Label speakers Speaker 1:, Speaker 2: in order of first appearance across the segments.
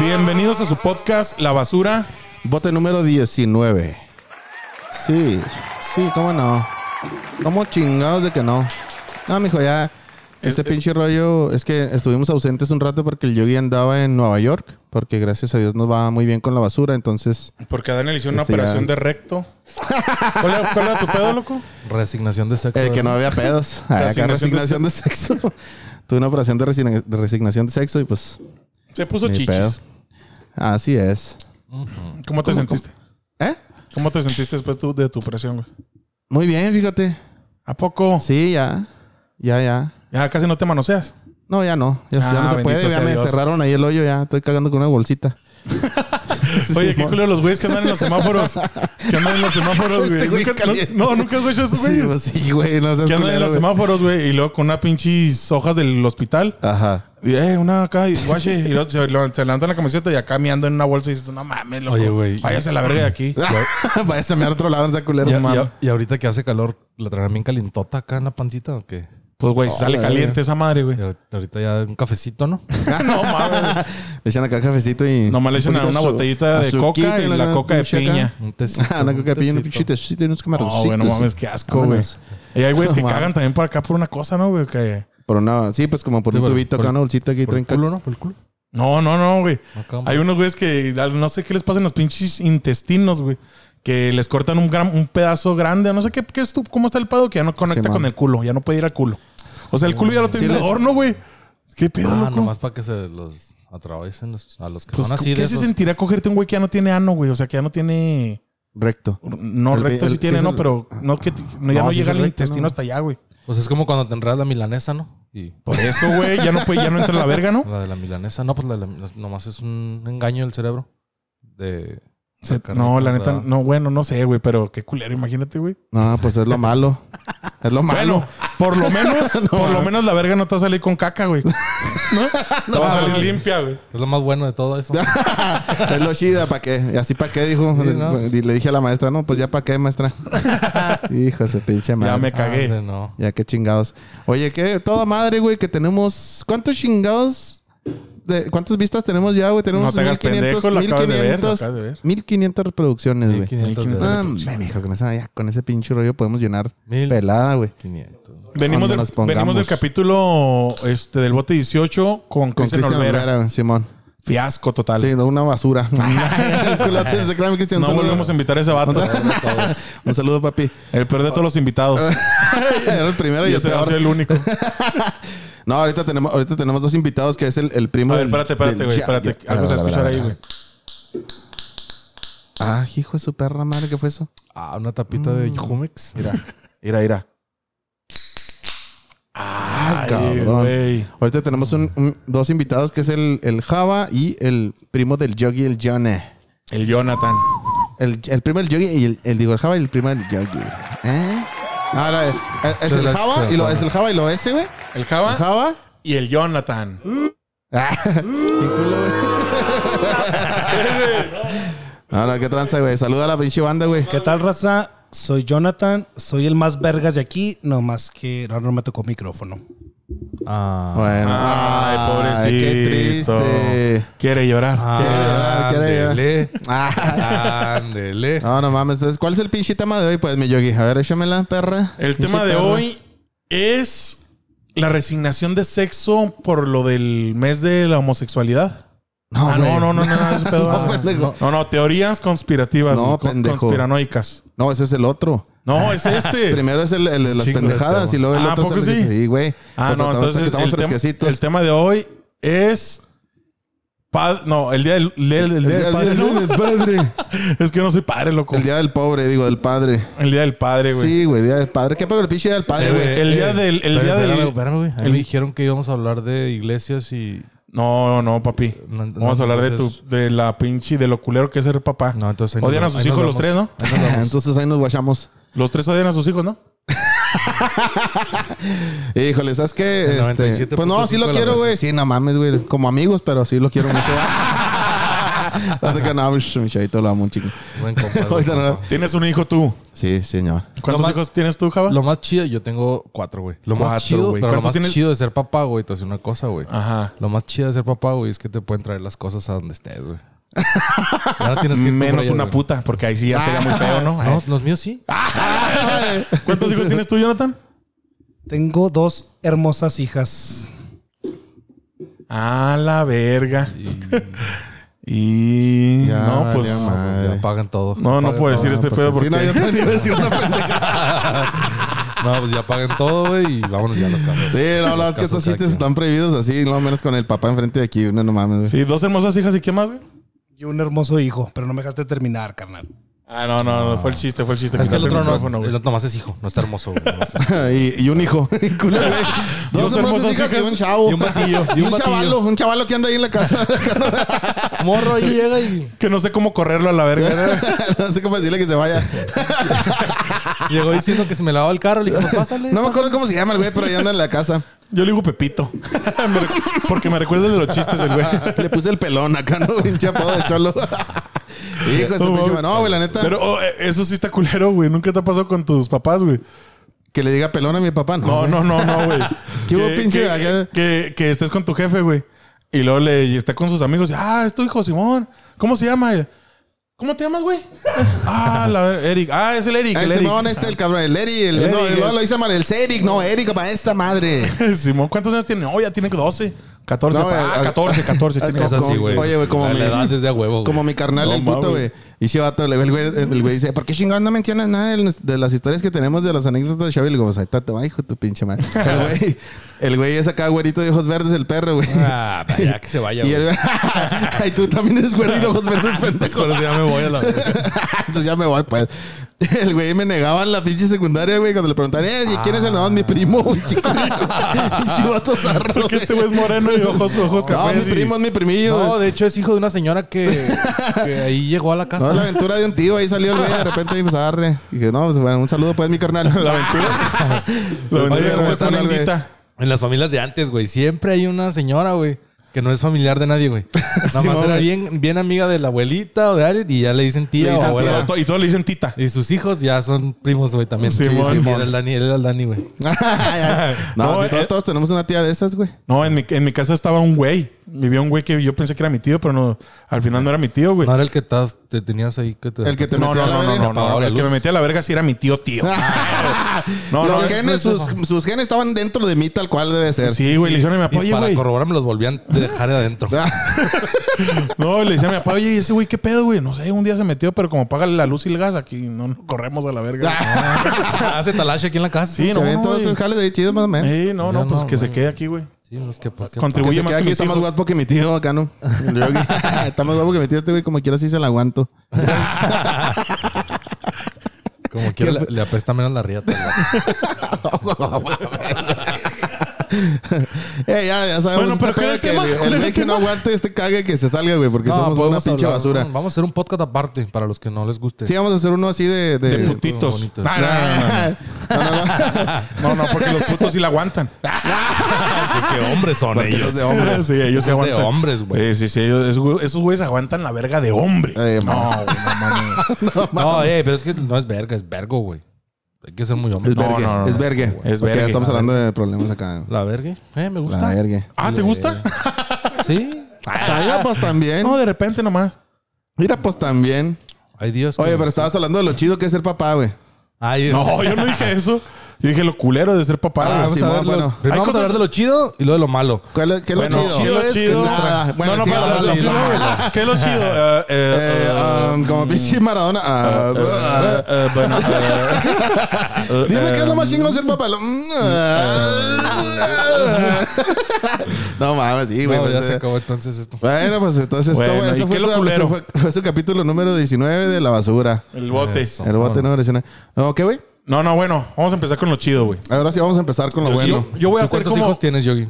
Speaker 1: Bienvenidos a su podcast La Basura.
Speaker 2: Bote número 19. Sí, sí, cómo no. ¿Cómo chingados de que no? No, mijo, ya. Este pinche rollo es que estuvimos ausentes un rato porque el Yogi andaba en Nueva York. Porque gracias a Dios nos va muy bien con la basura. Entonces,
Speaker 1: Porque a Daniel hizo una
Speaker 2: Este
Speaker 1: operación
Speaker 2: ya.
Speaker 1: de recto. ¿Cuál era, cuál era tu pedo, loco?
Speaker 3: Resignación de sexo.
Speaker 2: eh, que no
Speaker 3: ¿verdad?
Speaker 2: había pedos. Acá resignación,
Speaker 1: Resignación
Speaker 2: de sexo. Tuve una operación de, resigna- de resignación de sexo y pues.
Speaker 1: Se puso
Speaker 2: ni pedo.
Speaker 1: chichis.
Speaker 2: Así es.
Speaker 1: ¿Cómo te sentiste?
Speaker 2: ¿Eh?
Speaker 1: ¿Cómo te sentiste después tú de tu operación, güey?
Speaker 2: Muy bien, fíjate.
Speaker 1: ¿A poco?
Speaker 2: Sí, ya. Ya, ya.
Speaker 1: Ya casi no te manoseas.
Speaker 2: No, ya no. Ya, ya
Speaker 1: Ah,
Speaker 2: no se
Speaker 1: bendito
Speaker 2: puede. Ya
Speaker 1: sea
Speaker 2: me
Speaker 1: Dios.
Speaker 2: cerraron ahí el hoyo. Ya estoy cagando con una bolsita.
Speaker 1: Oye, qué
Speaker 2: mon.
Speaker 1: culo los güeyes que andan en los semáforos. Que andan en los semáforos, güey.
Speaker 2: Este güey
Speaker 1: Nunca-
Speaker 2: caliente.
Speaker 1: no, no, nunca has hecho esos
Speaker 2: Sí,
Speaker 1: güeyes.
Speaker 2: pues, sí, güey. No seas
Speaker 1: que andan en
Speaker 2: culero,
Speaker 1: los
Speaker 2: güey.
Speaker 1: semáforos, güey. Y luego con una pinches hojas del hospital.
Speaker 2: Ajá.
Speaker 1: Y, eh, una acá y guache. Y luego se, lo- se levantan la camiseta y acá meando en una bolsa y dices, no mames, loco.
Speaker 3: Oye, güey.
Speaker 1: Váyase a la verga de aquí.
Speaker 2: Vaya a semear otro lado en esa culera,
Speaker 3: Y, a-
Speaker 2: mami.
Speaker 3: y a- y ahorita que hace calor, ¿la traerán bien calentota acá en la pancita o qué?
Speaker 1: Pues, güey, sale
Speaker 2: la
Speaker 1: caliente
Speaker 2: verga.
Speaker 1: esa madre, güey.
Speaker 3: Y a- ahorita ya un cafecito, ¿no?
Speaker 1: No mames.
Speaker 2: Le echan acá cafecito y.
Speaker 1: Nomás le echan
Speaker 2: un
Speaker 1: a una
Speaker 2: poquito
Speaker 1: botellita de
Speaker 2: azuquita
Speaker 1: coca y la
Speaker 2: una
Speaker 1: coca de
Speaker 2: pinche acá.
Speaker 1: piña.
Speaker 3: Un tecito.
Speaker 2: Ah, una coca de piña, un pinche
Speaker 3: tecito.
Speaker 2: tecito y unos
Speaker 1: No,
Speaker 2: camaroncitos.
Speaker 1: güey, no mames, qué asco, güey.
Speaker 2: Vámonos.
Speaker 1: Y hay güeyes que
Speaker 2: No mames.
Speaker 1: cagan también por acá por una cosa, ¿no, güey? Que...
Speaker 2: Por una. Sí, pues como por
Speaker 3: Sí,
Speaker 2: un
Speaker 3: por-
Speaker 2: tubito
Speaker 3: por-
Speaker 2: acá, una bolsita aquí.
Speaker 3: Por el
Speaker 2: Traen
Speaker 3: culo, ¿no? Por el culo.
Speaker 1: No, no, no, güey.
Speaker 3: Acá,
Speaker 1: Hay unos güeyes que al- no sé qué les pasa en los pinches intestinos, güey. Que les cortan un, gran, un pedazo grande. No sé qué, qué es tu- cómo está el pedo que ya no conecta
Speaker 2: Sí, man.
Speaker 1: con el culo. Ya no puede ir al culo. O sea, el culo ya lo tiene
Speaker 2: Sí
Speaker 1: en el
Speaker 2: les-
Speaker 1: horno, güey. ¿Qué pedo,
Speaker 3: Ah,
Speaker 1: loco?
Speaker 3: nomás para que se los atraviesen los- a los que
Speaker 1: Pues,
Speaker 3: son así
Speaker 1: ¿Qué
Speaker 3: de
Speaker 1: se
Speaker 3: esos.
Speaker 1: sentirá cogerte un güey que ya no tiene ano, güey? O sea, que ya no tiene...
Speaker 2: Recto.
Speaker 1: No,
Speaker 2: El-
Speaker 1: recto
Speaker 2: el-
Speaker 1: sí
Speaker 2: sí
Speaker 1: tiene,
Speaker 2: es
Speaker 1: ¿no?
Speaker 2: el-
Speaker 1: Pero no que no, ya no,
Speaker 2: No, sí
Speaker 1: llega
Speaker 2: es el
Speaker 1: el
Speaker 2: recto,
Speaker 1: intestino
Speaker 2: ¿no?
Speaker 1: hasta allá, güey.
Speaker 3: Pues es como cuando te enredas la milanesa, ¿no? Y
Speaker 1: Por eso, güey, ya no puede, ya no entra la verga, ¿no?
Speaker 3: la de la milanesa. No, pues la de la milanesa nomás es un engaño del cerebro. De...
Speaker 1: Se-
Speaker 3: La carne
Speaker 1: no, la neta,
Speaker 3: asada.
Speaker 1: no, bueno, no sé, güey, pero qué culero, imagínate, güey.
Speaker 2: No, pues es lo malo. Es lo malo.
Speaker 1: Bueno, por lo menos, por lo menos la verga no te va a salir con caca, güey. ¿No? Te va a salir limpia, güey.
Speaker 3: Es lo más bueno de todo eso.
Speaker 2: Ah, Es lo chida, ¿para qué? Y así, ¿para qué? Dijo.
Speaker 3: Sí, ¿no?
Speaker 2: Y le dije a la maestra, no, pues ya, ¿para qué, maestra? Hijo de su pinche madre.
Speaker 1: Ya me
Speaker 3: Ande,
Speaker 1: cagué.
Speaker 3: Ah, no.
Speaker 2: Ya, qué chingados. Oye, qué toda madre, güey, que tenemos. ¿Cuántos chingados? De, ¿Cuántas vistas tenemos ya, güey? Tenemos
Speaker 1: No te hagas pendejo, lo acabas de ver, lo acabas de ver.
Speaker 2: 1500 reproducciones, güey.
Speaker 3: 1500 de-
Speaker 2: Ah, hombre, mijo, con, esa, ya, con ese pinche rollo podemos llenar
Speaker 3: Mil.
Speaker 2: pelada, güey.
Speaker 3: 500.
Speaker 1: Venimos
Speaker 2: Donde
Speaker 1: del,
Speaker 2: nos pongamos.
Speaker 1: venimos del capítulo este, del bote 18 con
Speaker 2: Con
Speaker 1: Cristian
Speaker 2: Cristian
Speaker 1: Olvera.
Speaker 2: Olvera, güey, Simón.
Speaker 1: Fiasco total.
Speaker 2: Sí, no, una basura. El culote de Instagram, Cristian, un
Speaker 1: no
Speaker 2: saludo.
Speaker 1: volvemos a invitar a ese vato.
Speaker 2: Un saludo, papi.
Speaker 1: El peor de todos los invitados.
Speaker 2: Era el primero
Speaker 1: Y
Speaker 2: y el
Speaker 1: ese va a
Speaker 2: peor.
Speaker 1: ser el único.
Speaker 2: No, ahorita tenemos, ahorita tenemos dos invitados que es el, el primo
Speaker 1: A ver,
Speaker 2: del-
Speaker 1: espérate, espérate,
Speaker 2: del-
Speaker 1: güey.
Speaker 2: ya,
Speaker 1: Espérate.
Speaker 2: ya,
Speaker 1: Algo se va
Speaker 2: ya,
Speaker 1: a
Speaker 2: ya,
Speaker 1: escuchar
Speaker 2: ya,
Speaker 1: ahí,
Speaker 2: ya.
Speaker 1: güey.
Speaker 2: Ah, hijo de su perra madre, ¿qué fue eso?
Speaker 3: Ah, una tapita
Speaker 2: Mm.
Speaker 3: de Jumex.
Speaker 2: Mira, mira, mira.
Speaker 1: Ay,
Speaker 2: cabrón.
Speaker 1: güey.
Speaker 2: Ahorita tenemos un- un- dos invitados que es el, el Java y el primo del Yogi, el Johnny.
Speaker 1: El Jonathan.
Speaker 2: El, el primo del Yogi y el, el- digo el Java y el primo del Yogi. ¿Eh? Ahora, eh, es,
Speaker 3: Se
Speaker 2: el
Speaker 3: las-
Speaker 2: Java
Speaker 3: se
Speaker 2: y lo,
Speaker 3: las-
Speaker 2: es el Java y lo S, güey.
Speaker 1: El
Speaker 2: El
Speaker 1: Java
Speaker 2: Java.
Speaker 1: y el Jonathan.
Speaker 2: Ah, qué culo, güey. No, no, qué tranza, güey. Saluda a la pinche banda, güey.
Speaker 4: ¿Qué tal, raza? Soy Jonathan, soy el más vergas de aquí, no más que ahora no me tocó micrófono.
Speaker 3: Ah.
Speaker 2: Bueno.
Speaker 1: Ay,
Speaker 2: Ay, Qué
Speaker 1: pobrecito.
Speaker 2: triste.
Speaker 1: Quiere llorar.
Speaker 2: llorar, quiere llorar.
Speaker 3: Ah, Ándele.
Speaker 2: Ah,
Speaker 3: Ándele.
Speaker 1: Ah,
Speaker 2: no, no mames. Entonces, ¿cuál es el pinche tema de hoy? Pues, mi Yogi. A ver, échamela, perra.
Speaker 1: El
Speaker 2: Pinche
Speaker 1: tema de
Speaker 2: perra.
Speaker 1: hoy es la resignación de sexo por lo del mes de la homosexualidad.
Speaker 2: No,
Speaker 1: ah,
Speaker 2: güey.
Speaker 1: no, no, no, no, no, ese pedo.
Speaker 2: No, pues,
Speaker 1: Ah,
Speaker 2: pendejo.
Speaker 1: no, no, teorías conspirativas,
Speaker 2: No,
Speaker 1: güey, con-
Speaker 2: pendejo.
Speaker 1: conspiranoicas.
Speaker 2: No, ese es el otro.
Speaker 1: No, es este.
Speaker 2: Primero es el, el de las
Speaker 3: Chingo de
Speaker 2: pendejadas
Speaker 3: tema.
Speaker 2: y luego el
Speaker 1: Ah, ¿a
Speaker 2: otro
Speaker 1: poco
Speaker 2: es el
Speaker 1: sí?
Speaker 2: que- Sí, güey.
Speaker 1: Ah,
Speaker 2: Pues,
Speaker 1: no,
Speaker 2: estamos-
Speaker 1: entonces
Speaker 2: estamos
Speaker 1: el tema,
Speaker 2: fresquecitos.
Speaker 1: el tema de hoy es pa- no, el día del, el día del- el
Speaker 2: El
Speaker 1: día del
Speaker 2: día
Speaker 1: padre.
Speaker 2: del-
Speaker 1: ¿no?
Speaker 2: del padre.
Speaker 1: Es que no soy padre, loco.
Speaker 2: El día del pobre, digo, del padre.
Speaker 1: El día del padre, güey.
Speaker 2: Sí, güey, día del padre. ¿Qué pedo el pinche día del padre,
Speaker 3: Eh,
Speaker 2: güey?
Speaker 1: el día del- el día del-
Speaker 3: espérame, Espérame, güey. A mí
Speaker 1: el-
Speaker 3: me dijeron que íbamos a hablar de iglesias y.
Speaker 1: No, no, papi.
Speaker 3: Eh, No, no,
Speaker 1: Vamos a hablar de tu,
Speaker 3: entonces-
Speaker 1: de la pinche, de lo culero que es ser papá.
Speaker 3: No, entonces. ahí nos
Speaker 1: Odian a
Speaker 3: vemos-
Speaker 1: sus
Speaker 3: ahí nos
Speaker 1: hijos los tres, ¿no?
Speaker 3: vemos. Ahí nos vemos.
Speaker 2: Entonces ahí nos guachamos.
Speaker 1: Los tres odian a sus hijos, ¿no?
Speaker 2: Híjole, ¿sabes
Speaker 3: El
Speaker 2: qué? Este,
Speaker 3: 97.5
Speaker 2: pues no, sí lo
Speaker 3: de las
Speaker 2: quiero, güey.
Speaker 3: veces.
Speaker 2: Sí, no mames, güey. Como amigos, pero sí lo quiero mucho. No te creas, no, pues, mi chavito lo amo un chingo.
Speaker 3: Buen compa, buen
Speaker 2: Ahorita no.
Speaker 3: compa.
Speaker 1: Tienes un hijo tú.
Speaker 2: Sí, señor.
Speaker 1: ¿Cuántos
Speaker 3: más-
Speaker 1: hijos tienes tú, Java?
Speaker 3: Lo más chido, yo tengo cuatro, güey. Lo más
Speaker 1: Cuatro,
Speaker 3: chido,
Speaker 1: güey.
Speaker 3: pero lo
Speaker 1: ¿Cuántos
Speaker 3: más
Speaker 1: tienes? Ah.
Speaker 3: chido de ser papá, güey, te hace una cosa, güey.
Speaker 1: Ajá.
Speaker 3: Lo más chido de ser papá, güey, es que te pueden traer las cosas a donde estés, güey. Ya no tienes que ir tú por
Speaker 1: Menos
Speaker 3: allá,
Speaker 1: una
Speaker 3: güey.
Speaker 1: puta, Ah, porque ahí sí ya estaría muy feo, ¿no?
Speaker 3: No, los míos sí.
Speaker 1: ¿Cuántos hijos tienes tú, Jonathan?
Speaker 4: Tengo dos hermosas hijas.
Speaker 1: A la verga. Y.
Speaker 2: Ya
Speaker 1: no, pues.
Speaker 2: valió madre.
Speaker 3: Pues ya pagan todo.
Speaker 1: No, no
Speaker 3: Pagan
Speaker 1: puedo
Speaker 3: todo.
Speaker 1: decir este
Speaker 2: pues,
Speaker 1: pedo
Speaker 2: sí,
Speaker 1: porque.
Speaker 2: no, yo también iba a decir una pendejada.
Speaker 3: No, pues ya paguen todo, güey, y vámonos ya a las casas.
Speaker 2: Sí, no, la verdad
Speaker 3: Las
Speaker 2: es que estos
Speaker 3: casas de
Speaker 2: chistes
Speaker 3: aquí.
Speaker 2: están prohibidos así, no menos con el papá enfrente de aquí. No, no mames, güey.
Speaker 1: Sí, dos hermosas hijas y qué más, güey.
Speaker 4: Y un hermoso hijo, pero no me dejaste terminar, carnal.
Speaker 1: Ah, no, no, no, fue el chiste, fue el chiste.
Speaker 3: Es que el
Speaker 1: Quítate
Speaker 3: otro no,
Speaker 1: micrófono, güey.
Speaker 3: el otro nomás es hijo, no está hermoso, güey.
Speaker 2: y, y un hijo. Culo, güey. Dos
Speaker 1: Dos
Speaker 2: hermosas
Speaker 1: hermosas
Speaker 2: hijas y
Speaker 1: hijas
Speaker 2: un chavo.
Speaker 3: y un batillo,
Speaker 2: Y
Speaker 3: y
Speaker 2: un
Speaker 3: un
Speaker 2: chavalo, un chavalo que anda ahí en la casa.
Speaker 3: Morro ahí llega y
Speaker 1: Que no sé cómo correrlo a la verga.
Speaker 2: no sé cómo decirle que se vaya.
Speaker 3: llegó diciendo que se me lavaba el carro, le dije, "Pues, pásale.
Speaker 2: No me acuerdo cómo se llama el güey, pero ya anda en la casa.
Speaker 1: Yo le digo Pepito. Me recu- Porque me recuerda de los chistes del güey.
Speaker 2: Le puse el pelón acá, ¿no? Pinche apodo de cholo. Hijo, ese
Speaker 1: No,
Speaker 2: pinche
Speaker 1: mames.
Speaker 2: No, güey, la neta.
Speaker 1: Pero oh, eh, eso sí está culero, güey. Nunca te ha pasado con tus papás, güey.
Speaker 2: que le diga pelón a mi papá, ¿no?
Speaker 1: No,
Speaker 2: güey.
Speaker 1: no, no, no, güey.
Speaker 2: ¿Qué hubo, pinche
Speaker 1: que,
Speaker 2: acá?
Speaker 1: que, que estés con tu jefe, güey. Y luego le y está con sus amigos. y, ah, es tu hijo, Simón. ¿Cómo se llama? Y, ¿Cómo te llamas, güey? ah, la ver- Eric. Ah, es el Eric.
Speaker 2: Ah,
Speaker 1: el
Speaker 2: este
Speaker 1: Eric.
Speaker 2: Simón, este, el cabrón, el Eric. El,
Speaker 1: El
Speaker 2: no,
Speaker 1: Eric
Speaker 2: el-
Speaker 1: es-
Speaker 2: lo hice mal, el Eric, no, Eric, para esta madre.
Speaker 1: Simón, ¿cuántos años tiene? No, ya tiene 12. 14.
Speaker 2: No, güey,
Speaker 1: ah,
Speaker 2: al-
Speaker 1: 14, 14. tiene
Speaker 3: Es así, güey.
Speaker 2: Oye, güey, como
Speaker 3: La
Speaker 2: mi-
Speaker 3: edad es de a huevo, güey.
Speaker 2: Como mi carnal,
Speaker 1: No,
Speaker 2: el puto,
Speaker 1: mames.
Speaker 2: güey. Y ese vato, le- el güey, el güey dice, ¿por qué chingón no mencionas nada de, las- de las historias que tenemos de las anécdotas de Xavi? Le digo, pues ahí está, te va, hijo de tu pinche madre. El güey, el güey es acá, güerito de ojos verdes, el perro, güey.
Speaker 3: Ah, ya que se vaya,
Speaker 2: y
Speaker 3: güey.
Speaker 2: el ay, tú también eres güerito de ojos verdes, pendejo.
Speaker 3: Pero ya me voy a la verga.
Speaker 2: Entonces ya me voy, pues. El güey me negaba en la pinche secundaria, güey, cuando le preguntaban, eh, ¿quién es el
Speaker 1: Ah.
Speaker 2: nombre? Mi primo, güey, chico. Pinche vato zarro,
Speaker 1: Porque este güey es moreno y ojos, ojos
Speaker 2: No,
Speaker 1: cafés.
Speaker 2: mi
Speaker 1: y-
Speaker 2: primo es mi primillo. güey.
Speaker 3: No, de hecho es hijo de una señora que, que ahí llegó a la
Speaker 2: No,
Speaker 3: casa.
Speaker 2: la aventura de un tío, ahí salió el güey, de repente, y pues agarre. Y dije, no, pues bueno, un saludo pues mi carnal. La aventura.
Speaker 1: Lo vendí
Speaker 2: Oye,
Speaker 1: de
Speaker 2: ¿cómo
Speaker 1: repente
Speaker 2: estás,
Speaker 1: una
Speaker 2: güey?
Speaker 1: endita.
Speaker 3: En las familias de antes, güey, siempre hay una señora, güey, que no es familiar de nadie, güey. Nada más
Speaker 2: Simón,
Speaker 3: era
Speaker 2: güey.
Speaker 3: bien, bien amiga de la abuelita o de alguien y ya le dicen tía
Speaker 2: Le
Speaker 3: o
Speaker 2: dicen
Speaker 1: Y
Speaker 2: Bueno.
Speaker 1: todo-
Speaker 3: abuela.
Speaker 1: todo- Y todos le dicen tita.
Speaker 3: Y sus hijos ya son primos, güey, también.
Speaker 1: Sí,
Speaker 3: Sí,
Speaker 1: Simón.
Speaker 3: sí, era el Dani, era el Dani, güey.
Speaker 2: no,
Speaker 1: No,
Speaker 2: sí, todos,
Speaker 1: eh.
Speaker 2: todos tenemos una tía de esas, güey.
Speaker 1: No, en mi, en mi casa estaba un güey. Vivía un güey que yo pensé que era mi tío, pero no, al final no era mi tío, güey.
Speaker 3: No era el que tas- te tenías ahí que te...
Speaker 2: El que te
Speaker 1: No, no,
Speaker 2: metió a la
Speaker 1: no, no,
Speaker 2: verga. Ah,
Speaker 1: no, no,
Speaker 3: apagaba la
Speaker 1: El que
Speaker 3: luz.
Speaker 1: me metía a la verga sí era mi tío, tío. Ah, No,
Speaker 2: Los
Speaker 1: no, es-
Speaker 2: genes,
Speaker 3: no es
Speaker 2: sus, sus genes estaban dentro de mí tal cual debe ser.
Speaker 1: Sí, güey, le dijeron a mi
Speaker 3: Y
Speaker 1: papá, oye,
Speaker 3: para
Speaker 1: güey.
Speaker 3: corroborarme los volvían a dejar adentro.
Speaker 2: Ah,
Speaker 1: No, le decían a mi papá, oye, ¿y ese güey qué pedo, güey? No sé, un día se metió, pero como págale la luz y el gas aquí, no, no, corremos a la verga.
Speaker 2: Ah.
Speaker 3: Hace talache aquí en la casa.
Speaker 1: Sí,
Speaker 2: Se
Speaker 1: no,
Speaker 2: ven
Speaker 1: no,
Speaker 2: todos
Speaker 1: güey.
Speaker 2: tus jales de ahí chidos, más o menos.
Speaker 1: Sí, no, no,
Speaker 3: Ya
Speaker 1: pues
Speaker 3: no,
Speaker 1: que se
Speaker 3: güey.
Speaker 1: quede aquí, güey.
Speaker 3: Sí, pues que pues que...
Speaker 2: Que
Speaker 1: Contribuye
Speaker 2: se
Speaker 1: más
Speaker 2: queda
Speaker 1: que
Speaker 2: aquí,
Speaker 1: mis
Speaker 2: está más
Speaker 1: hijos.
Speaker 2: guapo que mi tío acá, ¿no? Yo aquí, está más guapo que mi tío este güey, como quiera sí se la aguanto.
Speaker 3: Como quiera le, le apesta menos la riata. güey.
Speaker 2: Eh, ya, ya sabemos.
Speaker 1: Bueno, pero
Speaker 2: este
Speaker 1: ¿qué
Speaker 2: pedo
Speaker 1: tema? ¿Cuál
Speaker 2: que el- el
Speaker 1: era
Speaker 2: güey
Speaker 1: el
Speaker 2: que no aguante este cague que se salga, güey, porque
Speaker 3: No,
Speaker 2: somos una
Speaker 3: podemos
Speaker 2: pinche
Speaker 3: hablar,
Speaker 2: basura.
Speaker 3: no, Vamos a hacer un podcast aparte para los que no les guste.
Speaker 2: Sí, vamos a hacer uno así de... de-
Speaker 1: De putitos.
Speaker 3: bonito.
Speaker 1: No, no, no, no, no, no, porque los putos sí la aguantan.
Speaker 3: es Pues que hombres son
Speaker 2: Porque
Speaker 3: ellos.
Speaker 2: esos de hombres.
Speaker 1: Sí, ellos sí
Speaker 3: Es de
Speaker 1: aguantan.
Speaker 3: hombres, güey.
Speaker 1: Sí, sí, sí. ellos- esos güey- esos güeyes aguantan la verga de hombre.
Speaker 2: Eh,
Speaker 1: no,
Speaker 2: man.
Speaker 1: güey, no mames.
Speaker 3: No, eh, pero es que no es verga, es vergo, güey. Hay que ser muy hombre.
Speaker 2: Es
Speaker 1: No,
Speaker 2: vergue,
Speaker 1: no, no,
Speaker 2: es
Speaker 1: no.
Speaker 2: vergue.
Speaker 1: Es
Speaker 2: Porque
Speaker 1: vergue.
Speaker 2: ya estamos hablando de problemas acá.
Speaker 3: La verga. Eh, me
Speaker 2: La
Speaker 3: gusta.
Speaker 2: vergue.
Speaker 1: Ah, ¿te gusta?
Speaker 3: Sí.
Speaker 2: Mira, pues también.
Speaker 1: No, de repente nomás.
Speaker 2: Mira, pues también.
Speaker 3: Ay, Dios.
Speaker 2: Oye, pero
Speaker 3: estás
Speaker 2: estabas hablando de lo chido que es ser papá, güey.
Speaker 3: Ay,
Speaker 1: No, yo no dije eso. Yo dije lo culero de ser papá.
Speaker 2: Ah,
Speaker 1: güey.
Speaker 3: Vamos
Speaker 2: sí,
Speaker 3: a ver
Speaker 2: bueno,
Speaker 3: lo-
Speaker 2: bueno.
Speaker 3: primero
Speaker 1: Hay
Speaker 3: vamos
Speaker 1: cosas-
Speaker 3: a hablar de lo chido y luego de lo malo.
Speaker 2: ¿Cuál es- ¿Qué es lo
Speaker 1: Bueno,
Speaker 2: chido?
Speaker 1: chido
Speaker 2: ¿Qué es
Speaker 1: es que
Speaker 2: Nada. Bueno,
Speaker 1: no, no,
Speaker 2: sí,
Speaker 1: pero
Speaker 2: habla
Speaker 1: lo
Speaker 2: lo
Speaker 1: chido,
Speaker 2: malo.
Speaker 1: güey. ¿Qué es lo chido? Eh, eh,
Speaker 2: Eh, um, como pinche Maradona. Ah,
Speaker 1: eh,
Speaker 2: ah.
Speaker 1: eh, bueno, eh, um,
Speaker 2: Dime qué es lo más chingón de ser papá. Lo- mm, ah. No mames, sí, güey.
Speaker 3: No,
Speaker 2: pues,
Speaker 3: ya se
Speaker 2: eh,
Speaker 3: acabó entonces esto.
Speaker 2: Bueno, pues entonces esto,
Speaker 1: Bueno,
Speaker 2: güey,
Speaker 1: ¿y
Speaker 2: esto
Speaker 1: qué
Speaker 2: fue,
Speaker 1: es lo
Speaker 2: su,
Speaker 1: culero?
Speaker 2: fue- fue su capítulo número 19 de La Basura.
Speaker 1: el bote.
Speaker 3: Eso.
Speaker 2: El bote número 19. No, ¿qué, güey?
Speaker 1: No, no, bueno, vamos a empezar con lo chido, güey.
Speaker 2: Ahora sí vamos a empezar con lo bueno.
Speaker 1: Yo, yo voy a
Speaker 3: ¿Tú
Speaker 1: hacer
Speaker 3: ¿Cuántos
Speaker 1: como.
Speaker 3: hijos tienes, Yogi?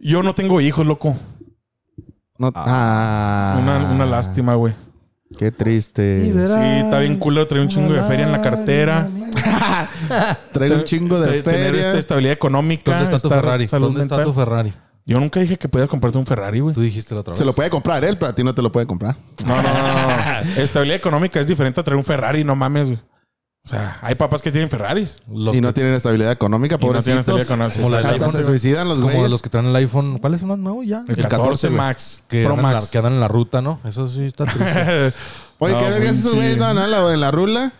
Speaker 1: Yo no tengo hijos, loco.
Speaker 2: No- ah,
Speaker 1: Una, una lástima, güey.
Speaker 2: Qué triste.
Speaker 1: Sí, está bien culero. Trae un chingo de feria en la cartera.
Speaker 2: Trae un chingo de
Speaker 1: Te- este Tener
Speaker 2: feria.
Speaker 1: esta estabilidad económica.
Speaker 3: ¿Dónde está tu
Speaker 1: estar
Speaker 3: Ferrari?
Speaker 1: Ah, salud
Speaker 3: ¿Dónde está
Speaker 1: mental.
Speaker 3: tu Ferrari?
Speaker 1: Yo nunca dije que podías comprarte un Ferrari, güey.
Speaker 3: Tú dijiste la otra vez.
Speaker 2: Se lo puede comprar él, pero a ti no te lo puede comprar.
Speaker 1: No, no, no, no. Estabilidad económica es diferente a traer un Ferrari, no mames, güey. O sea, hay papás que tienen Ferraris.
Speaker 3: Los
Speaker 2: Y
Speaker 3: que-
Speaker 2: no tienen estabilidad económica,
Speaker 1: Y no tienen
Speaker 2: pobrecitos.
Speaker 1: estabilidad económica.
Speaker 3: Como la del
Speaker 1: Exacto.
Speaker 2: Hasta
Speaker 3: iPhone,
Speaker 2: se
Speaker 3: güey.
Speaker 2: suicidan los
Speaker 3: Como de
Speaker 2: güeyes.
Speaker 3: los que traen el iPhone. ¿Cuál es el más nuevo ya?
Speaker 1: El 14
Speaker 2: 14, güey.
Speaker 1: Max.
Speaker 3: Que
Speaker 1: Pro
Speaker 3: andan, en la-
Speaker 1: Max.
Speaker 3: que andan en la ruta, ¿no? Eso sí está triste.
Speaker 2: Oye, ¿qué
Speaker 1: No,
Speaker 2: vergas esos
Speaker 1: pinche.
Speaker 2: güeyes no, no, la- en la rula?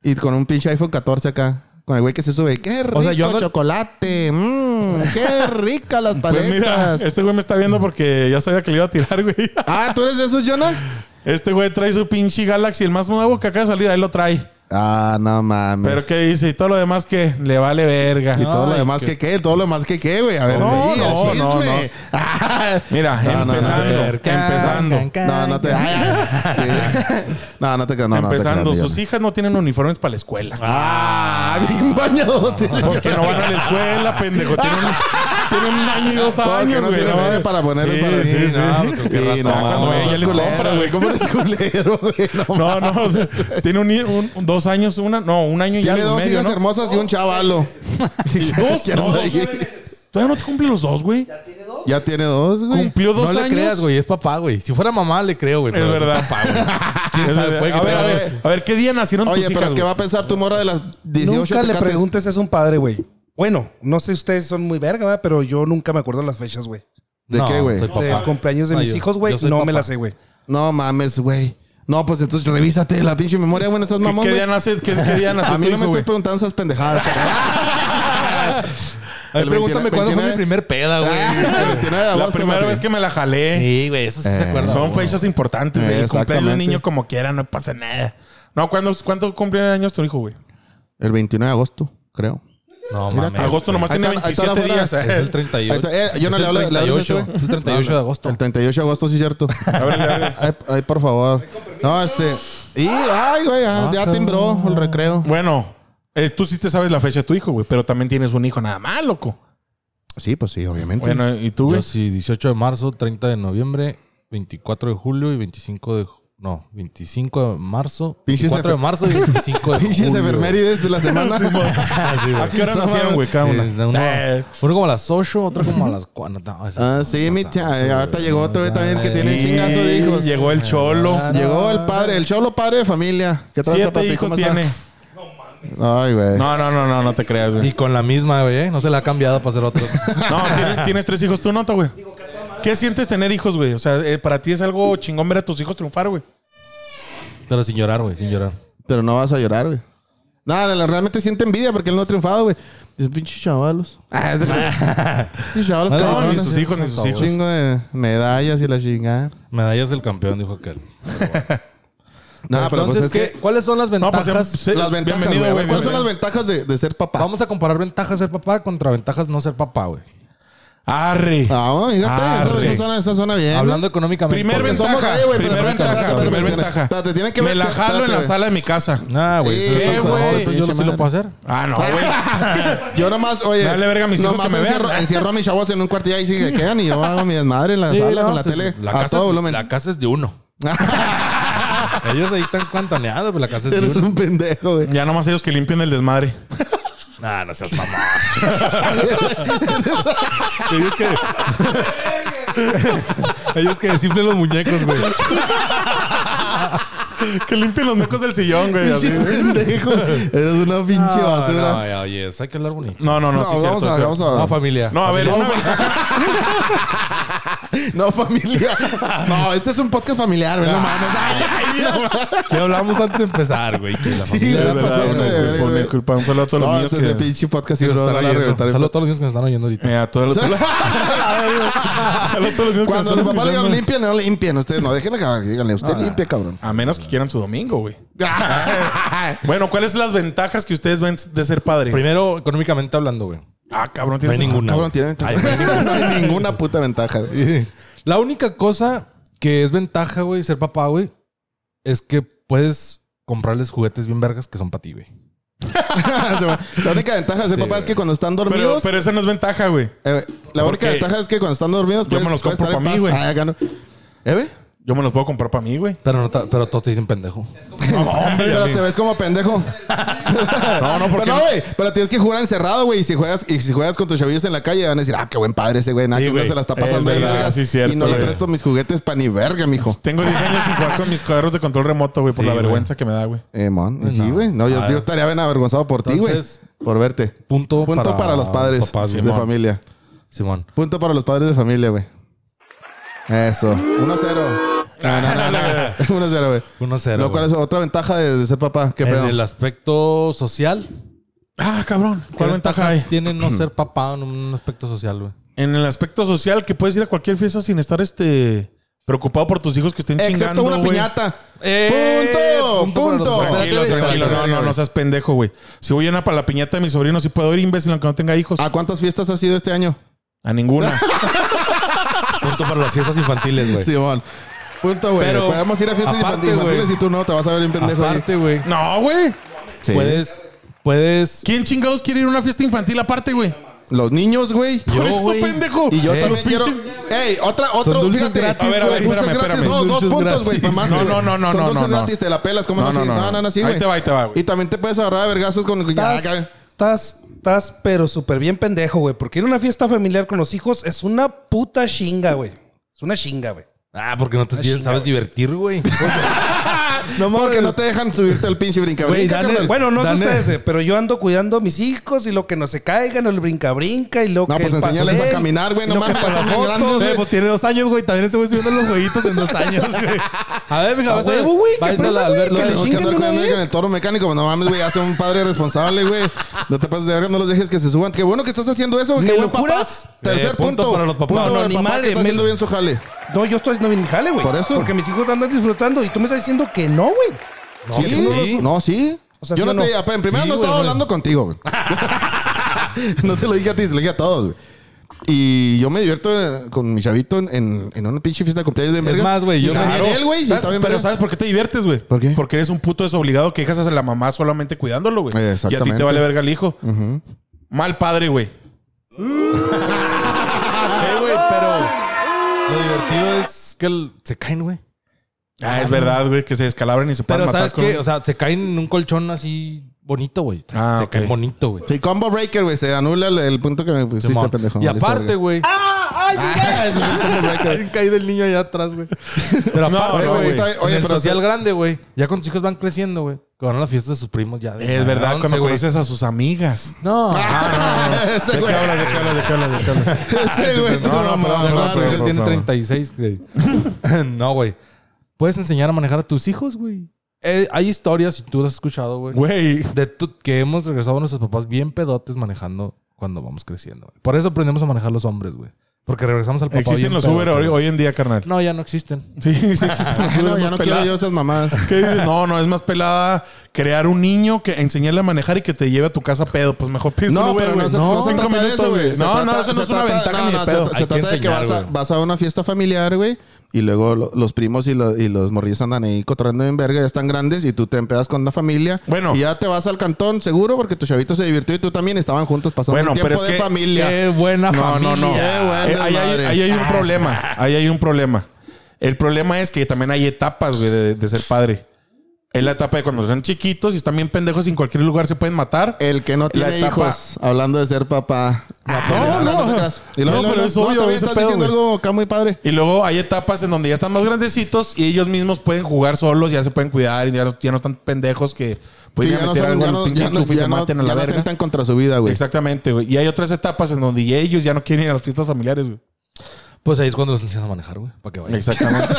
Speaker 2: Y con un pinche iPhone 14 acá. Con el güey que se sube. ¡Qué rico
Speaker 3: O sea, yo ando-
Speaker 2: chocolate! ¡Mmm! ¡Qué rica las
Speaker 1: Pues mira,
Speaker 2: paletas!
Speaker 1: este güey me está viendo porque ya sabía que le iba a tirar, güey.
Speaker 2: ah, ¿tú eres de esos, Jonah?
Speaker 1: Este güey trae su pinche Galaxy, el más nuevo que acaba de salir, ahí lo trae.
Speaker 2: Ah, no mames.
Speaker 1: Pero ¿qué dice? Y todo lo demás que le vale verga.
Speaker 2: y todo lo
Speaker 1: Ay,
Speaker 2: demás que qué, todo lo demás que qué, güey. A ver,
Speaker 1: No,
Speaker 2: ahí,
Speaker 1: no,
Speaker 2: el
Speaker 1: no,
Speaker 2: chisme.
Speaker 1: no.
Speaker 2: Ah,
Speaker 1: Mira,
Speaker 2: No, no, no,
Speaker 1: empezando,
Speaker 2: no.
Speaker 1: empezando,
Speaker 2: No, no te. ay, ay. Sí. no, no te creas. No, no te creas,
Speaker 1: empezando.
Speaker 2: Jonah.
Speaker 1: Sus hijas no tienen uniformes para la escuela.
Speaker 2: Ah, bien bañadote.
Speaker 1: Porque no van a la escuela, pendejo. Tienen, tienen un año y dos años,
Speaker 2: no
Speaker 1: güey.
Speaker 2: tiene
Speaker 1: No,
Speaker 2: feria para ponerle
Speaker 1: Sí,
Speaker 2: para
Speaker 1: sí,
Speaker 2: decir,
Speaker 1: sí.
Speaker 2: no, pues,
Speaker 1: Sí,
Speaker 2: Sí,
Speaker 1: no,
Speaker 2: no,
Speaker 1: cuando
Speaker 2: Ah, no,
Speaker 1: ella
Speaker 2: estás
Speaker 1: les compra,
Speaker 2: culero, güey. ¿Cómo eres culero, güey?
Speaker 1: No,
Speaker 2: No,
Speaker 1: no. Tiene un, un- dos años, una, no, un año y
Speaker 2: Tiene
Speaker 1: algo,
Speaker 2: dos
Speaker 1: medio,
Speaker 2: hijas
Speaker 1: ¿no?
Speaker 2: hermosas y un chavalo.
Speaker 1: Dos,
Speaker 2: ¿Qué
Speaker 1: no,
Speaker 2: onda
Speaker 1: dos
Speaker 2: ahí?
Speaker 1: Todavía no te cumple los dos, güey.
Speaker 2: Ya tiene dos, güey.
Speaker 1: Cumplió dos
Speaker 3: no le
Speaker 1: años.
Speaker 3: creas, güey. Es papá, güey. Si fuera mamá, le creo, güey.
Speaker 1: Es
Speaker 3: pero
Speaker 1: verdad.
Speaker 3: papá, güey. ¿Quién
Speaker 1: Es
Speaker 3: sabe?
Speaker 1: verdad.
Speaker 3: Puede que
Speaker 1: a ver, a
Speaker 3: tenga dos.
Speaker 1: ver, a ver, ¿qué día nacieron
Speaker 2: Oye,
Speaker 1: tus hijas?
Speaker 2: pero ¿qué va
Speaker 1: güey?
Speaker 2: a pensar tu mora de las 18
Speaker 4: Nunca le
Speaker 2: tecates?
Speaker 4: preguntes eso a un padre, güey. Bueno, no sé, ustedes son muy verga, ¿verdad? Pero yo nunca me acuerdo las fechas, güey.
Speaker 2: ¿De
Speaker 3: No,
Speaker 2: qué, güey?
Speaker 3: soy
Speaker 4: De
Speaker 3: papá.
Speaker 4: cumpleaños de
Speaker 3: No,
Speaker 4: mis
Speaker 3: yo-
Speaker 4: hijos, güey.
Speaker 3: yo soy
Speaker 4: No me
Speaker 3: papá.
Speaker 4: las sé, güey.
Speaker 2: No mames, güey. No, pues entonces revísate la pinche memoria, güey. no seas
Speaker 1: ¿Qué-
Speaker 2: mamón,
Speaker 1: ¿Qué
Speaker 2: güey.
Speaker 1: día nace? ¿Qué, qué día nació
Speaker 2: A
Speaker 1: tu
Speaker 2: mí no
Speaker 1: hijo,
Speaker 2: me estoy
Speaker 1: güey?
Speaker 2: preguntando esas pendejadas.
Speaker 3: A ver,
Speaker 2: El
Speaker 3: pregúntame
Speaker 2: 29,
Speaker 3: cuándo fue
Speaker 2: 29.
Speaker 3: mi primer peda, güey.
Speaker 2: El 29 de
Speaker 1: La
Speaker 2: agosto,
Speaker 1: primera
Speaker 2: papi.
Speaker 1: vez que me la jalé.
Speaker 3: Sí, güey. Eso sí se
Speaker 2: Eh,
Speaker 3: acuerda.
Speaker 1: Son
Speaker 3: uno.
Speaker 1: fechas importantes.
Speaker 2: Eh,
Speaker 1: el cumpleaños de un
Speaker 2: exactamente.
Speaker 1: niño como quiera, no pasa nada. No, ¿cuándo, cuánto cumple años tu hijo, güey?
Speaker 2: El 29 de agosto, creo.
Speaker 3: No, mames.
Speaker 1: Agosto nomás
Speaker 2: Ahí
Speaker 1: tiene
Speaker 2: está- ahí está la
Speaker 1: 27 días.
Speaker 2: afuera.
Speaker 3: Es el 38.
Speaker 2: Ahí está, eh, yo no
Speaker 3: Es
Speaker 2: le
Speaker 3: el
Speaker 2: hablo- le hablo a ese
Speaker 3: 38,
Speaker 2: güey.
Speaker 3: Es el 38 de agosto.
Speaker 2: El 38 de agosto, sí, cierto.
Speaker 1: Ábrele, ábrele.
Speaker 2: Ay, ay, por favor. No, este. Y, ay, güey,
Speaker 1: Ah,
Speaker 2: ya, ya timbró el recreo.
Speaker 1: Bueno, eh, tú sí te sabes la fecha de tu hijo, güey, pero también tienes un hijo nada más, loco.
Speaker 2: Sí, pues sí, obviamente.
Speaker 1: Bueno, ¿y tú,
Speaker 3: Yo
Speaker 1: güey?
Speaker 3: sí, 18 de marzo, 30 de noviembre, 24 de julio y 25 de... ju- No, 25 de marzo,
Speaker 2: Pinches
Speaker 3: 24 de
Speaker 2: efe-
Speaker 3: marzo y 25 de julio.
Speaker 2: Pinches efemérides de la semana.
Speaker 3: Sí, güey.
Speaker 1: ¿A qué hora
Speaker 2: No
Speaker 1: nacieron,
Speaker 2: mames.
Speaker 1: güey, cada
Speaker 3: Sí,
Speaker 1: uno?
Speaker 3: uno,
Speaker 1: Eh,
Speaker 3: uno como a las 8, otro como a las 4. No, esa-
Speaker 2: ah, sí, mi cha. Ahorita llegó otro güey también que tiene un
Speaker 1: y
Speaker 2: chingazo de hijos. Ah,
Speaker 1: Llegó el cholo.
Speaker 2: Llegó el padre, el cholo padre de familia. ¿Qué traza,
Speaker 1: Siete
Speaker 2: papi?
Speaker 1: hijos
Speaker 2: ¿Cómo está?
Speaker 1: tiene.
Speaker 2: Ay, güey.
Speaker 1: No, no, no, no, no te creas, güey.
Speaker 3: Y con la misma, güey. ¿eh? No se la ha cambiado para hacer otro.
Speaker 1: No, tienes, tienes tres hijos, tú nota, güey. ¿Qué sientes tener hijos, güey? O sea, eh, para ti es algo chingón ver a tus hijos triunfar, güey.
Speaker 3: Pero sin llorar, güey. Sin llorar.
Speaker 2: Pero no vas a llorar, güey. No, no, no, realmente siente envidia porque él no ha triunfado, güey. Dices, pinches chavalos. Ah, es de- Pinches chavalos,
Speaker 3: No, ni
Speaker 2: cabrones.
Speaker 1: sus hijos, ni sus hijos.
Speaker 2: Un chingo de medallas y la chingada.
Speaker 3: Medallas del campeón, dijo aquel.
Speaker 2: No, pero pues es que...
Speaker 3: ¿cuáles son las
Speaker 1: No, pues,
Speaker 3: ventajas?
Speaker 1: sí,
Speaker 2: Las ventajas, güey.
Speaker 1: bienvenido,
Speaker 2: A
Speaker 1: güey,
Speaker 2: ver, ¿Cuáles son
Speaker 1: bienvenido.
Speaker 2: las ventajas de, de ser papá?
Speaker 3: em, Vamos a comparar ventajas ser papá contra ventajas no ser papá, güey.
Speaker 1: Arre.
Speaker 2: Ah, fíjate, eso,
Speaker 1: Arre.
Speaker 2: eso suena, eso suena bien.
Speaker 3: Hablando económicamente.
Speaker 1: Primer
Speaker 3: porque-
Speaker 2: somos
Speaker 1: ventaja,
Speaker 2: gay, güey, pero
Speaker 1: primer
Speaker 2: espérate,
Speaker 1: ventaja,
Speaker 2: espérate,
Speaker 1: primer
Speaker 2: espérate,
Speaker 1: ventaja.
Speaker 2: espérate, tiene que
Speaker 1: Me
Speaker 2: ver
Speaker 1: la
Speaker 2: que-
Speaker 1: jalo en la
Speaker 2: espérate,
Speaker 1: sala de mi casa.
Speaker 3: Ah, güey. eso-
Speaker 2: Eh,
Speaker 3: eso-
Speaker 2: güey.
Speaker 3: eso Yo sí lo puedo hacer.
Speaker 1: Ah, no, güey.
Speaker 2: Yo nomás, oye,
Speaker 1: Dale verga a mis hijos
Speaker 2: nomás
Speaker 1: que me vean.
Speaker 2: encierro, encierro a mis chavos en un cuartillo y se quedan y yo hago mi desmadre en la
Speaker 3: Sí,
Speaker 2: sala
Speaker 3: no,
Speaker 2: con la
Speaker 3: sí,
Speaker 2: tele
Speaker 3: la
Speaker 2: a
Speaker 3: casa
Speaker 2: todo
Speaker 3: es-
Speaker 2: volumen.
Speaker 3: La casa es de uno. Ellos ahí están cuantaneados, pero la casa es de
Speaker 2: Eres
Speaker 3: uno.
Speaker 2: un pendejo, güey.
Speaker 1: Ya nomás ellos que limpian el desmadre.
Speaker 3: Ah, no seas mamá. Ellos que... Ellos que desinflen los muñecos, güey.
Speaker 1: que limpian los mecos del sillón, güey. así.
Speaker 2: Pinches pendejo. Eres una pinche basura.
Speaker 3: Ah, No, ya, oye, eso hay que hablar bonito.
Speaker 1: No, no, no, sí,
Speaker 2: No,
Speaker 1: cierto,
Speaker 2: vamos, a,
Speaker 1: cierto.
Speaker 2: vamos a.
Speaker 3: No, familia.
Speaker 1: No, a ver, una ventaja.
Speaker 2: No, familia. No, este es un podcast familiar, güey. No mames.
Speaker 3: ¿Qué hablamos antes de empezar, güey? Que la
Speaker 2: Sí,
Speaker 3: familia...
Speaker 2: la
Speaker 1: Verdad,
Speaker 2: pasaste
Speaker 1: una
Speaker 2: de verga,
Speaker 1: disculpa, una
Speaker 2: güey.
Speaker 1: disculpa. Un saludo a todos los
Speaker 2: No,
Speaker 1: niños
Speaker 2: este es el
Speaker 1: que...
Speaker 2: pinche podcast y
Speaker 3: que nos
Speaker 2: bro,
Speaker 3: están
Speaker 2: van a
Speaker 3: oyendo.
Speaker 2: reventar el-
Speaker 3: Saludos a todos los niños que nos están oyendo ahorita.
Speaker 1: Eh, a todos los... Saludos a todos los niños que
Speaker 2: Cuando
Speaker 1: nos
Speaker 2: los
Speaker 1: están
Speaker 2: papás le digan
Speaker 1: escuchando.
Speaker 2: limpien, no limpien. Ustedes no, déjenle acabar. Díganle, usted limpia, cabrón.
Speaker 1: A menos que quieran su domingo, güey. bueno, ¿cuáles son las ventajas que ustedes ven de ser padre?
Speaker 3: Primero, económicamente hablando, güey.
Speaker 1: ah, cabrón,
Speaker 3: No
Speaker 1: tienes
Speaker 3: hay ninguna.
Speaker 2: Cabrón, tiene
Speaker 3: Ay,
Speaker 2: ventaja. No hay ninguna puta ventaja, güey.
Speaker 3: La única cosa que es ventaja, güey, ser papá, güey, es que puedes comprarles juguetes bien vergas que son para ti, güey.
Speaker 2: Se va. la única ventaja de ser
Speaker 3: Sí,
Speaker 2: papá es
Speaker 3: güey.
Speaker 2: que cuando están
Speaker 1: Pero,
Speaker 2: dormidos.
Speaker 1: pero esa no es ventaja, güey.
Speaker 2: eh, la única
Speaker 1: Porque
Speaker 2: ventaja es que cuando están dormidos. pues,
Speaker 1: yo me los compro pa' mí, güey.
Speaker 2: Ah, acá no. ¿Eh, güey?
Speaker 1: Yo Yo me los puedo comprar para mí, güey.
Speaker 3: Pero, no ta- pero todos te dicen pendejo.
Speaker 1: No, hombre,
Speaker 2: Pero
Speaker 1: Yasmín.
Speaker 2: te ves como pendejo.
Speaker 1: No, no, porque
Speaker 2: Pero no, güey. Pero tienes que jugar encerrado, güey. Y si juegas, y si juegas con tus chavillos en la calle, van a decir, ah, qué buen padre ese güey. Nada,
Speaker 1: Sí,
Speaker 2: que uno
Speaker 1: güey.
Speaker 2: se la está
Speaker 1: Es
Speaker 2: pasando de
Speaker 1: verdad,
Speaker 2: vergas.
Speaker 1: sí, cierto,
Speaker 2: y no
Speaker 1: güey.
Speaker 2: le presto mis juguetes pa' ni verga, mijo.
Speaker 1: tengo 10 años sin jugar con mis cuadros de control remoto, güey, por
Speaker 3: Sí,
Speaker 1: la
Speaker 3: güey.
Speaker 1: vergüenza que me da, güey.
Speaker 2: Eh, mon. Sí, güey. No, yo,
Speaker 3: Ah.
Speaker 2: yo estaría bien avergonzado por ti, güey.
Speaker 3: Entonces,
Speaker 2: Por verte.
Speaker 3: Punto,
Speaker 2: Punto para, los padres
Speaker 3: papás,
Speaker 2: de
Speaker 3: güey.
Speaker 2: familia.
Speaker 3: Simón.
Speaker 2: Punto para los padres de familia, güey. Eso. 1-0. No, no, no, no. 1-0, güey.
Speaker 3: 1-0.
Speaker 2: Lo cual
Speaker 3: güey.
Speaker 2: es otra ventaja de, de ser papá. Qué pedo.
Speaker 3: En el aspecto social.
Speaker 1: Ah, cabrón.
Speaker 3: ¿Qué
Speaker 1: ¿Cuál ventaja
Speaker 3: ventajas
Speaker 1: hay?
Speaker 3: tiene no ser papá en un aspecto social, güey?
Speaker 1: En el aspecto social, que puedes ir a cualquier fiesta sin estar este preocupado por tus hijos que estén
Speaker 2: Excepto
Speaker 1: chingando,
Speaker 2: una
Speaker 1: güey.
Speaker 2: piñata.
Speaker 3: Eh,
Speaker 2: punto.
Speaker 3: punto para los-
Speaker 2: Punto.
Speaker 1: Tranquilo,
Speaker 2: Espérate,
Speaker 1: tranquilo.
Speaker 2: espérate,
Speaker 1: No, no, no
Speaker 2: espérate.
Speaker 1: seas pendejo, güey. Si voy a una para la piñata de mi sobrino, sí puedo ir imbécil aunque no tenga hijos.
Speaker 2: ¿A cuántas fiestas has ido este año?
Speaker 1: A ninguna.
Speaker 3: Punto para las fiestas infantiles, güey.
Speaker 2: Simón. Punto, güey.
Speaker 3: Pero,
Speaker 2: Podemos ir a fiestas
Speaker 3: aparte,
Speaker 2: infantiles
Speaker 3: güey.
Speaker 2: y tú no, te vas a ver bien pendejo. ahí.
Speaker 3: Aparte, güey.
Speaker 1: no, güey.
Speaker 2: Sí.
Speaker 3: Puedes, puedes.
Speaker 1: ¿Quién chingados quiere ir a una fiesta infantil aparte, güey?
Speaker 2: Los niños, güey.
Speaker 1: Por
Speaker 3: Yo,
Speaker 1: eso,
Speaker 3: güey.
Speaker 1: pendejo.
Speaker 2: Y yo
Speaker 3: Eh,
Speaker 2: también quiero.
Speaker 1: los
Speaker 2: Ey, otra, otro.
Speaker 3: Son dulces
Speaker 2: fíjate.
Speaker 3: gratis,
Speaker 1: A ver, a ver,
Speaker 2: Dulces
Speaker 1: espérame,
Speaker 2: gratis,
Speaker 1: espérame.
Speaker 2: Dos, dos
Speaker 3: Dulces
Speaker 2: puntos, güey. pa'
Speaker 3: gratis.
Speaker 2: más,
Speaker 1: No,
Speaker 2: güey.
Speaker 1: no, no, no,
Speaker 2: Son
Speaker 1: no,
Speaker 2: dulces
Speaker 1: no, no.
Speaker 2: gratis, te la pelas. ¿Cómo
Speaker 1: No,
Speaker 2: no?
Speaker 1: no,
Speaker 2: sí?
Speaker 1: no,
Speaker 2: No,
Speaker 1: no.
Speaker 2: no, no, sí,
Speaker 1: Ahí
Speaker 2: güey.
Speaker 1: te va, ahí te va, güey.
Speaker 2: Y también te puedes ahorrar a vergazos con. Ya,
Speaker 4: Estás,
Speaker 2: acá.
Speaker 4: estás, estás, pero súper bien pendejo, güey. Porque ir a una fiesta familiar con los hijos es una puta chinga, güey. Es una chinga, güey.
Speaker 3: Ah, porque no te
Speaker 4: Ah, chinga,
Speaker 3: sabes
Speaker 4: güey.
Speaker 3: divertir, güey.
Speaker 2: No Porque no te dejan subirte al pinche
Speaker 3: Güey,
Speaker 2: brincabrinca,
Speaker 3: dale,
Speaker 2: carnal.
Speaker 3: güey.
Speaker 4: Bueno, no sé
Speaker 3: Daniel.
Speaker 4: ustedes, eh, pero yo ando cuidando a mis hijos y lo que no se caigan, el brinca-brinca y lo
Speaker 2: No,
Speaker 4: que.
Speaker 2: pues
Speaker 4: el
Speaker 2: enséñales a
Speaker 4: pastel,
Speaker 2: caminar, güey.
Speaker 4: y
Speaker 2: No
Speaker 4: lo que
Speaker 2: mames,
Speaker 4: para la
Speaker 2: están bien
Speaker 4: foto.
Speaker 2: grandes, güey.
Speaker 3: pues,
Speaker 5: tiene dos años, güey. También este güey subiendo los jueguitos en dos años, güey.
Speaker 3: A ver, mija,
Speaker 4: A
Speaker 3: vas a
Speaker 4: huevo, güey,
Speaker 3: vas
Speaker 4: que
Speaker 3: a la
Speaker 4: prenda, güey,
Speaker 3: alberca.
Speaker 4: que le
Speaker 2: Tengo que
Speaker 4: chingan
Speaker 2: andar
Speaker 4: de una
Speaker 2: cuidando
Speaker 4: vez.
Speaker 2: con el toro mecánico. pues, No mames, güey. Hace un padre responsable, güey. No te pases de verga, no los dejes que se suban. Qué bueno que estás haciendo eso.
Speaker 4: ¿Me
Speaker 2: Qué
Speaker 4: lo
Speaker 2: buen papá.
Speaker 4: juras?
Speaker 2: Tercer
Speaker 3: Eh, punto
Speaker 2: punto.
Speaker 3: para los papás.
Speaker 2: Punto
Speaker 3: No,
Speaker 4: no,
Speaker 2: para el
Speaker 4: ni
Speaker 2: papá que
Speaker 4: madre,
Speaker 2: está
Speaker 4: me-
Speaker 2: haciendo bien su jale.
Speaker 4: No, yo estoy no mi jale, güey.
Speaker 2: Por eso.
Speaker 4: Porque mis hijos andan disfrutando y tú me estás diciendo que no, güey.
Speaker 3: No,
Speaker 2: Sí,
Speaker 3: sí.
Speaker 2: no los- No, sí.
Speaker 4: O sea,
Speaker 2: Yo
Speaker 4: ¿sí
Speaker 2: no
Speaker 4: o no?
Speaker 2: te. En primera
Speaker 3: Sí,
Speaker 2: no
Speaker 3: güey,
Speaker 2: estaba
Speaker 3: güey.
Speaker 2: hablando contigo, güey. No te lo dije a ti, se lo dije a todos, güey. Y yo me divierto eh, con mi chavito en, en, en una pinche fiesta de cumpleaños de vergas.
Speaker 3: más, güey,
Speaker 2: Y
Speaker 3: yo me-
Speaker 2: también
Speaker 1: Claro.
Speaker 2: él, güey. y
Speaker 1: ¿Sabes?
Speaker 2: también
Speaker 1: Pero
Speaker 2: vergas.
Speaker 1: ¿sabes por qué te diviertes, güey?
Speaker 2: ¿Por qué?
Speaker 1: Porque eres un puto desobligado que dejas a la mamá solamente cuidándolo, güey. Y
Speaker 2: Eh,
Speaker 1: a ti
Speaker 2: exactamente.
Speaker 1: te vale verga el hijo. Mal padre, güey.
Speaker 3: Eh, güey, pero lo divertido es que el- se caen, güey.
Speaker 1: Ah, es verdad, güey, que se descalabran y se pueden
Speaker 3: Pero
Speaker 1: matar
Speaker 3: ¿sabes
Speaker 1: con-
Speaker 3: qué? O sea, se caen en un colchón así bonito, güey.
Speaker 1: Ah,
Speaker 3: se
Speaker 1: ok.
Speaker 3: caen bonito, güey.
Speaker 2: Sí, combo breaker, güey. Se anula el, el punto que me pusiste,
Speaker 3: Simón.
Speaker 2: pendejo.
Speaker 3: y
Speaker 2: Listo,
Speaker 3: aparte,
Speaker 2: verga.
Speaker 3: güey.
Speaker 2: Ah, eso es un combo breaker.
Speaker 3: Hay caído el niño allá atrás, güey. Pero
Speaker 1: No,
Speaker 3: aparte,
Speaker 1: no,
Speaker 3: güey.
Speaker 1: güey.
Speaker 2: Está bien. Oye,
Speaker 3: en el
Speaker 2: pero
Speaker 3: social
Speaker 2: sí.
Speaker 3: grande, güey. Ya cuando tus hijos van creciendo, güey. Que van a las fiestas de sus primos ya. de
Speaker 1: Es verdad,
Speaker 3: 11,
Speaker 1: cuando
Speaker 3: güey.
Speaker 1: conoces a sus amigas.
Speaker 3: No.
Speaker 2: Ah, Ese
Speaker 1: ¿De qué
Speaker 2: güey.
Speaker 1: hablas? ¿De qué hablas? ¿De qué hablas? ¿De qué hablas?
Speaker 2: Ese güey.
Speaker 1: No, no, perdón,
Speaker 2: no, no,
Speaker 1: perdón,
Speaker 2: no,
Speaker 1: perdón.
Speaker 2: no.
Speaker 3: Él tiene 36, güey. no, güey. Puedes enseñar a manejar a tus hijos, güey. Eh, hay historias, si tú las has escuchado, güey.
Speaker 1: Güey,
Speaker 3: De tu- que hemos regresado a nuestros papás bien pedotes manejando cuando vamos creciendo. güey. Por eso aprendemos a manejar los hombres, güey. Porque regresamos al papá bien
Speaker 1: existen los Uber
Speaker 3: pedote,
Speaker 1: hoy,
Speaker 3: güey.
Speaker 1: hoy en día, carnal.
Speaker 3: No, ya no existen.
Speaker 1: Sí, sí, existen los
Speaker 2: Ah,
Speaker 1: Uber
Speaker 2: no, ya
Speaker 1: más
Speaker 2: no quiero
Speaker 1: pelados.
Speaker 2: yo esas mamás.
Speaker 1: ¿Qué dices? No, no, es más pelada crear un niño que enseñarle a manejar y que te lleve a tu casa pedo. Pues mejor pides un
Speaker 2: No,
Speaker 1: Uber,
Speaker 2: pero
Speaker 1: güey.
Speaker 2: no, se, no, se
Speaker 1: Cinco
Speaker 2: trata de
Speaker 1: minutos,
Speaker 2: eso, güey.
Speaker 1: güey.
Speaker 2: Se
Speaker 1: No, no,
Speaker 2: trata-
Speaker 1: eso no
Speaker 2: se
Speaker 1: es una
Speaker 2: trata-
Speaker 1: ventaja
Speaker 2: no,
Speaker 1: ni de
Speaker 2: no,
Speaker 1: pedo.
Speaker 2: Se,
Speaker 3: Hay
Speaker 2: se
Speaker 3: que
Speaker 2: trata de que
Speaker 3: enseñar,
Speaker 2: vas a,
Speaker 3: güey.
Speaker 2: vas a una fiesta familiar, güey. Y luego lo- los primos y, lo- y los morrillos andan ahí cotorreando bien verga, ya están grandes y tú te empedas con la familia.
Speaker 1: Bueno.
Speaker 2: Y ya te vas al cantón, seguro, porque tu chavito se divirtió y tú también estaban juntos pasando
Speaker 1: Bueno,
Speaker 2: un tiempo
Speaker 1: pero es
Speaker 2: de
Speaker 1: que-
Speaker 2: familia.
Speaker 3: Qué buena
Speaker 1: No,
Speaker 3: familia.
Speaker 1: no, no.
Speaker 2: Qué
Speaker 1: Eh,
Speaker 2: buena
Speaker 1: ahí, hay,
Speaker 2: madre. Ah.
Speaker 1: ahí hay un problema. Ahí hay un problema. El problema es que también hay etapas, güey, de, de ser padre. Es la etapa de cuando son chiquitos y están bien pendejos y en cualquier lugar se pueden matar.
Speaker 2: El que no tiene
Speaker 1: etapa-
Speaker 2: hijos, hablando de ser papá.
Speaker 1: no, no.
Speaker 2: Hablando de atrás. Y luego-
Speaker 1: No, pero
Speaker 2: no,
Speaker 1: es obvio,
Speaker 2: todavía
Speaker 1: ese
Speaker 2: estás
Speaker 1: pedo,
Speaker 2: diciendo
Speaker 1: güey.
Speaker 2: algo acá muy padre.
Speaker 1: Y luego hay etapas en donde ya están más grandecitos y ellos mismos pueden jugar solos, ya se pueden cuidar y ya, no- ya no están pendejos que pueden ir
Speaker 2: Sí,
Speaker 1: a
Speaker 2: ya no
Speaker 1: meter
Speaker 2: son-
Speaker 1: algo
Speaker 2: ya
Speaker 1: en el
Speaker 2: no-
Speaker 1: pinche
Speaker 2: ya no-
Speaker 1: enchufe y
Speaker 2: ya
Speaker 1: se
Speaker 2: no-
Speaker 1: maten a
Speaker 2: ya
Speaker 1: la
Speaker 2: no
Speaker 1: verga.
Speaker 2: atentan contra su vida, güey.
Speaker 1: Exactamente, güey. Y hay otras etapas en donde ellos ya no quieren ir a las fiestas familiares, güey.
Speaker 3: Pues ahí es cuando los enseñas a manejar, güey. Para que vayan.
Speaker 1: Exactamente.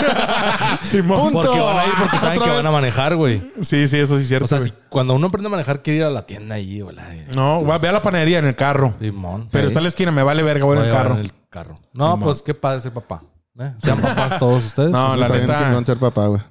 Speaker 1: Simón.
Speaker 2: Punto.
Speaker 3: Porque van a ir porque saben
Speaker 2: Otra
Speaker 3: que
Speaker 2: vez.
Speaker 3: van a manejar, güey.
Speaker 1: Sí, sí, eso sí es cierto.
Speaker 3: O sea,
Speaker 1: güey.
Speaker 3: si cuando uno aprende a manejar, quiere ir a la tienda ahí, güey. la-
Speaker 1: No, va, ve a la panadería en el carro.
Speaker 3: Simón.
Speaker 1: Pero está en la esquina, me vale verga, voy en
Speaker 3: Voy
Speaker 1: el
Speaker 3: a llevar
Speaker 1: carro.
Speaker 3: en el carro. No, pues qué padre ser papá. ¿eh? Sean papás todos ustedes.
Speaker 1: No,
Speaker 2: Eso
Speaker 1: la
Speaker 2: está bien
Speaker 1: neta.
Speaker 2: chingón ser papá, güey.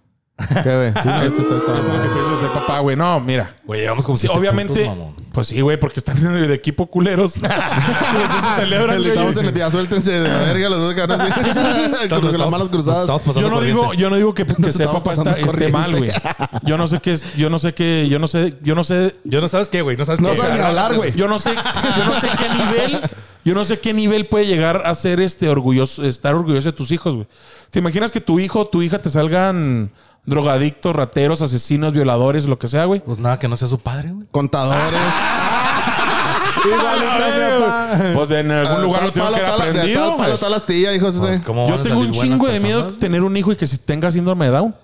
Speaker 2: ¿Qué, güey? Sí, no, esto está-
Speaker 1: Eso es lo que pienso de ser papá, güey. No, mira.
Speaker 3: Güey, llevamos como
Speaker 1: Sí,
Speaker 3: siete
Speaker 1: obviamente.
Speaker 3: puntos, mamón.
Speaker 1: pues sí, güey, porque están en el de equipo culeros. y entonces celebran. güey.
Speaker 2: Estamos en el ya suéltense de la verga los dos cabrones. Con
Speaker 3: Nos
Speaker 2: las
Speaker 3: estamos-
Speaker 2: manos
Speaker 3: nos
Speaker 2: cruzadas.
Speaker 3: estamos pasando
Speaker 1: Yo no
Speaker 3: corriente.
Speaker 1: digo, yo no digo que, que
Speaker 2: Nos
Speaker 1: ser
Speaker 2: estamos
Speaker 1: papá
Speaker 2: pasando
Speaker 1: está- esté
Speaker 2: corriente.
Speaker 1: mal, güey. Yo no sé qué es, yo no sé qué, yo no sé, yo no sé,
Speaker 3: Yo no sabes qué, güey. No sabes
Speaker 2: No
Speaker 3: qué.
Speaker 2: sabes ni
Speaker 3: Agarra-
Speaker 2: hablar, güey.
Speaker 1: yo no sé, yo no sé qué nivel Yo no sé qué nivel puede llegar a ser este orgulloso, estar orgulloso de tus hijos, güey. ¿Te imaginas que tu hijo o tu hija te salgan drogadictos, rateros, asesinos, violadores, lo que sea, güey?
Speaker 3: Pues nada, que no sea su padre, güey.
Speaker 2: Contadores.
Speaker 1: A ver, güey. Pues en algún lugar lo
Speaker 2: Ah, Tal
Speaker 1: tienen
Speaker 2: palo,
Speaker 1: que haber
Speaker 2: tal- de
Speaker 1: aprendido,
Speaker 2: Tal
Speaker 1: güey.
Speaker 2: palo, tal astilla, hijos. ese.
Speaker 3: Pues, ¿Cómo van
Speaker 1: Yo
Speaker 3: a
Speaker 1: tengo
Speaker 3: salir
Speaker 1: un
Speaker 3: buenas
Speaker 1: chingo de miedo
Speaker 3: personas?
Speaker 1: tener un hijo y que si tenga síndrome de Down.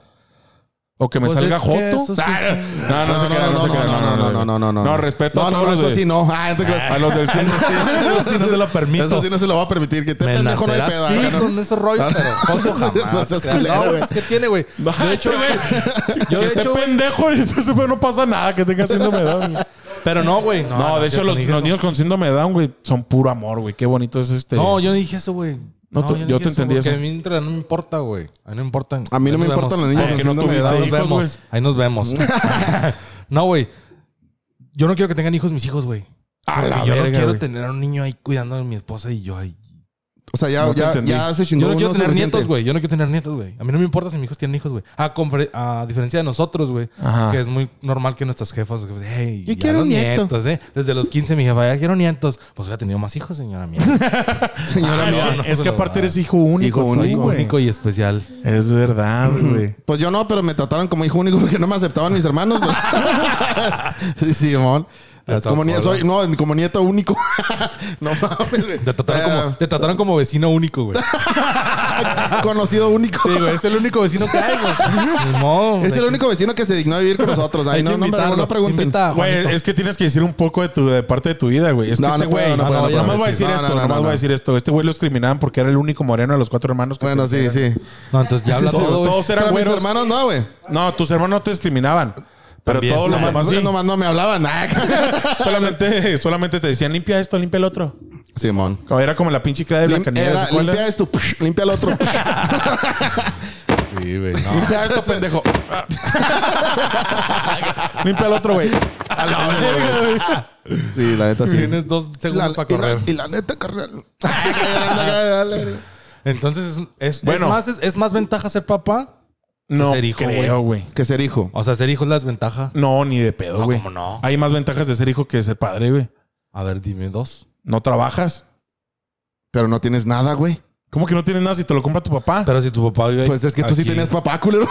Speaker 1: O que me
Speaker 3: Pues
Speaker 1: salga
Speaker 3: es que
Speaker 1: joto.
Speaker 3: eso sí
Speaker 1: Ah,
Speaker 3: es
Speaker 1: No, no se crean, no se crean.
Speaker 2: no, no, no, no, no, no.
Speaker 1: No, respeto
Speaker 2: No,
Speaker 1: a
Speaker 2: no,
Speaker 1: todos los
Speaker 2: eso
Speaker 1: de-
Speaker 2: sí no. Ah, no te creas.
Speaker 1: A los del síndrome.
Speaker 5: Si no se lo permito.
Speaker 2: Eso sí no se lo va a permitir. Que te
Speaker 3: Me
Speaker 2: pendejo no hay
Speaker 3: nacerá
Speaker 2: peda.
Speaker 3: así
Speaker 2: ¿no?
Speaker 3: con ese rollo,
Speaker 1: Ah,
Speaker 2: No, no.
Speaker 3: pero joto
Speaker 2: No
Speaker 3: jamás.
Speaker 2: seas
Speaker 3: claro.
Speaker 2: culero,
Speaker 3: No,
Speaker 2: güey.
Speaker 3: es que tiene, güey.
Speaker 1: De hecho,
Speaker 3: yo
Speaker 1: que
Speaker 3: de
Speaker 1: esté
Speaker 3: hecho, güey.
Speaker 1: pendejo y ese güey no pasa nada que tenga síndrome de Down. güey.
Speaker 3: Pero no, güey. No,
Speaker 1: No, de hecho,
Speaker 3: yo
Speaker 1: los,
Speaker 3: dije
Speaker 1: los
Speaker 3: eso.
Speaker 1: niños con síndrome de Down, güey, son puro amor, güey. Qué bonito es este.
Speaker 3: No, yo no dije eso, güey.
Speaker 1: No, tú- yo
Speaker 3: dije
Speaker 1: te entendí
Speaker 3: porque
Speaker 1: eso.
Speaker 3: A mí mientras no me importa, güey. A mí no me importan.
Speaker 2: A mí no
Speaker 3: Ahí
Speaker 2: me
Speaker 3: nos
Speaker 2: importan los
Speaker 3: vemos.
Speaker 2: niños
Speaker 1: Porque
Speaker 2: con
Speaker 1: no
Speaker 2: síndrome de
Speaker 1: tuviste
Speaker 2: Down.
Speaker 1: hijos,
Speaker 3: Ahí nos
Speaker 1: güey. Ah.
Speaker 3: vemos. Ahí nos vemos. no, güey. Yo no quiero que tengan hijos mis hijos, güey.
Speaker 1: a la
Speaker 3: Porque yo no
Speaker 1: verga,
Speaker 3: quiero
Speaker 1: güey.
Speaker 3: tener a un niño ahí cuidando a mi esposa y yo ahí.
Speaker 2: O sea, ya,
Speaker 1: No te
Speaker 2: ya,
Speaker 1: entendí.
Speaker 2: ya se chingó
Speaker 3: Yo no quiero
Speaker 2: uno
Speaker 3: tener
Speaker 2: suficiente.
Speaker 3: nietos, güey. Yo no quiero tener nietos, güey. A mí no me importa si mis hijos tienen hijos, güey. A, confre- a diferencia de nosotros, güey.
Speaker 1: Ajá.
Speaker 3: Que es muy normal que nuestras jefas, güey, hey,
Speaker 2: Yo
Speaker 3: ya
Speaker 2: quiero
Speaker 3: los
Speaker 2: un nieto.
Speaker 3: nietos, ¿eh? Desde los 15 mi jefa, ya quiero nietos. Pues hubiera tenido más hijos, señora mía.
Speaker 2: Señora
Speaker 1: Ah, es,
Speaker 2: mía.
Speaker 1: que,
Speaker 3: no,
Speaker 1: es que
Speaker 3: no,
Speaker 1: aparte
Speaker 3: no.
Speaker 1: eres hijo único.
Speaker 2: Hijo
Speaker 1: sí,
Speaker 2: único.
Speaker 1: güey.
Speaker 3: Único y especial.
Speaker 1: Es verdad, güey.
Speaker 2: Pues yo no, pero me trataron como hijo único porque no me aceptaban mis hermanos. güey. sí, Simón.
Speaker 3: Te
Speaker 2: como
Speaker 3: tocó,
Speaker 2: nieto, soy, no, como nieto único. no mames, güey.
Speaker 3: Te trataron, como,
Speaker 2: Eh,
Speaker 3: te trataron como vecino único, güey.
Speaker 2: ah, conocido único.
Speaker 3: Sí, güey, es el único vecino que hay, güey. Ni modo,
Speaker 2: es el
Speaker 3: güey.
Speaker 2: único vecino que se dignó a vivir con nosotros. Ay,
Speaker 3: Hay que
Speaker 2: no, no, me-
Speaker 3: invitarlo.
Speaker 2: no pregunten.
Speaker 3: Invita a
Speaker 1: Güey,
Speaker 3: Juanito.
Speaker 1: es que tienes que decir un poco de tu de parte de tu vida, güey. Es que
Speaker 2: No,
Speaker 1: este
Speaker 2: no puedo,
Speaker 1: güey.
Speaker 2: no
Speaker 1: No,
Speaker 2: puedo,
Speaker 3: no puedo.
Speaker 1: más voy a decir
Speaker 2: No, no,
Speaker 1: esto,
Speaker 2: no,
Speaker 1: nomás
Speaker 2: no, no.
Speaker 1: voy a decir esto. Este güey lo discriminaban porque era el único moreno de los cuatro hermanos. que
Speaker 2: Bueno, sí,
Speaker 1: tenían.
Speaker 2: sí.
Speaker 3: No, entonces ya habla
Speaker 1: Todo-
Speaker 3: todo, güey.
Speaker 1: todos eran
Speaker 2: Pero mis
Speaker 1: güeros.
Speaker 2: hermanos no, güey.
Speaker 1: No, tus hermanos no te discriminaban. Pero
Speaker 3: También.
Speaker 1: todos los
Speaker 2: Nomás,
Speaker 1: demás sí.
Speaker 2: nomás no me hablaban. Ah,
Speaker 1: solamente, solamente te decían limpia esto, limpia el otro.
Speaker 2: Simón.
Speaker 1: Como Era como la pinche crea de Blancanieves.
Speaker 2: Era,
Speaker 1: ¿cuál era?
Speaker 2: limpia esto, limpia el otro.
Speaker 3: Sí, güey, no.
Speaker 2: limpia esto, pendejo.
Speaker 1: Limpia el otro, güey.
Speaker 3: A la verga, güey.
Speaker 2: Sí, la neta sí.
Speaker 3: Tienes dos segundos para correr.
Speaker 2: Y la, neta, carnal. Dale,
Speaker 3: Entonces, es un- es, es
Speaker 1: Bueno.
Speaker 3: más, es, es más ventaja ser papá.
Speaker 1: No
Speaker 3: Ser hijo,
Speaker 1: creo, güey.
Speaker 2: que ser hijo.
Speaker 3: O sea, ser hijo es la desventaja.
Speaker 1: No, ni de pedo,
Speaker 3: No,
Speaker 1: güey.
Speaker 3: ¿cómo no?
Speaker 1: Hay más ventajas de ser hijo que de ser padre, güey.
Speaker 3: A ver, dime dos.
Speaker 1: No trabajas.
Speaker 2: Pero no tienes nada, güey.
Speaker 1: ¿Cómo que no tienes nada si te lo compra tu papá?
Speaker 3: Pero si tu papá vive
Speaker 2: Pues es que tú sí
Speaker 3: aquí-
Speaker 2: tenías papá, culero.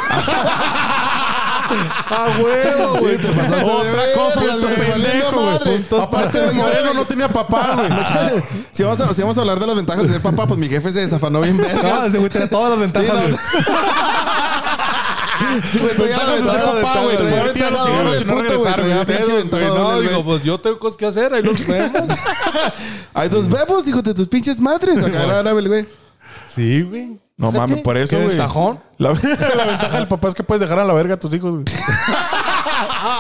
Speaker 1: ¡Ah, huevo, güey! Otra cosa,
Speaker 2: Pues,
Speaker 1: este
Speaker 2: güey, valiendo
Speaker 1: pendejo,
Speaker 2: madre.
Speaker 1: güey.
Speaker 2: Puntos
Speaker 1: Aparte
Speaker 2: para-
Speaker 1: de Moreno, no tenía papá, güey.
Speaker 2: si, vamos a, si vamos a hablar de las ventajas de ser papá, pues mi jefe se desafanó bien. verga.
Speaker 5: No, ese güey tiene todas las
Speaker 2: Sí,
Speaker 5: ventajas. güey.
Speaker 2: no. Sí, güey, traía la
Speaker 1: Ventajas de ser
Speaker 2: ventaja,
Speaker 1: papá, güey. Te
Speaker 2: traía
Speaker 1: puedes tirar los
Speaker 2: ventaja
Speaker 1: cigarros y
Speaker 2: doble,
Speaker 1: no
Speaker 2: puto,
Speaker 1: regresar,
Speaker 2: traía
Speaker 1: güey.
Speaker 2: pinche
Speaker 3: Pedos,
Speaker 2: ventaja
Speaker 3: güey. No,
Speaker 2: doble,
Speaker 3: digo,
Speaker 2: güey.
Speaker 3: pues yo tengo cosas que hacer, ahí los vemos.
Speaker 2: Hay dos bebos, hijo de tus pinches madres. Acá era árabe, güey.
Speaker 3: sí, güey.
Speaker 1: No mames, por eso,
Speaker 3: ¿Qué
Speaker 1: güey.
Speaker 3: ventajón?
Speaker 1: La, la ventaja del papá es que puedes dejar a la verga a tus hijos, güey.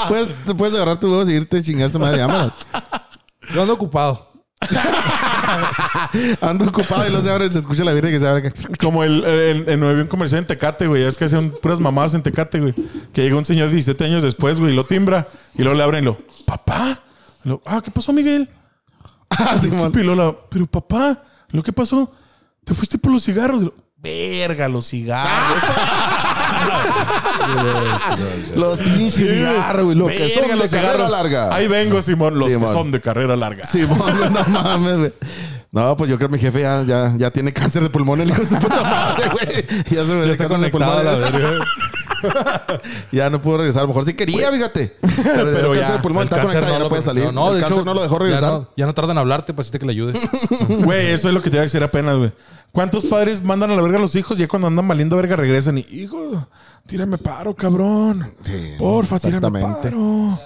Speaker 2: Puedes, te puedes agarrar tus huevos y irte a chingar su madre. Vámonos.
Speaker 3: Yo ando ocupado.
Speaker 2: Ando ocupado y los se abre, se escucha la virgen que se abre. acá.
Speaker 1: Como el, el- en- en- había un comercial en Tecate, güey. Es que hacían puras mamadas en Tecate, güey. Que llega un señor 17 años después, güey, y lo timbra. Y luego le abren y lo, ¿papá? Y lo, ah, ¿qué pasó, Miguel?
Speaker 2: Ah, Simón.
Speaker 1: Y luego la, pero papá, ¿lo que pasó? Te fuiste por los cigarros. Y lo, Verga, los cigarros.
Speaker 2: Los pinches cigarros, güey. Los que son
Speaker 1: Verga,
Speaker 2: de
Speaker 1: los
Speaker 2: carrera
Speaker 1: cigarros.
Speaker 2: larga.
Speaker 1: Ahí vengo, Simón. Los
Speaker 2: Simón.
Speaker 1: que son de carrera larga.
Speaker 2: Sí, bueno, no mames, güey. No, pues yo creo que mi jefe ya, ya, ya tiene cáncer de pulmón, el hijo de su puta madre, güey. Ya se me cáncer de pulmón. ya no pudo regresar. A lo mejor sí quería, fíjate. Pero,
Speaker 1: Pero
Speaker 2: el
Speaker 1: ya,
Speaker 2: cáncer de pulmón
Speaker 3: El
Speaker 2: está
Speaker 3: cáncer
Speaker 2: conectado, ya no
Speaker 3: lo-
Speaker 2: puede salir.
Speaker 3: No,
Speaker 2: el
Speaker 3: de
Speaker 2: cáncer
Speaker 3: hecho,
Speaker 2: no lo dejó
Speaker 3: ya
Speaker 2: regresar.
Speaker 3: no- Ya no tardan en hablarte, pues sí que le ayude.
Speaker 1: Güey, eso es lo que te iba a decir apenas, güey. ¿Cuántos padres mandan a la verga a los hijos y ya cuando andan valiendo verga regresan y, hijo, tírame paro, cabrón?
Speaker 2: Sí,
Speaker 1: Porfa, tírame
Speaker 2: exactamente.
Speaker 1: paro.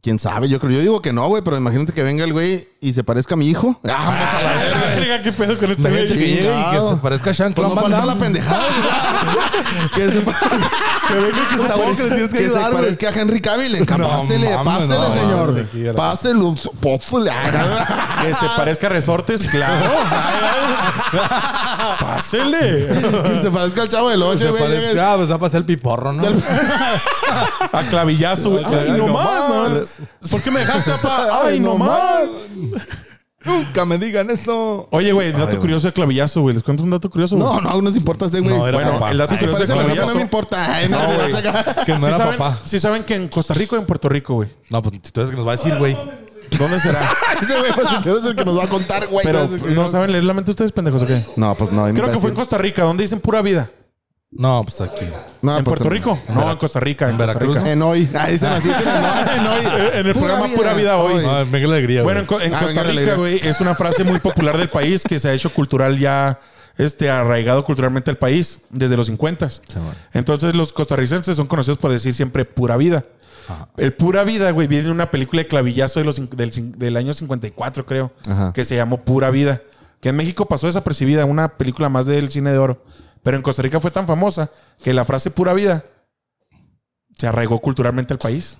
Speaker 2: Quién sabe, yo creo. Yo digo que no, güey, pero imagínate que venga el güey y se parezca a mi hijo. Ah, vamos a la verga.
Speaker 1: Verga, ¿qué pedo con este güey?
Speaker 3: Imagínate que llegue y que
Speaker 2: chingado.
Speaker 3: se parezca a Sean
Speaker 2: Pues no
Speaker 3: Clon Van
Speaker 2: falta
Speaker 3: Damme.
Speaker 2: la pendejada. güey. que se
Speaker 5: Tampoco que le tienes que
Speaker 2: que se
Speaker 5: ayudar, güey.
Speaker 2: parezca a Henry Cavill. en-
Speaker 3: No
Speaker 2: Pásele,
Speaker 3: mames,
Speaker 2: pásele,
Speaker 3: no, no,
Speaker 2: señor.
Speaker 3: se quiera.
Speaker 2: Páselo. Pófele.
Speaker 1: Que se parezca a resortes, claro. Pásele.
Speaker 2: Que se parezca al chavo del
Speaker 3: Se
Speaker 2: 8, güey.
Speaker 3: parezca-
Speaker 2: llega
Speaker 3: Ah, pues va a pasar el piporro, ¿no?
Speaker 1: A clavillazo, güey. Ay, no más. ¿no? ¿Por qué me dejaste, papá? Ay, no más.
Speaker 3: Nunca me digan eso.
Speaker 1: Oye, güey, dato curioso de clavillazo, güey. Les cuento un dato curioso.
Speaker 2: el-
Speaker 1: güey.
Speaker 2: No, no, no se importa ese, güey.
Speaker 3: No, era
Speaker 1: Bueno,
Speaker 3: papá.
Speaker 1: el dato
Speaker 3: Ay,
Speaker 1: curioso de
Speaker 2: Parece que la jefa no
Speaker 1: clavillazo.
Speaker 2: me importa. Ay, no, güey.
Speaker 3: Que no
Speaker 1: ¿Sí
Speaker 3: era
Speaker 1: saben,
Speaker 3: papá.
Speaker 1: sí saben que en Costa Rica, en Puerto Rico, güey.
Speaker 3: No, pues entonces que nos va a decir, güey.
Speaker 1: ¿Dónde será?
Speaker 2: Ese güey pasitero es el que nos va a contar, güey.
Speaker 1: Pero no saben leer la mente ustedes, pendejos, ¿o qué?
Speaker 2: No, pues no.
Speaker 1: Creo que
Speaker 2: imbécil.
Speaker 1: fue en Costa Rica, donde dicen pura vida.
Speaker 3: No, pues aquí.
Speaker 2: No,
Speaker 1: ¿En
Speaker 2: pues,
Speaker 1: Puerto Rico? No, en Costa Rica. En Costa
Speaker 3: Veracruz,
Speaker 1: Rica.
Speaker 2: En hoy. Ah, dicen así. dicen en hoy, en hoy.
Speaker 1: En el
Speaker 2: Pura
Speaker 1: programa
Speaker 2: vida.
Speaker 1: Pura Vida Hoy.
Speaker 2: Hoy.
Speaker 3: Ah, me alegría,
Speaker 1: Bueno, en,
Speaker 3: güey.
Speaker 1: Co- en
Speaker 2: Ah, venga,
Speaker 1: Costa
Speaker 2: la
Speaker 1: Rica,
Speaker 2: alegría.
Speaker 1: güey, es una frase muy popular del país que se ha hecho cultural ya, este, arraigado culturalmente al país desde los 50.
Speaker 3: man.
Speaker 1: Entonces, los costarricenses son conocidos por decir siempre pura vida. El pura vida, güey, viene de una película de clavillazo de los, cin- del, cin- del año 54, creo,
Speaker 2: Ajá.
Speaker 1: que se llamó Pura Vida. Que en México pasó desapercibida, una película más del cine de oro. Pero en Costa Rica fue tan famosa que la frase pura vida se arraigó culturalmente al país.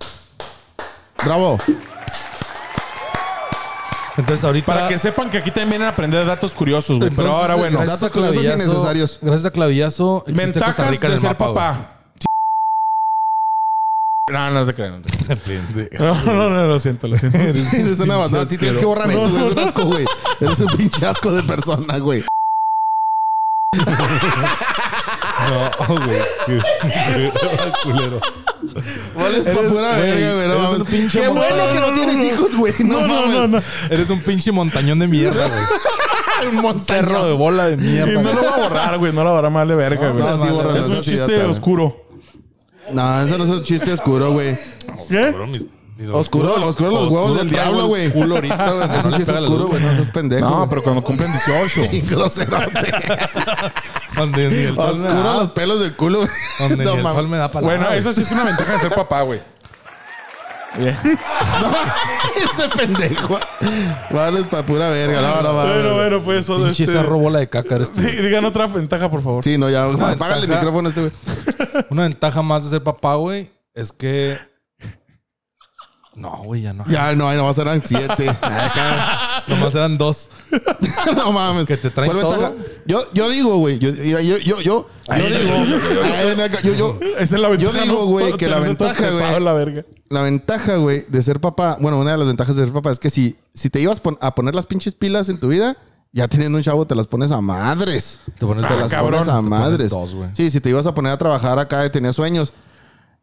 Speaker 2: Bravo.
Speaker 3: Entonces ahorita.
Speaker 1: Para que sepan que aquí también vienen a aprender datos curiosos, güey. Pero
Speaker 3: Entonces,
Speaker 1: ahora, bueno.
Speaker 2: gracias datos curiosos
Speaker 3: Clavillazo-
Speaker 2: innecesarios.
Speaker 3: Gracias a Clavillazo. existe Costa
Speaker 1: Ventajas
Speaker 3: Rica en
Speaker 1: de
Speaker 3: el
Speaker 1: ser
Speaker 3: mapa,
Speaker 1: papá. No, no te creo. No, te creo.
Speaker 3: güey.
Speaker 1: no, no, no, lo siento, lo siento.
Speaker 2: Eres una bandada. Sí, tienes que borrar eso, güey. Es un asco, güey. Eres un pinche asco de persona, güey.
Speaker 3: No, güey. qué- culero.
Speaker 2: Vales pa' pura
Speaker 3: güey,
Speaker 2: verga, güey. no
Speaker 3: eres
Speaker 2: mames.
Speaker 3: un pinche
Speaker 2: Qué
Speaker 3: mamón.
Speaker 2: bueno que no tienes hijos, güey. No, mames.
Speaker 3: Eres un pinche montañón de mierda, güey.
Speaker 2: Un
Speaker 3: Perro
Speaker 2: monstruo.
Speaker 3: de bola de
Speaker 1: Y
Speaker 3: mierda.
Speaker 1: no lo va a borrar, güey. No lo va a borrar mal de verga, güey.
Speaker 2: no, sí, bórralo,
Speaker 1: es un
Speaker 2: eso sí, ya
Speaker 1: chiste
Speaker 2: está, güey.
Speaker 1: oscuro.
Speaker 2: No, eso no es un chiste oscuro, güey.
Speaker 1: ¿Qué?
Speaker 2: Oscuro, oscuro los huevos del
Speaker 3: traigo
Speaker 2: diablo,
Speaker 3: el
Speaker 2: güey.
Speaker 3: culo ahorita, güey.
Speaker 2: Eso
Speaker 3: Ah, le
Speaker 2: sí es
Speaker 3: pega la
Speaker 2: oscuro,
Speaker 3: luz,
Speaker 2: güey. No, eso es pendejo.
Speaker 1: No,
Speaker 2: güey.
Speaker 1: pero cuando cumplen 18.
Speaker 2: Y groserote.
Speaker 3: Donde ni el sol me
Speaker 2: Oscuro
Speaker 3: da.
Speaker 2: los pelos del culo. güey.
Speaker 3: Donde
Speaker 2: No,
Speaker 3: ni el
Speaker 2: mames.
Speaker 3: sol me da palabra.
Speaker 1: Bueno,
Speaker 3: güey.
Speaker 1: eso sí es una ventaja de ser papá, güey.
Speaker 2: Ese pendejo. Vales pa' pura verga. No, no, mames.
Speaker 1: Bueno, bueno, pues eso de
Speaker 3: Pinche
Speaker 1: este...
Speaker 3: cerro bola de caca eres tú.
Speaker 1: Dí- Digan otra ventaja, por favor.
Speaker 2: Sí, no, ya. Apágale el
Speaker 3: ventaja.
Speaker 2: micrófono a este, güey.
Speaker 3: Una ventaja más de ser papá, güey, es que. No, güey, ya no.
Speaker 2: Ya, no, no, serán siete.
Speaker 3: Nomás eran dos.
Speaker 2: no mames.
Speaker 3: Que te traen
Speaker 2: ¿Cuál
Speaker 3: todo.
Speaker 2: ventaja? Yo, yo digo, güey. Yo, mira, yo, yo, yo, yo digo. Ay, ven acá, yo, yo.
Speaker 1: Esa es la ventaja.
Speaker 2: Yo digo,
Speaker 1: ¿no?
Speaker 2: güey,
Speaker 1: Todo-
Speaker 2: que la
Speaker 1: todo- todo
Speaker 2: ventaja, güey.
Speaker 1: pesado, la verga.
Speaker 2: La ventaja, güey, de ser papá. Bueno, una de las ventajas de ser papá es que si, si te ibas pon- a poner las pinches pilas en tu vida, ya teniendo un chavo te las pones a madres.
Speaker 3: Te pones
Speaker 2: Te
Speaker 3: de
Speaker 2: las
Speaker 3: las
Speaker 1: cabrón.
Speaker 2: pones a
Speaker 3: Te pones
Speaker 2: madres.
Speaker 3: dos, güey.
Speaker 2: sí, si te ibas a poner a trabajar acá y tenías sueños.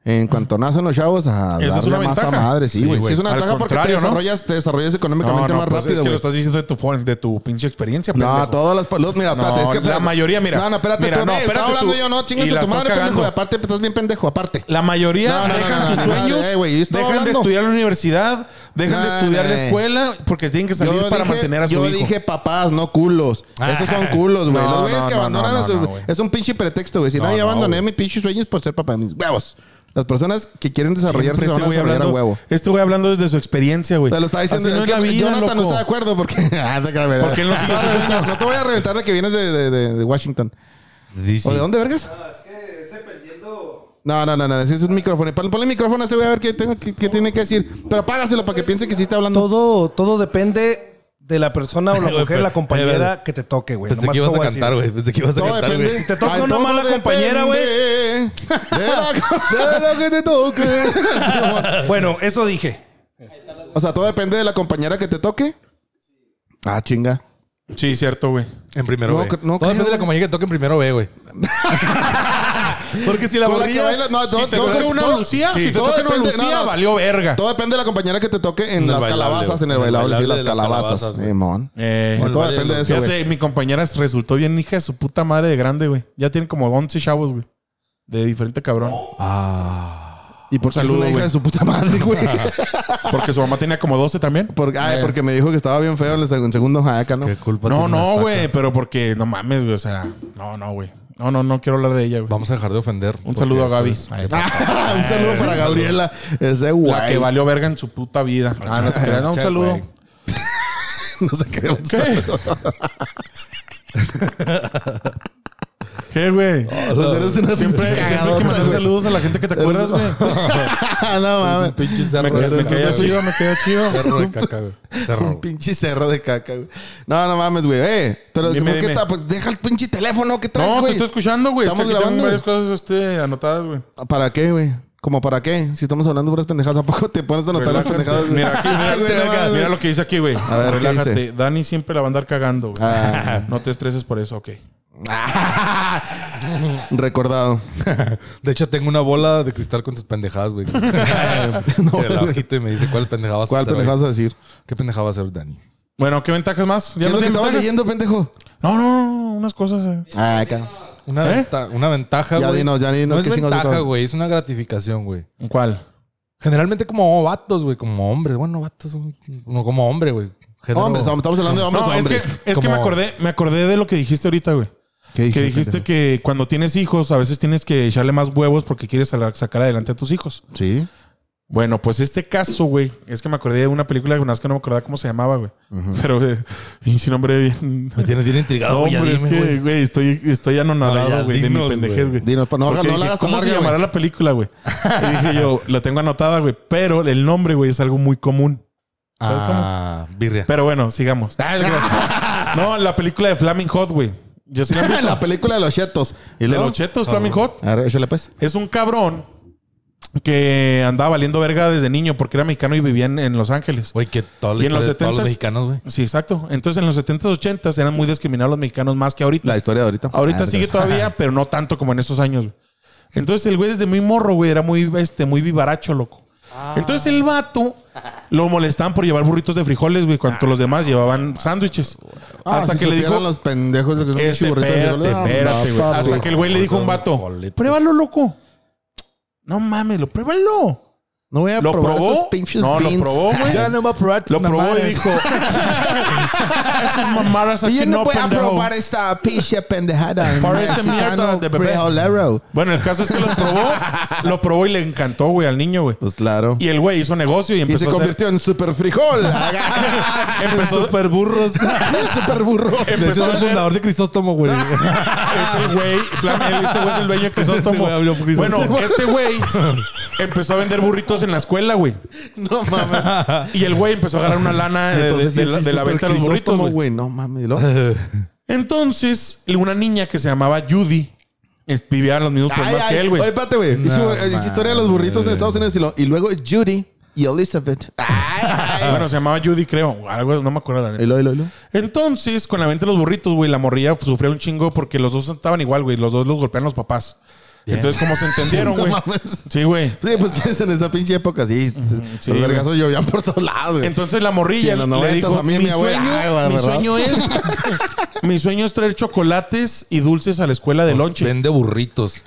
Speaker 2: En cuanto nacen los chavos, a
Speaker 1: Esa es
Speaker 2: darle
Speaker 1: una
Speaker 2: más a
Speaker 1: ventaja.
Speaker 2: madres. Sí,
Speaker 1: Sí,
Speaker 2: güey. Sí,
Speaker 1: güey.
Speaker 2: es una
Speaker 1: Al
Speaker 2: ventaja porque te
Speaker 1: contrario, ¿no?
Speaker 2: desarrollas, te desarrollas
Speaker 1: No, no,
Speaker 2: económicamente más
Speaker 1: pues es
Speaker 2: rápido,
Speaker 1: que lo
Speaker 2: güey.
Speaker 1: estás diciendo de tu, fon- de tu pinche experiencia,
Speaker 2: No,
Speaker 1: pendejo.
Speaker 2: todas las palos, mira,
Speaker 1: No,
Speaker 2: espérate, es que
Speaker 1: la mayoría, mira.
Speaker 2: No, no, espérate,
Speaker 1: Mira,
Speaker 2: tú, eh,
Speaker 1: no,
Speaker 2: no, espérate,
Speaker 1: espérate
Speaker 2: hablando
Speaker 1: tú.
Speaker 2: yo, no,
Speaker 1: Y
Speaker 2: chingas
Speaker 1: la
Speaker 2: a tu
Speaker 1: estás
Speaker 2: madre, pendejo,
Speaker 1: cagando.
Speaker 2: aparte estás bien pendejo, aparte.
Speaker 1: La mayoría
Speaker 2: No, no,
Speaker 1: dejan
Speaker 2: no, no,
Speaker 1: sus
Speaker 2: no, no,
Speaker 1: sueños,
Speaker 2: eh, güey, yo estoy
Speaker 1: dejan de
Speaker 2: hablando.
Speaker 1: estudiar en la universidad, dejan de
Speaker 2: No,
Speaker 1: estudiar
Speaker 2: no,
Speaker 1: la escuela porque tienen que salir
Speaker 2: Yo
Speaker 1: para
Speaker 2: dije-
Speaker 1: mantener a su
Speaker 2: Yo
Speaker 1: hijo. Ah.
Speaker 2: dije papás, no culos. Esos son culos, güey.
Speaker 1: No,
Speaker 2: Los güeyes
Speaker 1: no,
Speaker 2: que
Speaker 1: no,
Speaker 2: abandonan
Speaker 1: no,
Speaker 2: a
Speaker 1: no,
Speaker 2: sus-
Speaker 1: no, güey.
Speaker 2: Es un pinche pretexto, güey. Si no,
Speaker 3: No,
Speaker 2: yo
Speaker 3: no,
Speaker 2: abandoné
Speaker 3: güey.
Speaker 2: mis pinches sueños por ser papá de mis huevos. Las personas que quieren desarrollarse
Speaker 1: Siempre este
Speaker 2: se van a
Speaker 1: güey
Speaker 2: desarrollar a
Speaker 1: hablando,
Speaker 2: huevo.
Speaker 1: este güey hablando desde su experiencia, güey.
Speaker 2: Te lo estaba diciendo.
Speaker 1: Así no
Speaker 2: es
Speaker 1: es
Speaker 2: que
Speaker 1: la vida,
Speaker 2: Jonathan no
Speaker 1: loco.
Speaker 2: está de acuerdo porque. Ah, te cabrón,
Speaker 1: Porque él no sigue
Speaker 2: No
Speaker 1: sus
Speaker 2: te voy a reventar, no te voy a reventar de que vienes de, de- de- de Washington. ¿O de dónde, vergas?
Speaker 6: Es que es dependiendo.
Speaker 2: No, no, no, no. Ese es un micrófono. Pon- Ponle el micrófono a este güey a ver qué, tengo- qué- qué tiene que decir. Pero apágaselo para que piense que sí está hablando.
Speaker 4: Todo, todo depende de la persona o la
Speaker 3: Güey,
Speaker 4: mujer,
Speaker 3: pero-
Speaker 4: la
Speaker 3: eh,
Speaker 4: compañera
Speaker 3: pero-
Speaker 4: que te toque, güey.
Speaker 3: Pensé
Speaker 4: Nomás
Speaker 3: que ibas
Speaker 4: eso
Speaker 3: a
Speaker 4: voy decir.
Speaker 3: cantar, güey. Pensé que ibas a
Speaker 2: Todo
Speaker 3: cantar,
Speaker 2: depende.
Speaker 3: güey.
Speaker 4: Si te toca
Speaker 2: Ay,
Speaker 4: una
Speaker 2: todo
Speaker 4: mala compañera, güey.
Speaker 2: depende De la, de lo que te toque.
Speaker 4: Bueno, eso dije.
Speaker 2: o sea, todo depende de la compañera que te toque. Ah, chinga.
Speaker 1: Sí, cierto, güey.
Speaker 3: En primero
Speaker 2: No,
Speaker 3: B.
Speaker 2: cre- no
Speaker 3: Todo depende
Speaker 2: creo,
Speaker 3: de la compañía que toque en primero B, güey. Porque si la
Speaker 2: Con la que
Speaker 3: morrilla-
Speaker 2: baila- no, todo-
Speaker 1: Te
Speaker 2: todo-
Speaker 1: toca una
Speaker 2: todo-
Speaker 1: Lucía,
Speaker 2: sí,
Speaker 1: si te
Speaker 2: todo
Speaker 1: toca una
Speaker 2: depende-
Speaker 1: Lucía,
Speaker 2: no, no.
Speaker 1: valió verga.
Speaker 2: Todo depende de la compañera que te toque en,
Speaker 3: En el
Speaker 2: las
Speaker 3: bailable,
Speaker 2: calabazas, en el
Speaker 3: güey. En el
Speaker 2: bailable, sí,
Speaker 3: bailable
Speaker 2: las
Speaker 3: de la
Speaker 2: calabazas.
Speaker 3: calabaza.
Speaker 2: Simón.
Speaker 1: Eh,
Speaker 3: Con el
Speaker 2: Todo
Speaker 3: baile
Speaker 2: depende
Speaker 3: de
Speaker 2: de eso,
Speaker 1: Fíjate,
Speaker 2: güey.
Speaker 1: mi compañera resultó bien hija de su puta madre de grande, güey. Ya tiene como 11 chavos, güey. De diferente cabrón.
Speaker 2: Y por ser
Speaker 1: Saludo,
Speaker 2: una hija
Speaker 1: güey.
Speaker 2: de su puta madre, güey.
Speaker 1: Porque su mamá tenía como 12 también.
Speaker 2: Porque, ay, porque me dijo que estaba bien feo en el seg- segundo jaca, ¿no?
Speaker 3: ¿Qué culpa
Speaker 1: No,
Speaker 3: tiene una
Speaker 1: no,
Speaker 3: estaca?
Speaker 1: güey. Pero porque, no mames, güey. O sea, no, no, güey. No, no, no quiero hablar de ella, güey.
Speaker 3: Vamos a dejar de ofender.
Speaker 1: Un saludo a Gaby. Ay,
Speaker 2: Ah, un saludo para Gabriela. Ese
Speaker 1: La que
Speaker 2: guay.
Speaker 1: valió verga en su puta vida. Ah, no, te creas, no, un
Speaker 3: Che,
Speaker 1: saludo.
Speaker 3: güey.
Speaker 2: No sé qué.
Speaker 1: ¿Qué, güey?
Speaker 2: Pues eres
Speaker 1: Siempre,
Speaker 2: una pinche
Speaker 1: siempre hay que
Speaker 2: cagadota,
Speaker 1: mandar
Speaker 2: güey. Ah,
Speaker 1: saludos a la gente que te acuerdas, güey.
Speaker 2: no mames.
Speaker 3: Pinche
Speaker 1: Me,
Speaker 3: cerro.
Speaker 1: ca- me
Speaker 2: eres
Speaker 1: quedó
Speaker 2: una-
Speaker 1: chido, me quedó chido.
Speaker 3: Cerro de caca, güey. Cerro.
Speaker 2: Un
Speaker 1: Oh.
Speaker 3: güey.
Speaker 2: pinche cerro de caca, güey. No, no mames, güey. Eh, pero
Speaker 1: Dime,
Speaker 2: ¿por qué
Speaker 1: dime.
Speaker 2: está? Pues deja el pinche teléfono que traes,
Speaker 1: No, te
Speaker 2: güey.
Speaker 1: estoy escuchando, güey.
Speaker 2: Estamos
Speaker 1: Estamos grabando.
Speaker 2: grabando.
Speaker 1: varias cosas este, anotadas, güey.
Speaker 2: ¿Para qué, güey? ¿Como para qué? Si estamos hablando puras pendejadas, ¿a poco te pones a notar las
Speaker 1: Relájate.
Speaker 2: pendejadas? güey?
Speaker 1: Mira, aquí, mira,
Speaker 2: Ay, güey, no
Speaker 1: mira,
Speaker 2: mames.
Speaker 1: mira lo que dice aquí, güey.
Speaker 2: Este, ver, ¿qué
Speaker 1: Relájate.
Speaker 2: dice?
Speaker 1: Dani siempre la va a andar cagando, güey.
Speaker 2: Ah.
Speaker 1: No te estreses por eso, ok.
Speaker 2: Recordado.
Speaker 3: De hecho, tengo una bola de cristal con tus pendejadas, güey. no, la agito y me dice cuál pendejada vas a
Speaker 2: ¿Cuál
Speaker 3: hacer
Speaker 2: pendejo
Speaker 3: hoy?
Speaker 2: vas a decir?
Speaker 3: ¿Qué pendejada va a hacer Dani?
Speaker 1: Bueno, ¿qué ventajas más?
Speaker 2: ¿Qué
Speaker 1: ¿Ya
Speaker 2: es
Speaker 1: no
Speaker 2: lo que
Speaker 1: tienen
Speaker 2: estaba
Speaker 1: ventajas?
Speaker 2: leyendo, pendejo?
Speaker 1: No, no, no, unas cosas. eh.
Speaker 2: Ah, acá.
Speaker 3: Una,
Speaker 1: ¿Eh?
Speaker 3: venta- una ventaja,
Speaker 2: Ya
Speaker 3: güey.
Speaker 2: dinos, ya dinos
Speaker 3: No es
Speaker 2: qué chingados
Speaker 3: ventaja,
Speaker 2: estaba.
Speaker 3: güey. Es una gratificación, güey.
Speaker 1: ¿Cuál?
Speaker 3: Generalmente como vatos, güey. Como hombres. Bueno, vatos. No, como hombre, güey. Género-
Speaker 2: Hombres, hombres, estamos hablando de hombres,
Speaker 1: No, es que,
Speaker 2: hombres.
Speaker 1: es que me
Speaker 3: Como-
Speaker 1: acordé, me acordé de lo que dijiste ahorita, güey.
Speaker 2: ¿Qué
Speaker 1: Que dijiste
Speaker 2: pendejo?
Speaker 1: que cuando tienes hijos, a veces tienes que echarle más huevos porque quieres salar- sacar adelante a tus hijos.
Speaker 2: Sí.
Speaker 1: Bueno, pues este caso, güey, es que me acordé de una película, una vez que no me acordaba cómo se llamaba, güey. Pero, eh, y sin nombre bien.
Speaker 3: Me tiene, tiene intrigado,
Speaker 1: No,
Speaker 3: güey. ya
Speaker 1: hombre, es
Speaker 3: dime,
Speaker 1: que,
Speaker 3: güey.
Speaker 1: güey, estoy, estoy
Speaker 3: Ah, ya,
Speaker 1: anonadado, güey, de mi
Speaker 3: dinos,
Speaker 1: pendejez,
Speaker 3: güey.
Speaker 1: güey.
Speaker 2: Dinos, pa- no,
Speaker 1: Porque
Speaker 2: no la
Speaker 1: dije,
Speaker 2: hagas tan
Speaker 1: ¿Cómo se
Speaker 2: larga,
Speaker 1: llamará la película, güey? Y dije yo, lo tengo anotada, güey, pero el nombre, güey, es algo muy común. ¿Sabes cómo?
Speaker 3: Ah, birria.
Speaker 1: Pero bueno, sigamos.
Speaker 2: Ah,
Speaker 1: no, la película de Flaming Hot, güey. Yo sí la han visto.
Speaker 2: La película de los chetos. ¿Y
Speaker 1: De
Speaker 2: luego?
Speaker 1: los chetos, Flaming Hot.
Speaker 2: A ver, échale pues.
Speaker 1: Es un cabrón que andaba valiendo verga desde niño porque era mexicano y vivía en, en Los Ángeles.
Speaker 3: Güey, que todo-
Speaker 1: Y en los
Speaker 3: todos
Speaker 1: 70s?
Speaker 3: los mexicanos, güey.
Speaker 1: Sí, exacto. Entonces en los 70s, 80s eran muy discriminados los mexicanos más que ahorita.
Speaker 2: La historia de ahorita.
Speaker 1: Ahorita
Speaker 2: Ah,
Speaker 1: sigue todavía, pero no tanto como en esos años. güey. Entonces el güey desde muy morro, güey, era muy, este, muy vivaracho, loco.
Speaker 2: Ah.
Speaker 1: Entonces el vato lo molestaban por llevar burritos de frijoles, güey, cuando los demás llevaban sándwiches.
Speaker 2: Ah,
Speaker 1: hasta
Speaker 2: si
Speaker 1: que le dijo,
Speaker 2: supieran los pendejos de que son
Speaker 1: ese,
Speaker 2: chiburritos de
Speaker 1: espérate,
Speaker 2: frijoles.
Speaker 1: espérate, güey.
Speaker 2: Ah, papi.
Speaker 1: Hasta que el güey le dijo a un vato, pruébalo, loco. No mames, lo pruébalo.
Speaker 2: No voy a
Speaker 1: ¿Lo
Speaker 2: probar
Speaker 1: probó?
Speaker 2: esos pinches
Speaker 1: No, lo
Speaker 2: beans.
Speaker 1: probó, güey.
Speaker 2: Ya no-
Speaker 3: va a probar
Speaker 1: Lo probó y dijo, esas mamadas
Speaker 2: Y
Speaker 1: aquí
Speaker 2: yo
Speaker 1: no,
Speaker 2: no voy a
Speaker 1: pendejo".
Speaker 2: probar esa pinche pendejada.
Speaker 1: Parece mierda de bebé.
Speaker 2: Frijolero.
Speaker 1: Bueno, el caso es que los probó, lo probó y le encantó, güey, al niño, güey.
Speaker 2: Pues claro. Pues
Speaker 1: Y el güey hizo negocio y
Speaker 2: Y
Speaker 1: empezó
Speaker 2: se
Speaker 1: a hacer-
Speaker 2: convirtió en super frijol.
Speaker 1: empezó,
Speaker 3: Super burros. De
Speaker 2: El super burro.
Speaker 1: empezó
Speaker 3: hecho,
Speaker 1: a
Speaker 3: es el
Speaker 1: hacer-
Speaker 3: fundador de Crisóstomo, güey.
Speaker 1: Ese güey, Flam- él- ese güey es el dueño de Crisóstomo.
Speaker 3: Ese güey abrió Crisóstomo.
Speaker 1: Bueno, este güey empezó a vender burritos en la escuela, güey.
Speaker 2: No mames.
Speaker 1: Y el güey empezó a ganar una lana de, de- de la, de la venta de los burritos, güey.
Speaker 2: No mames. ¿y luego?
Speaker 1: Entonces, una niña que se llamaba Judy es- vivía en los mismos
Speaker 2: Ay,
Speaker 1: problemas que
Speaker 2: ay.
Speaker 1: él,
Speaker 2: Oye,
Speaker 1: güey.
Speaker 2: espérate, güey. Hizo-
Speaker 3: No
Speaker 2: eh, hizo historia de los burritos en Estados Unidos. y lo- Y luego Judy y Elizabeth.
Speaker 1: Ah, Bueno, se llamaba Judy, creo. o Algo, no me acuerdo la
Speaker 2: Y
Speaker 1: neta.
Speaker 2: luego, y luego, y luego.
Speaker 1: Entonces, con la venta de los burritos, güey, la morrilla sufrió un chingo porque los dos estaban igual, güey. Los dos los golpean los papás. Entonces, ¿cómo se entendieron, güey?
Speaker 2: mames.
Speaker 1: sí, güey.
Speaker 2: Sí, pues que es en esa pinche época, sí.
Speaker 1: sí,
Speaker 2: los
Speaker 1: güey.
Speaker 2: vergazos llovían por todos lados, güey.
Speaker 1: Entonces la morrilla
Speaker 2: Sí, en los
Speaker 1: le
Speaker 2: noventas
Speaker 1: dijo,
Speaker 2: a mí,
Speaker 1: mi,
Speaker 2: mi abuela,
Speaker 1: sueño,
Speaker 2: ay, güey,
Speaker 1: mi
Speaker 2: ¿verdad?"
Speaker 1: sueño es mi sueño es traer chocolates y dulces a la escuela de
Speaker 2: Pues,
Speaker 1: lonche.
Speaker 3: Vende burritos.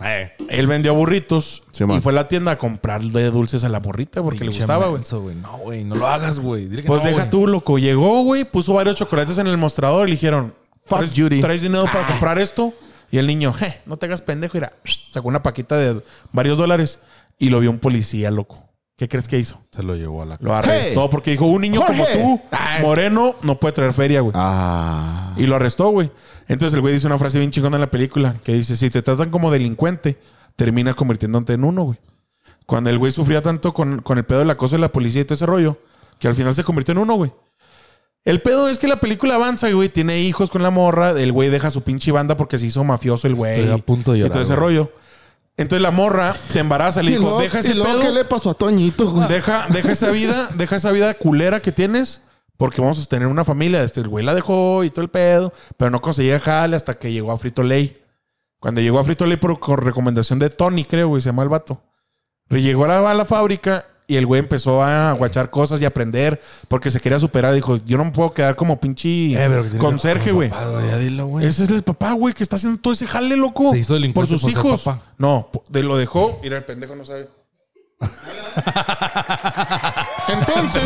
Speaker 1: Él vendió burritos
Speaker 2: Sí, man.
Speaker 1: y fue a la tienda a comprarle dulces a la morrita porque le
Speaker 3: Pinche
Speaker 1: gustaba, güey.
Speaker 3: menso, No, güey. No lo hagas, güey. Dile que
Speaker 1: Pues
Speaker 3: no,
Speaker 1: deja
Speaker 3: güey.
Speaker 1: tú, loco. Llegó, güey, puso varios chocolates en el mostrador y le dijeron,
Speaker 2: Fuck
Speaker 1: "¿Traes-
Speaker 2: Judy." Ah.
Speaker 1: ¿traes dinero para comprar esto? Y el niño, "Je, no te hagas pendejo. Mira, sacó una paquita de varios dólares y lo vio un policía, loco. ¿Qué crees que hizo?
Speaker 3: Se lo llevó a la
Speaker 1: Lo arrestó
Speaker 2: Hey,
Speaker 1: porque dijo, un niño
Speaker 2: Jorge.
Speaker 1: como tú, moreno, no puede traer feria, güey.
Speaker 2: Ah.
Speaker 1: Y lo arrestó, güey. Entonces el güey dice una frase bien chingona en la película que dice, si te tratan como delincuente, terminas convirtiéndote en uno, güey. Cuando el güey sufría tanto con, con el pedo del acoso de la policía y todo ese rollo, que al final se convirtió en uno, güey. El pedo es que la película avanza, güey. Tiene hijos con la morra. El güey deja su pinche banda porque se hizo mafioso el güey.
Speaker 3: Estoy a punto de
Speaker 1: Y
Speaker 3: llorar,
Speaker 1: todo ese
Speaker 3: güey.
Speaker 1: rollo. Entonces la morra se embaraza. Le
Speaker 2: Y
Speaker 1: dijo,
Speaker 2: luego,
Speaker 1: deja ese
Speaker 2: y luego,
Speaker 1: pedo. Ah.
Speaker 2: ¿qué le pasó a Toñito, güey?
Speaker 1: Pues Deja, deja esa vida, deja esa vida culera que tienes, porque vamos a tener una familia. Este, el güey la dejó y todo el pedo, pero no conseguía jale hasta que llegó a Frito Ley. Cuando llegó a Frito Ley por con recomendación de Tony, creo, güey, se llama el vato. Re- Llegó a la, a la fábrica y el güey empezó a guachar cosas y aprender porque se quería superar. Dijo, yo no me puedo quedar como pinche
Speaker 3: Eh, pero que tiene
Speaker 1: conserje,
Speaker 3: papá,
Speaker 1: güey.
Speaker 3: Ya dilo, güey.
Speaker 1: Ese es el papá, güey, que está haciendo todo ese jale, loco.
Speaker 3: Se hizo delincuente
Speaker 1: Por sus
Speaker 3: por ser
Speaker 1: hijos.
Speaker 3: papá.
Speaker 1: No, po- de lo dejó. Mira, el pendejo no sabe. Entonces.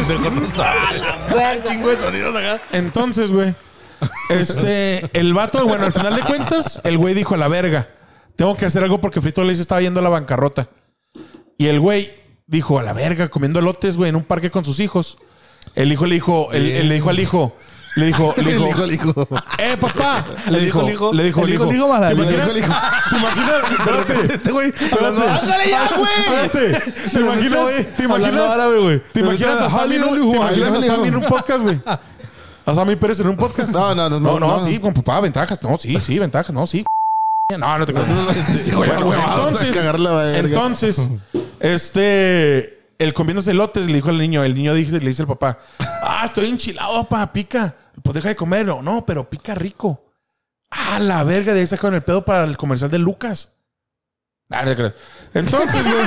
Speaker 1: Ah,
Speaker 5: Chingo de sonidos acá.
Speaker 1: Entonces, güey. Este, el vato, bueno, al final de cuentas, el güey dijo a la verga. Tengo que hacer algo porque Frito Ley se estaba yendo a la bancarrota. Y el güey dijo a la verga, comiendo lotes, güey, en un parque con sus hijos. El hijo le dijo, el, el- le dijo al hijo, le dijo, le dijo,
Speaker 2: Hijo, hijo.
Speaker 1: ¡Eh, papá! Le dijo,
Speaker 5: el hijo.
Speaker 1: le dijo,
Speaker 5: El
Speaker 1: Ah, le
Speaker 5: hijo,
Speaker 1: dijo,
Speaker 5: el hijo, mala,
Speaker 1: ¿Te
Speaker 5: le dijo,
Speaker 1: imaginas?
Speaker 2: el hijo.
Speaker 1: ¿Te imaginas? Espérate,
Speaker 5: Este güey.
Speaker 1: espérate. Espérate. ¿Te imaginas? ¿Te imaginas?
Speaker 5: árabe, güey.
Speaker 1: ¿Te imaginas a Sammy en un- te imaginas a Sammy en un podcast, güey? A Sammy Pérez en un podcast.
Speaker 2: No, no, no,
Speaker 1: No, no,
Speaker 2: no.
Speaker 1: sí, con papá, ventajas. No, sí, sí, ventajas. No, sí. No, no te
Speaker 2: Este güey,
Speaker 1: Bueno,
Speaker 2: huevado,
Speaker 1: entonces,
Speaker 2: a cagar la verga.
Speaker 1: entonces, este, el comiéndose lotes le dijo al niño, el niño dijo- le dice al papá, ah, estoy enchilado, papá, pica. Pues deja de comerlo. No, pero pica rico. Ah, la verga, de ahí sacaron el pedo para el comercial de Lucas. Ah, no te creas. Entonces, güey.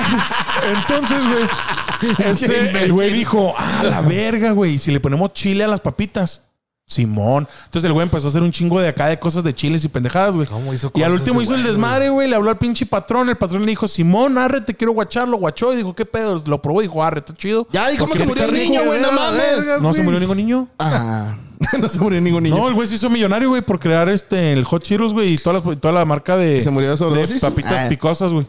Speaker 1: entonces, güey. este, el güey dijo, ah, la verga, güey. ¿y Si le ponemos chile a las papitas. Simón. Entonces el güey empezó a hacer un chingo de acá de cosas de chiles y pendejadas, güey.
Speaker 3: ¿Cómo hizo
Speaker 1: Y al
Speaker 3: cosas
Speaker 1: último
Speaker 3: ese
Speaker 1: hizo el
Speaker 3: güey,
Speaker 1: desmadre, güey. Le habló al pinche patrón. El patrón le dijo, Simón, arre, te quiero guachar. Lo guachó y dijo, ¿qué pedo? Lo probó y dijo, arre, está chido.
Speaker 2: Ya, ¿y cómo
Speaker 1: Porque
Speaker 2: se murió el
Speaker 1: está
Speaker 2: niño,
Speaker 1: rico,
Speaker 2: güey? No
Speaker 1: verga,
Speaker 2: mames.
Speaker 1: verga, No se murió ningún niño.
Speaker 2: Ah, no se murió ningún niño.
Speaker 1: No, el güey se hizo millonario, güey, por crear este, el Hot Cheetos, güey, y toda la, toda la marca de,
Speaker 2: ¿Y se murió de
Speaker 1: de
Speaker 2: sobredosis?
Speaker 1: papitas
Speaker 2: Ah.
Speaker 1: picosas, güey.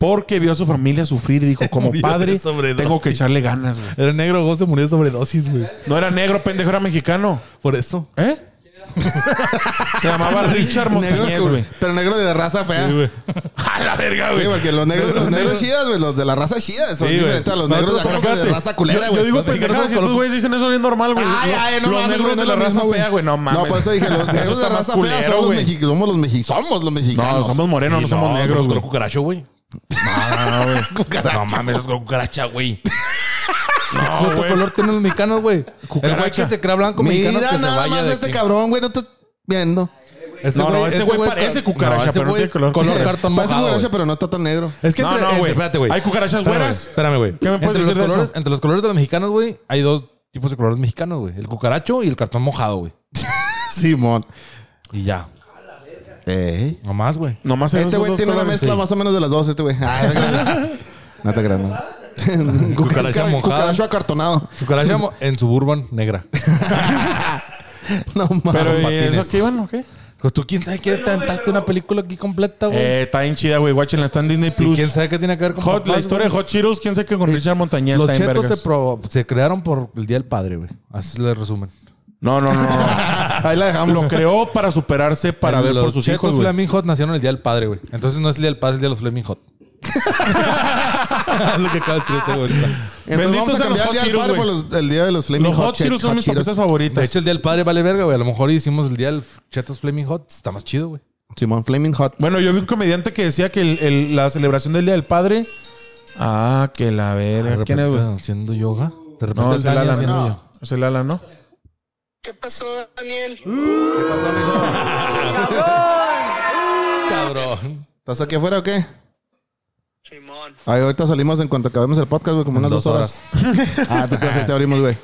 Speaker 1: Porque vio a su familia sufrir y dijo, como
Speaker 5: murió de
Speaker 1: padre,
Speaker 5: sobredosis.
Speaker 1: tengo que echarle ganas, güey.
Speaker 5: Era negro, Gozo murió de sobredosis, güey.
Speaker 1: No era negro, pendejo, era mexicano.
Speaker 5: Por eso.
Speaker 1: ¿Eh? se llamaba Richard
Speaker 2: Negro
Speaker 1: Montañez,
Speaker 2: que-
Speaker 1: güey.
Speaker 2: pero negro de la raza fea. Sí,
Speaker 1: A la verga, güey.
Speaker 2: porque los negros, los negros chidas, güey, los de la raza chida son
Speaker 1: Sí, güey.
Speaker 2: diferentes a los negros de,
Speaker 1: Nosotros,
Speaker 2: acá, los de
Speaker 1: fíjate,
Speaker 2: raza culera,
Speaker 1: yo-
Speaker 2: güey.
Speaker 1: Yo digo
Speaker 2: Los mexicanos
Speaker 1: pendejadas, y
Speaker 2: con
Speaker 1: estos güeyes dicen eso bien normal, güey.
Speaker 2: Ay,
Speaker 1: Los-
Speaker 2: ay, no
Speaker 1: Los
Speaker 2: mames,
Speaker 1: negros
Speaker 2: no
Speaker 1: de
Speaker 2: es
Speaker 1: la
Speaker 2: lo
Speaker 1: raza
Speaker 2: mismo, güey.
Speaker 1: fea, güey, no mames.
Speaker 2: pues, No, por eso dije, los
Speaker 1: Eso
Speaker 2: negros de
Speaker 1: está
Speaker 2: la
Speaker 1: más
Speaker 2: raza fea
Speaker 1: culero,
Speaker 2: son los
Speaker 1: güey.
Speaker 2: mexicanos. Somos los mexicanos. Somos los mexicanos.
Speaker 1: No, somos morenos, no somos negros, güey.
Speaker 5: cucaracho, güey.
Speaker 1: No, güey.
Speaker 5: No mames, es cucaracha, güey.
Speaker 1: No,
Speaker 3: ¿Cuánto
Speaker 1: güey.
Speaker 3: color tienen los mexicanos, güey? El güey
Speaker 1: Cucaracha.
Speaker 3: que se crea blanco mexicano
Speaker 2: Mira
Speaker 3: que se
Speaker 2: nada
Speaker 3: vaya
Speaker 2: más
Speaker 3: de
Speaker 2: este
Speaker 3: aquí.
Speaker 2: cabrón, güey. No estás viendo.
Speaker 3: Este
Speaker 1: No, no, ese güey
Speaker 3: es
Speaker 1: parece
Speaker 3: ca-
Speaker 1: cucaracha,
Speaker 3: ese
Speaker 1: pero no
Speaker 3: güey
Speaker 1: tiene color.
Speaker 3: Color cartón
Speaker 2: Parece
Speaker 3: mojado,
Speaker 2: cucaracha,
Speaker 3: güey.
Speaker 2: pero no está tan negro.
Speaker 3: Es que
Speaker 1: No,
Speaker 3: entre,
Speaker 1: no,
Speaker 3: entre-
Speaker 1: güey.
Speaker 3: espérate, güey.
Speaker 1: Hay cucarachas
Speaker 3: Espérame,
Speaker 1: güeras.
Speaker 3: güey. Espérame, güey.
Speaker 1: ¿Qué me puedes
Speaker 3: entre
Speaker 1: decir
Speaker 3: los
Speaker 1: de
Speaker 3: colores,
Speaker 1: eso?
Speaker 3: Entre los colores de los mexicanos, güey, hay dos tipos de colores mexicanos, güey. El cucaracho y el cartón mojado, güey.
Speaker 2: Simón.
Speaker 3: Y ya.
Speaker 2: Ey.
Speaker 3: Nomás, güey.
Speaker 1: Nomás eran
Speaker 2: Este
Speaker 1: esos
Speaker 2: güey
Speaker 1: dos
Speaker 2: tiene una
Speaker 1: colores.
Speaker 2: mezcla más o menos de las dos, este güey. Ah, no te creas. No te creas, no.
Speaker 3: Cucaracha
Speaker 2: Cucara-
Speaker 3: mojada.
Speaker 2: Cucaracho acartonado.
Speaker 3: Cucaracha mo- en suburban negra.
Speaker 2: No mames.
Speaker 1: Pero, ¿y
Speaker 3: Martínez.
Speaker 1: eso aquí iban o qué?
Speaker 3: Pues tú, quién sabe qué te aventaste una película aquí completa, güey.
Speaker 1: Eh, está bien chida, güey. Watchenla, está en Disney
Speaker 3: y
Speaker 1: Plus.
Speaker 3: quién sabe qué tiene que ver con
Speaker 1: Hot, la
Speaker 3: papás,
Speaker 1: historia de
Speaker 3: güey.
Speaker 1: Hot Cheetos, quién sabe que con Richard Montañez
Speaker 3: Los
Speaker 1: está en
Speaker 3: chetos se,
Speaker 1: vergas.
Speaker 3: pro- se crearon por el Día del Padre, güey. Así le resumen.
Speaker 1: No, no, no, no.
Speaker 2: Ahí la dejamos.
Speaker 1: Lo creó para superarse, para
Speaker 3: El-
Speaker 1: ver por
Speaker 3: los
Speaker 1: sus
Speaker 3: chetos
Speaker 1: hijos, güey.
Speaker 3: Flaming Hot nacieron el Día del Padre, güey. Entonces no es el Día del Padre, es el Día de los Flaming Hot. Es lo que acabas de decir, este güey. ahorita.
Speaker 2: Entonces
Speaker 1: Benditos
Speaker 2: vamos a
Speaker 1: sean los Hot
Speaker 2: cambiar el día del
Speaker 1: Cheetos,
Speaker 2: padre por
Speaker 1: güey.
Speaker 2: los- el día de los Flaming
Speaker 1: Los Hot Cheetos
Speaker 2: Cheetos
Speaker 1: son mis papitas
Speaker 3: De hecho,
Speaker 1: favoritas.
Speaker 3: el Día del Padre vale verga, güey. A lo mejor hicimos el Día del Chetos Flaming Hot. Está más chido, güey.
Speaker 2: Simón, Flaming Hot.
Speaker 1: Bueno, yo vi un comediante que decía que el- el- la celebración del Día del Padre. Ah, que la verga.
Speaker 3: De
Speaker 1: ¿Quién es,
Speaker 3: repente,
Speaker 1: güey?
Speaker 3: Haciendo yoga. De repente
Speaker 1: No,
Speaker 3: el
Speaker 1: es el
Speaker 3: Dani
Speaker 1: Alan.
Speaker 3: haciendo
Speaker 1: No.
Speaker 3: yoga.
Speaker 1: Es el Alan, ¿no?
Speaker 7: ¿Qué pasó, Daniel?
Speaker 2: ¿Qué pasó, mijo?
Speaker 3: Cabrón.
Speaker 2: ¿Estás aquí afuera o qué?
Speaker 7: Simón.
Speaker 2: Ay, ahorita salimos en cuanto acabemos el podcast, güey, como unas dos, horas. Ah, te creas, ahí te abrimos, güey.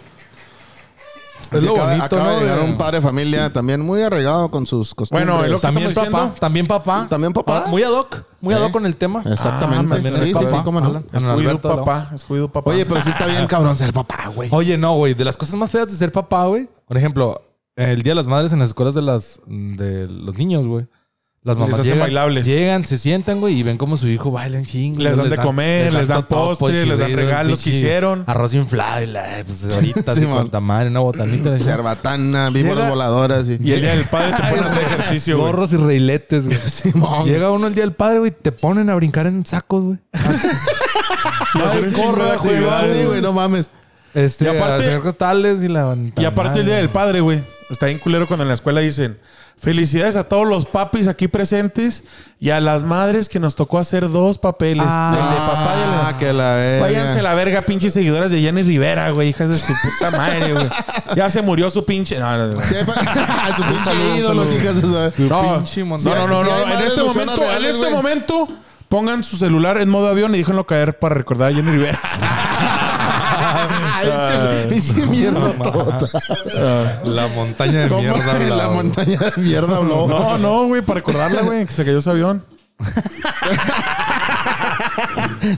Speaker 3: Es
Speaker 2: Sí,
Speaker 3: lo
Speaker 2: acaba,
Speaker 3: bonito,
Speaker 2: acaba
Speaker 3: ¿no?
Speaker 2: de llegar
Speaker 3: De-
Speaker 2: un padre de familia también muy arraigado con sus costumbres.
Speaker 1: Bueno, es lo que
Speaker 3: También
Speaker 1: estamos
Speaker 3: papá.
Speaker 1: diciendo.
Speaker 3: También papá.
Speaker 2: También papá.
Speaker 3: Ah, muy ad hoc. Muy ad
Speaker 2: Eh.
Speaker 3: hoc con el tema.
Speaker 2: Exactamente.
Speaker 3: Ah, también
Speaker 2: sí,
Speaker 3: es
Speaker 2: sí,
Speaker 3: papá,
Speaker 2: sí, cómo no.
Speaker 3: Alan.
Speaker 1: Es
Speaker 3: Don
Speaker 1: cuido
Speaker 3: Alberto, ¿no?
Speaker 1: papá. Es cuido papá.
Speaker 2: Oye, pero sí está bien cabrón ser papá, güey.
Speaker 3: Oye, no, güey. De las cosas más feas de ser papá, güey. Por ejemplo, el Día de las Madres en las escuelas de, las, de los niños, güey. Las mamás
Speaker 1: Les hacen
Speaker 3: llegan,
Speaker 1: bailables.
Speaker 3: llegan, se sientan, güey, y ven cómo su hijo baila en chingo.
Speaker 1: Les dan de comer, les dan
Speaker 3: totopos,
Speaker 1: postres, les dan
Speaker 3: chirridos,
Speaker 1: regalos que
Speaker 3: pinche
Speaker 1: hicieron.
Speaker 3: Arroz inflado y la, pues ahorita,
Speaker 2: Sí,
Speaker 3: sí,
Speaker 2: man.
Speaker 3: cuanta madre, una botanita. la chingada.
Speaker 2: Cerbatana, víboras
Speaker 3: Llega-
Speaker 2: voladoras. Y,
Speaker 1: Y el Día del Padre te ponen a hacer ejercicio, güey.
Speaker 3: Gorros y reiletes, güey.
Speaker 2: Simón.
Speaker 3: Llega uno el día del padre, güey, te ponen a brincar en sacos, güey.
Speaker 1: Y hacer un chingo de
Speaker 2: Corre, güey,
Speaker 1: actividades,
Speaker 2: sí,
Speaker 1: güey.
Speaker 2: güey, no mames.
Speaker 3: Este,
Speaker 1: Y
Speaker 3: y
Speaker 1: aparte-
Speaker 3: aparte, hacer costales y la
Speaker 1: Y aparte el Día del Padre, güey. Está bien culero cuando en la escuela dicen felicidades a todos los papis aquí presentes y a las madres que nos tocó hacer dos papeles. el de papá y el de
Speaker 2: Ah, que la verga.
Speaker 1: Váyanse a la verga, pinches seguidoras de Jenny Rivera, güey. Hijas de su puta madre, güey. Ya se murió su pinche... No, no, no.
Speaker 2: Sí, hay pa- su pinche ídolo, hijas de su-
Speaker 1: No,
Speaker 3: pinche
Speaker 1: no,
Speaker 3: montón.
Speaker 1: no, no,
Speaker 2: Sí,
Speaker 1: no.
Speaker 2: hay
Speaker 1: En
Speaker 2: madres
Speaker 1: este
Speaker 2: luchonas
Speaker 1: momento, en
Speaker 2: reales,
Speaker 1: este
Speaker 2: güey.
Speaker 1: momento, pongan su celular en modo avión y déjenlo caer para recordar a Jenny Rivera. Ah,
Speaker 3: Ah,
Speaker 2: Ay, pinche pinche mierda tota.
Speaker 1: ah.
Speaker 3: La montaña de
Speaker 2: ¿Cómo?
Speaker 3: mierda.
Speaker 2: En la
Speaker 3: la-
Speaker 2: montaña de mierda habló.
Speaker 1: No, no, güey, para recordarla, güey, que se cayó su avión.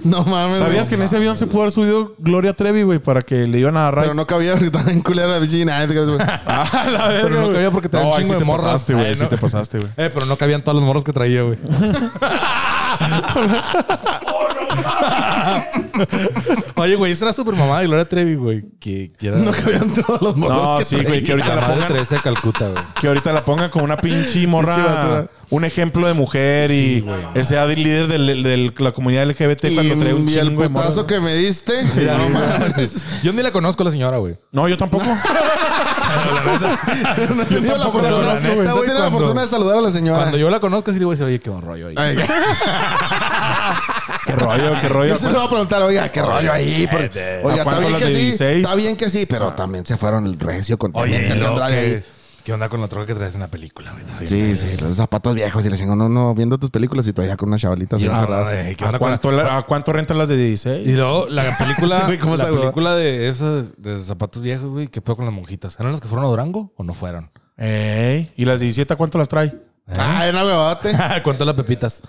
Speaker 2: No mames.
Speaker 1: ¿Sabías que en ese avión se pudo haber subido Gloria Trevi, güey, para que le iban a agarrar?
Speaker 2: Pero no cabía gritar en culera la pinche nada, te creas, güey.
Speaker 1: Ah, la verga,
Speaker 3: Pero no
Speaker 1: güey.
Speaker 3: cabía porque traía un
Speaker 1: ahí
Speaker 3: chingo
Speaker 1: sí
Speaker 3: de
Speaker 1: te
Speaker 3: morras.
Speaker 1: pasaste, güey,
Speaker 3: Ay,
Speaker 1: ahí sí
Speaker 3: no.
Speaker 1: te pasaste, güey.
Speaker 3: Eh, pero no cabían todos los morros que traía, güey. Oye, güey, esa era super mamá de Gloria Trevi, güey. Que quiera.
Speaker 2: No cabían todos los morros
Speaker 1: No,
Speaker 2: que
Speaker 1: sí, güey, que ahorita
Speaker 3: la
Speaker 1: la
Speaker 3: madre
Speaker 1: pongan,
Speaker 3: Teresa de Calcuta, güey.
Speaker 1: que ahorita la pongan como una pinche
Speaker 2: Pinche basura.
Speaker 1: morra, un ejemplo de mujer y ese ad- líder de la comunidad LGBT cuando trae un
Speaker 2: Y el
Speaker 1: chingo de morras.
Speaker 2: putazo que me diste.
Speaker 3: Mira,
Speaker 2: No mames.
Speaker 3: Yo ni la conozco a la señora, güey.
Speaker 1: No, yo tampoco.
Speaker 2: No tenía la
Speaker 3: tampoco
Speaker 2: fortuna-
Speaker 3: lo conozco,
Speaker 2: no
Speaker 3: güey.
Speaker 2: tenía la
Speaker 3: Cuando-
Speaker 2: fortuna de saludar a la señora.
Speaker 3: Cuando yo la conozco, sí le voy a decir, oye, qué buen rollo ahí.
Speaker 2: Ay,
Speaker 1: qué rollo, qué rollo.
Speaker 2: Yo se lo voy a preguntar, oiga, qué rollo ahí. Porque,
Speaker 1: ¿A
Speaker 2: oiga, está
Speaker 1: cuánto
Speaker 2: bien
Speaker 1: las
Speaker 2: que
Speaker 1: de
Speaker 2: sí.
Speaker 1: 16?
Speaker 2: Está bien que sí, pero también se fueron el recio con
Speaker 3: Oye,
Speaker 2: Teniente
Speaker 3: y luego
Speaker 2: Andrade
Speaker 3: que-
Speaker 2: ahí.
Speaker 3: ¿Qué onda con la troca que traes en la película, güey? Está bien,
Speaker 2: Sí,
Speaker 3: güey.
Speaker 2: sí, los zapatos viejos y les digo, no, no, viendo tus películas y todavía con unas chavalitas
Speaker 3: Y,
Speaker 2: bien
Speaker 3: ah,
Speaker 2: cerradas.
Speaker 3: güey, ¿qué
Speaker 1: ¿A
Speaker 3: onda con la-
Speaker 1: cuánto, la- a cuánto rentan las de
Speaker 3: y
Speaker 1: 16?
Speaker 3: luego la película,
Speaker 2: Este güey, ¿cómo
Speaker 3: la
Speaker 2: sabe, güey?
Speaker 3: película de esas de zapatos viejos, güey, ¿qué pedo con las monjitas? ¿Eran las que fueron a Durango o no fueron?
Speaker 1: Ey, ¿Y las 17 a cuánto las trae?
Speaker 3: ¿Eh?
Speaker 2: Ah, era huevote.
Speaker 3: ¿Cuántas las pepitas?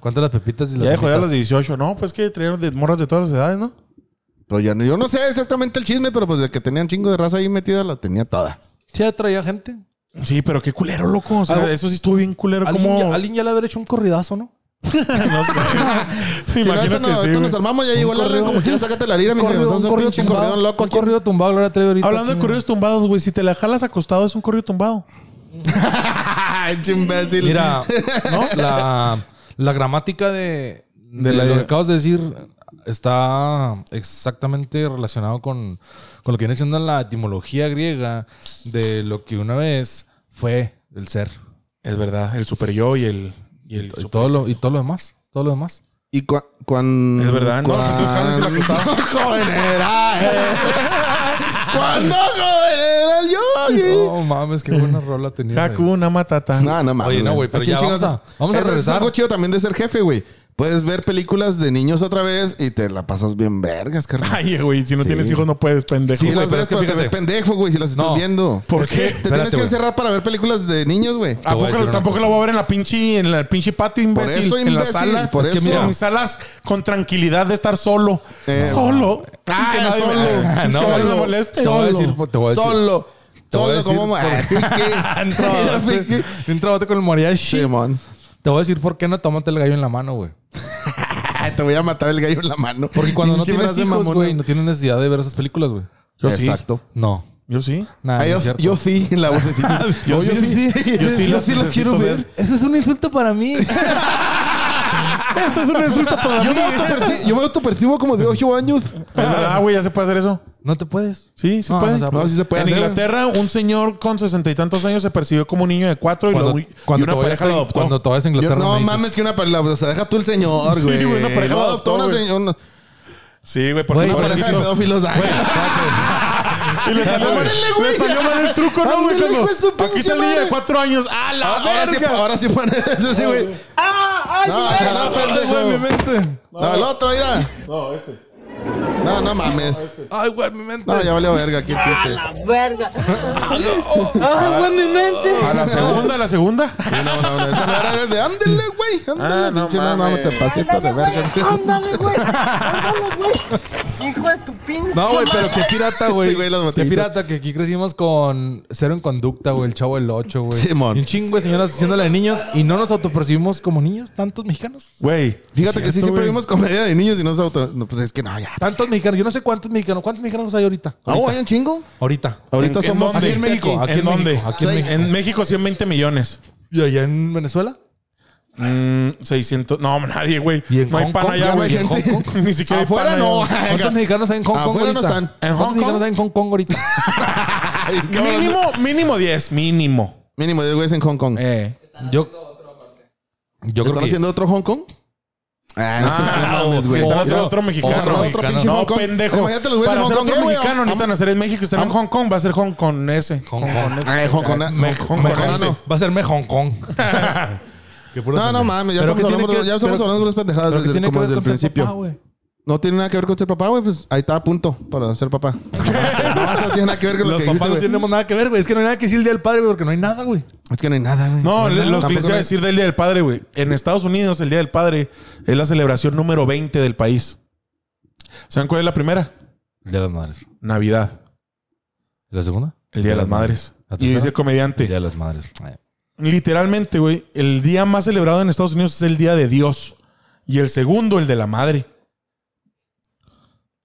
Speaker 3: ¿Cuántas las pepitas y las
Speaker 1: Ya dejó ya
Speaker 3: monjitas?
Speaker 1: las 18. No, pues que trajeron de morras de todas las edades, ¿no?
Speaker 2: Pues yo, no- yo no sé exactamente el chisme, pero pues de que tenía un chingo de raza ahí metida, la tenía toda.
Speaker 3: Sí, ya traía gente.
Speaker 1: Sí, pero qué culero, loco. O sea,
Speaker 3: Algo-
Speaker 1: eso sí estuvo bien culero.
Speaker 3: ¿Alguien
Speaker 1: como...
Speaker 3: ya, alguien ya le haber hecho un corridazo, ¿no?
Speaker 2: Si no,
Speaker 1: imagino
Speaker 2: ahorita no,
Speaker 1: que sí,
Speaker 2: ahorita
Speaker 1: güey.
Speaker 2: nos armamos, ya llegó el
Speaker 3: corrido.
Speaker 2: arreglo. Como quieras, sácate la lira, mi
Speaker 3: corrido,
Speaker 2: Son un pinche corrión loco
Speaker 3: un
Speaker 2: aquí.
Speaker 3: corrido tumbado, Gloria Trevi ahorita.
Speaker 1: Hablando de
Speaker 3: Aquí,
Speaker 1: corridos tumbados, güey. Si te la jalas acostado, es un corrido tumbado.
Speaker 2: Ay, imbécil.
Speaker 3: Mira, ¿no? la, la gramática de, de,
Speaker 1: la-
Speaker 3: lo que acabas de decir está exactamente relacionado con, con lo que viene siendo la etimología griega de lo que una vez fue el ser.
Speaker 1: Es verdad. El super yo y el. Y el
Speaker 3: Y
Speaker 1: super-
Speaker 3: todo lo, y todo lo demás. Todo lo demás.
Speaker 2: Y cua- cuan-
Speaker 1: Es verdad, ¿no?
Speaker 3: pues,
Speaker 2: cuan- joven era, eh. Cuando joven era el yogi.
Speaker 3: No mames, qué buena rola tenía. güey.
Speaker 1: Hakuna Matata.
Speaker 2: No, no mames.
Speaker 3: Oye, no, güey, pero
Speaker 2: ¿A quién
Speaker 3: ya
Speaker 2: chingas?
Speaker 3: vamos a- vamos a
Speaker 2: Eso
Speaker 3: regresar.
Speaker 2: Es algo chido también de ser jefe, güey. Puedes ver películas de niños otra vez y te la pasas bien vergas, carnal.
Speaker 1: Ay, güey. Si no
Speaker 2: Sí.
Speaker 1: tienes hijos, no puedes, pendejo.
Speaker 2: Sí,
Speaker 1: güey.
Speaker 2: las ves, pero te ves pendejo, güey, si las estás
Speaker 3: No.
Speaker 2: viendo.
Speaker 1: ¿Por
Speaker 2: Es
Speaker 1: qué?
Speaker 2: que Te
Speaker 3: Espérate,
Speaker 2: tienes que
Speaker 3: güey. Ah,
Speaker 2: encerrar para ver películas de niños, güey.
Speaker 1: ¿A
Speaker 3: Te voy a
Speaker 1: poco
Speaker 3: decir una
Speaker 1: tampoco la
Speaker 3: cosa.
Speaker 1: voy a ver en la pinche, en la pinche patio, imbécil?
Speaker 2: eso,
Speaker 1: en la
Speaker 2: imbécil,
Speaker 1: sala.
Speaker 2: por
Speaker 1: Es que
Speaker 2: eso.
Speaker 1: mira, mis salas con tranquilidad de estar solo.
Speaker 2: Eh,
Speaker 1: solo.
Speaker 2: Ah,
Speaker 1: Que
Speaker 2: no,
Speaker 1: nadie me-
Speaker 2: solo.
Speaker 1: Ah, no,
Speaker 2: Solo.
Speaker 1: güey, me moleste.
Speaker 3: Te voy a
Speaker 1: Solo.
Speaker 3: decir, pues, te voy a decir.
Speaker 2: Solo.
Speaker 3: Te voy
Speaker 2: Solo
Speaker 3: a decir
Speaker 2: como... ah,
Speaker 3: por-
Speaker 2: Ay,
Speaker 3: Entra-
Speaker 2: Fique.
Speaker 3: Entrabate con el mariachi.
Speaker 2: Simón.
Speaker 3: Te voy a decir por qué no tómate el gallo en la mano, güey.
Speaker 2: Ay, Ah, te voy a matar el gallo en la mano.
Speaker 3: Porque cuando no
Speaker 2: Pinche
Speaker 3: tienes
Speaker 2: frase
Speaker 3: hijos,
Speaker 2: mamona.
Speaker 3: güey, no tienes necesidad de ver esas películas, güey.
Speaker 1: Yo sí.
Speaker 2: Exacto.
Speaker 3: No.
Speaker 1: Yo sí.
Speaker 3: Nada,
Speaker 2: Ah,
Speaker 3: no
Speaker 2: yo,
Speaker 3: es cierto.
Speaker 2: yo sí, la vocecita.
Speaker 1: Yo
Speaker 2: No, yo,
Speaker 1: sí,
Speaker 2: sí,
Speaker 1: sí. Yo sí las necesito ver.
Speaker 2: Eso es un insulto para mí. Eso es un insulto para mí. Yo me autopercibo como de 8 años.
Speaker 1: Es verdad, güey. Ya se puede hacer eso.
Speaker 3: No te puedes.
Speaker 1: Sí, sí
Speaker 3: No,
Speaker 1: puede.
Speaker 3: no se
Speaker 2: No, sí se puede
Speaker 1: en
Speaker 2: hacer.
Speaker 1: Inglaterra, un señor con sesenta y tantos años se percibió como un niño de cuatro y, lo- y una
Speaker 3: te vayas
Speaker 1: pareja
Speaker 3: a-
Speaker 1: lo adoptó.
Speaker 3: Cuando te vayas a
Speaker 2: Yo-
Speaker 3: Inglaterra
Speaker 2: no
Speaker 3: me dices,
Speaker 2: mames, que una pareja. O sea, deja tú el señor,
Speaker 1: Sí,
Speaker 2: güey.
Speaker 1: güey, una pareja
Speaker 2: Lo
Speaker 1: lo
Speaker 2: adoptó una
Speaker 1: adoptó, güey.
Speaker 2: señora. Una,
Speaker 1: Sí, güey, porque
Speaker 3: Güey,
Speaker 1: no
Speaker 2: una pareja de
Speaker 1: parecido.
Speaker 2: pedófilos. Ay,
Speaker 1: Y le salió, mal,
Speaker 2: Ándale, güey.
Speaker 1: le salió mal el truco, ¿no, güey?
Speaker 2: Ándale,
Speaker 1: Cuando,
Speaker 2: hijo de su
Speaker 1: aquí
Speaker 2: pinche
Speaker 1: está el niño de
Speaker 2: madre.
Speaker 1: cuatro años. ¡A la
Speaker 2: Ahora sí,
Speaker 1: verga!
Speaker 2: ahora sí ponen eso, sí, güey. No, o sea, no, pendejo.
Speaker 3: Ay, güey, mi mente.
Speaker 2: No, el otro, mira. No, este. No, no mames.
Speaker 3: Ay, güey, mi mente.
Speaker 2: No, ya valió verga aquí el chiste. Ah,
Speaker 8: verga.
Speaker 3: Ah,
Speaker 8: Ay, güey, mi mente.
Speaker 1: A la segunda, a la segunda.
Speaker 2: Sí, no, no, no. Esa no era el de ándele, güey. Ándele,
Speaker 1: Ah, no
Speaker 2: pinche. No, no,
Speaker 1: mames.
Speaker 2: te pasiste de verga.
Speaker 8: Ándale, güey. Ándale, güey. Hijo de tu pinche.
Speaker 3: No, güey, pero qué pirata, güey.
Speaker 2: Sí, güey, las
Speaker 3: qué
Speaker 2: botellitas.
Speaker 3: pirata que aquí crecimos con Cero en Conducta, güey, el Chavo del 8, güey.
Speaker 2: Simón.
Speaker 3: Y un chingo de señoras haciéndole de niños y no nos autopercibimos como niños, tantos mexicanos.
Speaker 1: Güey.
Speaker 2: Fíjate que
Speaker 1: cierto,
Speaker 2: sí, siempre
Speaker 1: güey.
Speaker 2: vimos comedia de niños y nos auto. No, pues es que no, ya.
Speaker 3: Tantos mexicanos, yo no sé cuántos mexicanos, ¿cuántos mexicanos hay ahorita?
Speaker 2: Ah,
Speaker 3: Ahorita.
Speaker 2: hay un chingo.
Speaker 3: Ahorita.
Speaker 2: Ahorita
Speaker 1: ¿En- en
Speaker 2: somos.
Speaker 1: dónde?
Speaker 2: Aquí en México.
Speaker 3: Aquí
Speaker 1: ¿En,
Speaker 3: en
Speaker 1: dónde?
Speaker 3: México, aquí en
Speaker 1: Sí.
Speaker 3: México.
Speaker 1: En México, 120 millones.
Speaker 3: ¿Y allá en Venezuela?
Speaker 1: Mm, 600. No, nadie, güey.
Speaker 3: ¿Y en
Speaker 1: No hay
Speaker 3: Hong
Speaker 1: pan
Speaker 3: Kong,
Speaker 1: allá,
Speaker 3: güey?
Speaker 1: güey.
Speaker 3: ¿Y en Hong Kong?
Speaker 1: Ni siquiera hay
Speaker 2: Afuera
Speaker 1: pan allá,
Speaker 2: no.
Speaker 1: güey.
Speaker 3: ¿Cuántos mexicanos hay en Hong Kong
Speaker 2: Afuera no
Speaker 3: ahorita?
Speaker 2: están.
Speaker 1: ¿En Hong
Speaker 3: ¿Cuántos
Speaker 1: Kong?
Speaker 3: mexicanos hay en Hong Kong ahorita?
Speaker 2: Ay, cabrón.
Speaker 1: Mínimo, mínimo 10. Mínimo.
Speaker 2: Mínimo 10 güeyes en Hong Kong.
Speaker 1: Eh.
Speaker 3: Yo, yo creo
Speaker 2: ¿Están
Speaker 3: que...
Speaker 2: haciendo otro Hong Kong?
Speaker 1: Ah,
Speaker 2: Ah, no,
Speaker 1: no,
Speaker 2: mames, güey.
Speaker 1: que están
Speaker 3: Otro-
Speaker 1: haciendo otro mexicano.
Speaker 3: otro
Speaker 1: güey.
Speaker 3: mexicano.
Speaker 1: No,
Speaker 2: Hong Kong.
Speaker 1: pendejo.
Speaker 2: Imagínate los güeyes
Speaker 1: Para
Speaker 2: en Hong
Speaker 1: hacer
Speaker 2: Kong,
Speaker 1: otro
Speaker 2: eh, güey.
Speaker 1: mexicano necesitan hacer en México. Están en Hong Kong. Va a ser Hong Kong ese.
Speaker 3: Hong Kong.
Speaker 2: Ay, Ah, eh, Hong Kong.
Speaker 3: Eh, Me-
Speaker 2: Hong
Speaker 3: me-
Speaker 2: Kong,
Speaker 3: Hong-
Speaker 2: no.
Speaker 3: Va a ser me Hong Kong. Qué puro
Speaker 2: No, no
Speaker 3: pendejo.
Speaker 2: mames, ya
Speaker 3: Pero
Speaker 2: estamos
Speaker 3: ¿qué tiene
Speaker 2: hablando,
Speaker 3: que-
Speaker 2: ya estamos
Speaker 3: pero-
Speaker 2: hablando de unas pendejadas
Speaker 3: pero ¿qué
Speaker 2: desde,
Speaker 3: tiene que
Speaker 2: como
Speaker 3: ver
Speaker 2: desde el
Speaker 3: con ser
Speaker 2: principio.
Speaker 3: papá, güey?
Speaker 2: no tiene nada que ver con ser papá, güey, pues ahí está a punto para ser papá. no, eso no tiene nada que ver con lo
Speaker 3: Los
Speaker 2: que dijiste,
Speaker 3: papás no
Speaker 2: güey.
Speaker 3: tenemos nada que ver, güey. Es que no hay nada que decir el día del padre, güey, porque no hay nada, güey.
Speaker 2: Es que no hay nada, güey.
Speaker 1: No, le- lo que les
Speaker 2: tampoco
Speaker 1: iba a
Speaker 2: hay-
Speaker 1: decir del Día del Padre, güey. En Estados Unidos, el Día del Padre es la celebración número 20 del país. ¿Saben cuál es la primera?
Speaker 3: El día de las madres.
Speaker 1: Navidad,
Speaker 3: ¿Y la segunda?
Speaker 1: el Día de las Madres.
Speaker 3: ¿La
Speaker 1: Y
Speaker 3: tercera?
Speaker 1: dice el
Speaker 3: El día
Speaker 1: comediante.
Speaker 3: de las madres. Ay.
Speaker 1: Literalmente, güey, el día más celebrado en Estados Unidos es el Día de Dios. Y el segundo, el de la madre.